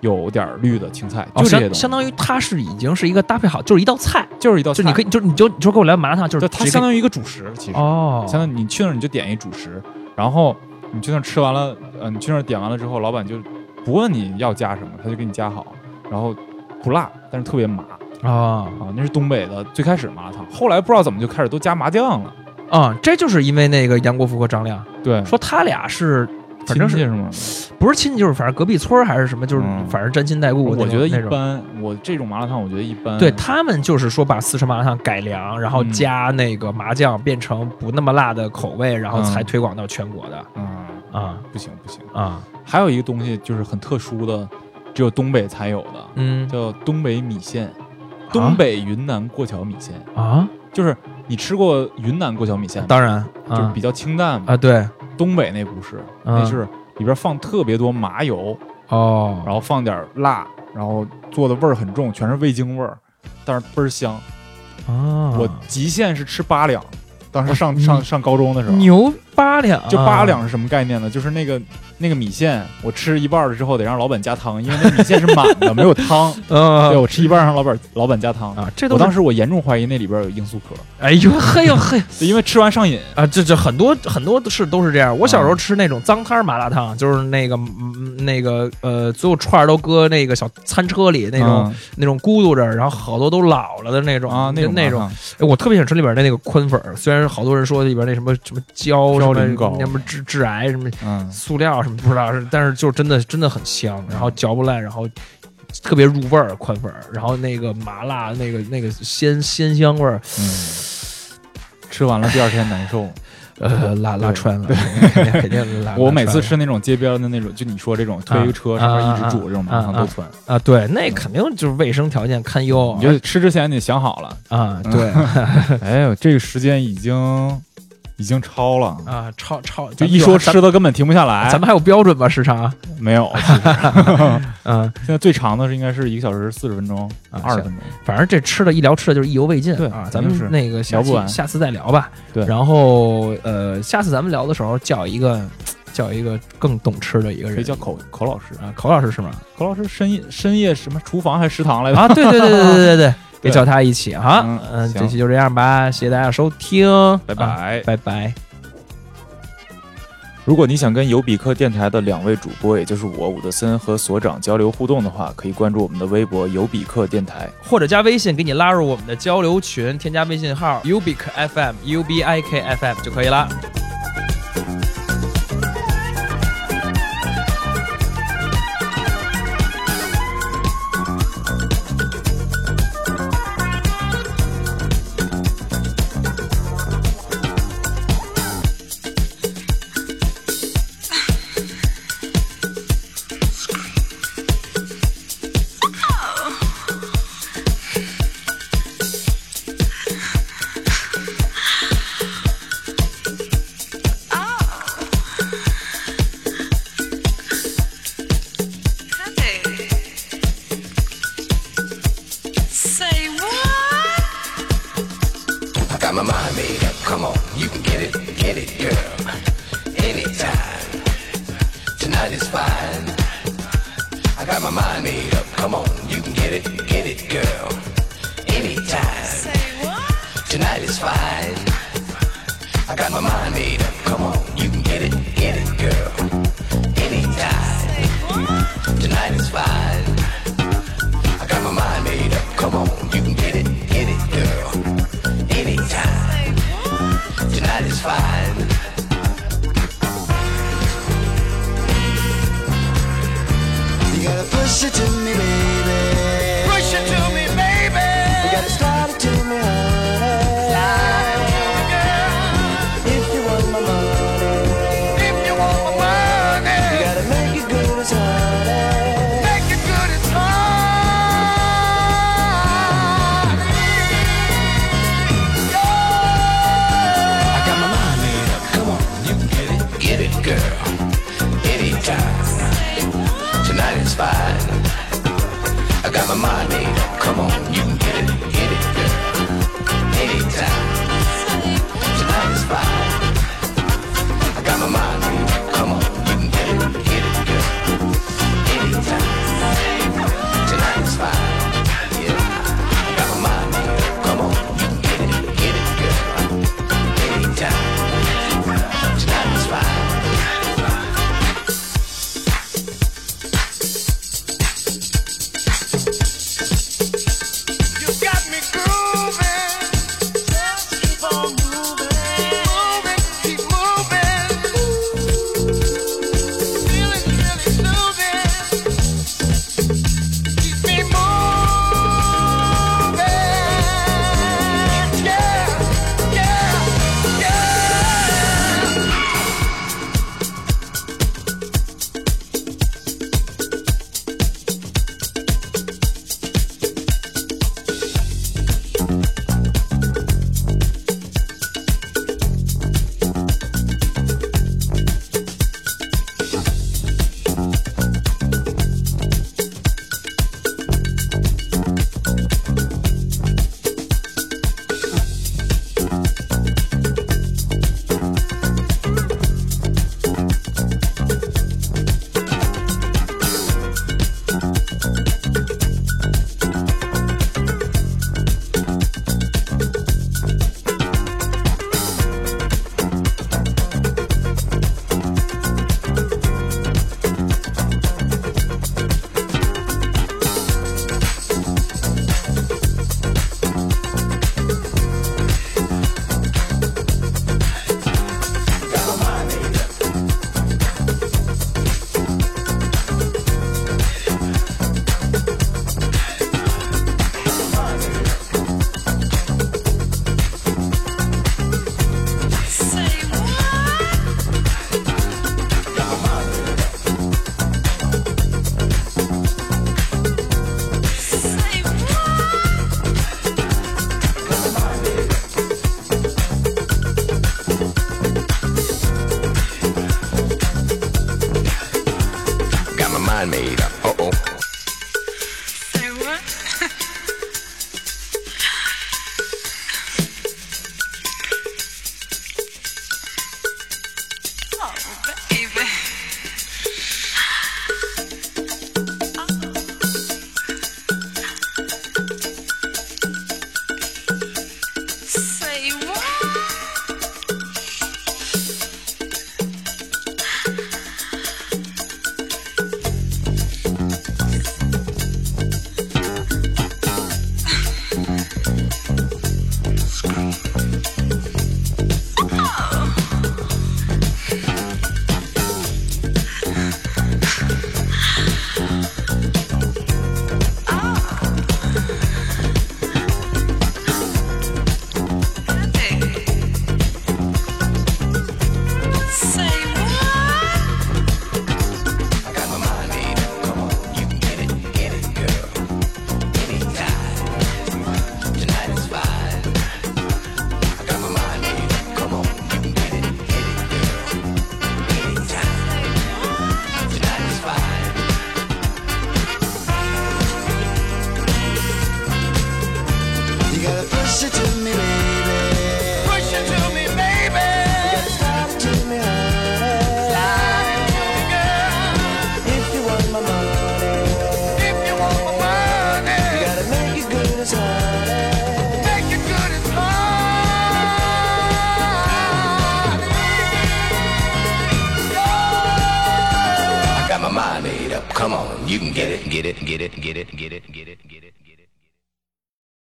S1: 有点绿的青菜，
S2: 哦
S1: 就这些
S2: 相
S1: 东西，
S2: 相当于它是已经是一个搭配好，就是一道菜，
S1: 就是一道
S2: 就
S1: 菜，
S2: 你可以就你就你就给我来麻辣烫，就是
S1: 就它
S2: 直接
S1: 相当于一个主食，其实
S2: 哦，
S1: 相当于你去那儿你就点一主食，然后你去那儿吃完了，呃，你去那儿点完了之后，老板就不问你要加什么，他就给你加好，然后不辣，但是特别麻
S2: 啊
S1: 啊，那是东北的最开始麻辣烫，后来不知道怎么就开始都加麻酱了，
S2: 啊，这就是因为那个杨国福和张亮
S1: 对，
S2: 说他俩是。反
S1: 亲
S2: 正
S1: 戚
S2: 是
S1: 是吗？
S2: 不是亲戚，就是反正隔壁村儿还是什么，就是
S1: 嗯
S2: 反正沾亲带故那种。
S1: 我觉得
S2: 那
S1: 一
S2: 种。
S1: 般，我这种麻辣烫我觉得一般，
S2: 对他们就是说把四川麻辣烫改良，然后
S1: 嗯
S2: 加那个麻酱，变成不那么辣的口味，然后
S1: 嗯
S2: 才推广到全国的。
S1: 嗯，
S2: 啊
S1: 不行不行，
S2: 啊，
S1: 还有一个东西就是很特殊的，只有东北才有的，
S2: 嗯
S1: 叫东北米线，东北云南过桥米线，
S2: 啊，
S1: 就是你吃过云南过桥米线吗？
S2: 当然
S1: 就是
S2: 啊
S1: 比较清淡嘛。
S2: 啊，对，
S1: 东北那不是，
S2: 嗯
S1: 那是里边放特别多麻油，
S2: 哦
S1: 然后放点辣，然后做的味儿很重，全是味精味儿，但是倍儿香。
S2: 啊，
S1: 我极限是吃八两，当时
S2: 哦
S1: 上
S2: 你
S1: 上上高中的时候，
S2: 牛嗯八两，啊
S1: 就八两是什么概念呢？就是那个那个米线，我吃一半儿了之后得让老板加汤，因为那米线是满的，没 有汤。对
S2: 呃
S1: 我吃一半儿让老板老板加汤。
S2: 啊，这都
S1: 我
S2: 是
S1: 当时我严重怀疑那里边有罂粟壳，
S2: 哎呦嘿呦嘿
S1: 对因为吃完上瘾。
S2: 啊，这这很多很多事都是这样。我小时候
S1: 嗯
S2: 吃那种脏摊儿麻辣烫，就是那个嗯那个呃，所有串儿都搁那个小餐车里那种
S1: 嗯
S2: 那种咕嘟着，然后好多都老了的那种
S1: 啊，
S2: 那
S1: 种
S2: 那
S1: 那
S2: 种。哎，我特别想吃里边的那个宽粉儿，虽然好多人说里边那什么什么胶、什
S1: 嘌
S2: 么
S1: 呤高
S2: 什么致致癌什么
S1: 嗯，
S2: 塑料什么不知道，是但是就真的真的很香，然后嚼不烂，然后特别入味儿宽粉儿，然后那个麻辣那个那个鲜鲜香味儿，
S1: 嗯，吃完了第二天难受。
S2: 呃，拉拉
S1: 对
S2: 穿了，肯定肯定拉。
S1: 我
S2: 拉
S1: 每次
S2: 穿
S1: 吃那种街边的那种，就你说这种推一个车
S2: 啊
S1: 上面一直煮这种麻辣烫
S2: 啊啊啊
S1: 都存。
S2: 了啊，对，那肯定就是卫生条件堪忧
S1: 你就吃之前你想好了，
S2: 啊，对
S1: 哎呦，这个时间已经已经超了，
S2: 啊，超超
S1: 就一说，吃的根本停不下
S2: 咱
S1: 来。
S2: 们咱们还有标准吧时长？
S1: 没有，其实
S2: 嗯，
S1: 现在最长的是应该是一个小时四十分钟，
S2: 啊
S1: 二十分钟。
S2: 反正这吃的一聊吃的就是意犹未尽
S1: 对
S2: 啊，咱
S1: 肯定
S2: 们
S1: 是
S2: 那个下
S1: 聊不
S2: 期
S1: 完
S2: 下次再聊吧。
S1: 对
S2: 然后呃，下次咱们聊的时候叫一个叫一个更懂吃的一个
S1: 谁
S2: 人，
S1: 叫口口老师？
S2: 啊，口老师是吗？
S1: 口老师深夜深夜什么厨房还是食堂来着？
S2: 啊，对对对对对对对，也
S1: 对
S2: 叫他一起哈。
S1: 嗯
S2: 嗯，这
S1: 行
S2: 期就这样吧，谢谢大家收听，
S1: 拜
S2: 啊
S1: 拜。
S2: 拜拜。
S3: 如果你想跟尤比克电台的两位主播，也就是我伍德森和所长交流互动的话，可以关注我们的微博“尤比克电台”。
S2: 或者加微信给你拉入我们的交流群，添加微信号 ubik fm u b i k f m 就可以啦。
S4: my mind, baby. Come on, you can get it, get it, girl. Anytime. Tonight is fine. I got my mind made up. Come on, you can get it, get it, girl. Anytime. Tonight is fine. I got my mind made up. Come on, you can get it, get it, girl. Anytime. Tonight is fine. I got my mind made up. Come on, you can get it, get it, girl. Anytime. Tonight is fine.
S5: You gotta push it to me, baby.
S4: Push it to me, baby.
S5: You gotta slide it to me, honey. If you want my money,
S4: If you want my money,
S5: you gotta make it good as honey.
S4: make it good as hard. I got my mind made up. Come on, you can get it, get it, girl. Anytime. Tonight is fine. I got my mind made up. Come on, you can get it, get it, girl. Anytime. Tonight is fine. I got my mind made up. Come on, you can get it, get it, girl. Anytime. Tonight is fine. Yeah. I got my mind made up. Come on, you can get it, get it, girl. Anytime. Tonight is fine. You got me grooving. Just keep on moving. Moving, keep moving. Feeling really soothing. Keep me moving. Yeah, yeah, yeah. Got my mind made up. Uh oh.
S6: Say what? oh, baby. Say what? Say what?
S4: I got my mind made up. Come on, you can get it, get it, girl. Anytime. Tonight is fine. I got my mind made up. Come on, you can get it, get it, girl. Anytime. Tonight is fine.
S5: You gotta push it to me, baby.
S4: Come on, you can get it, get it, get it, get it, get it, get it, get it.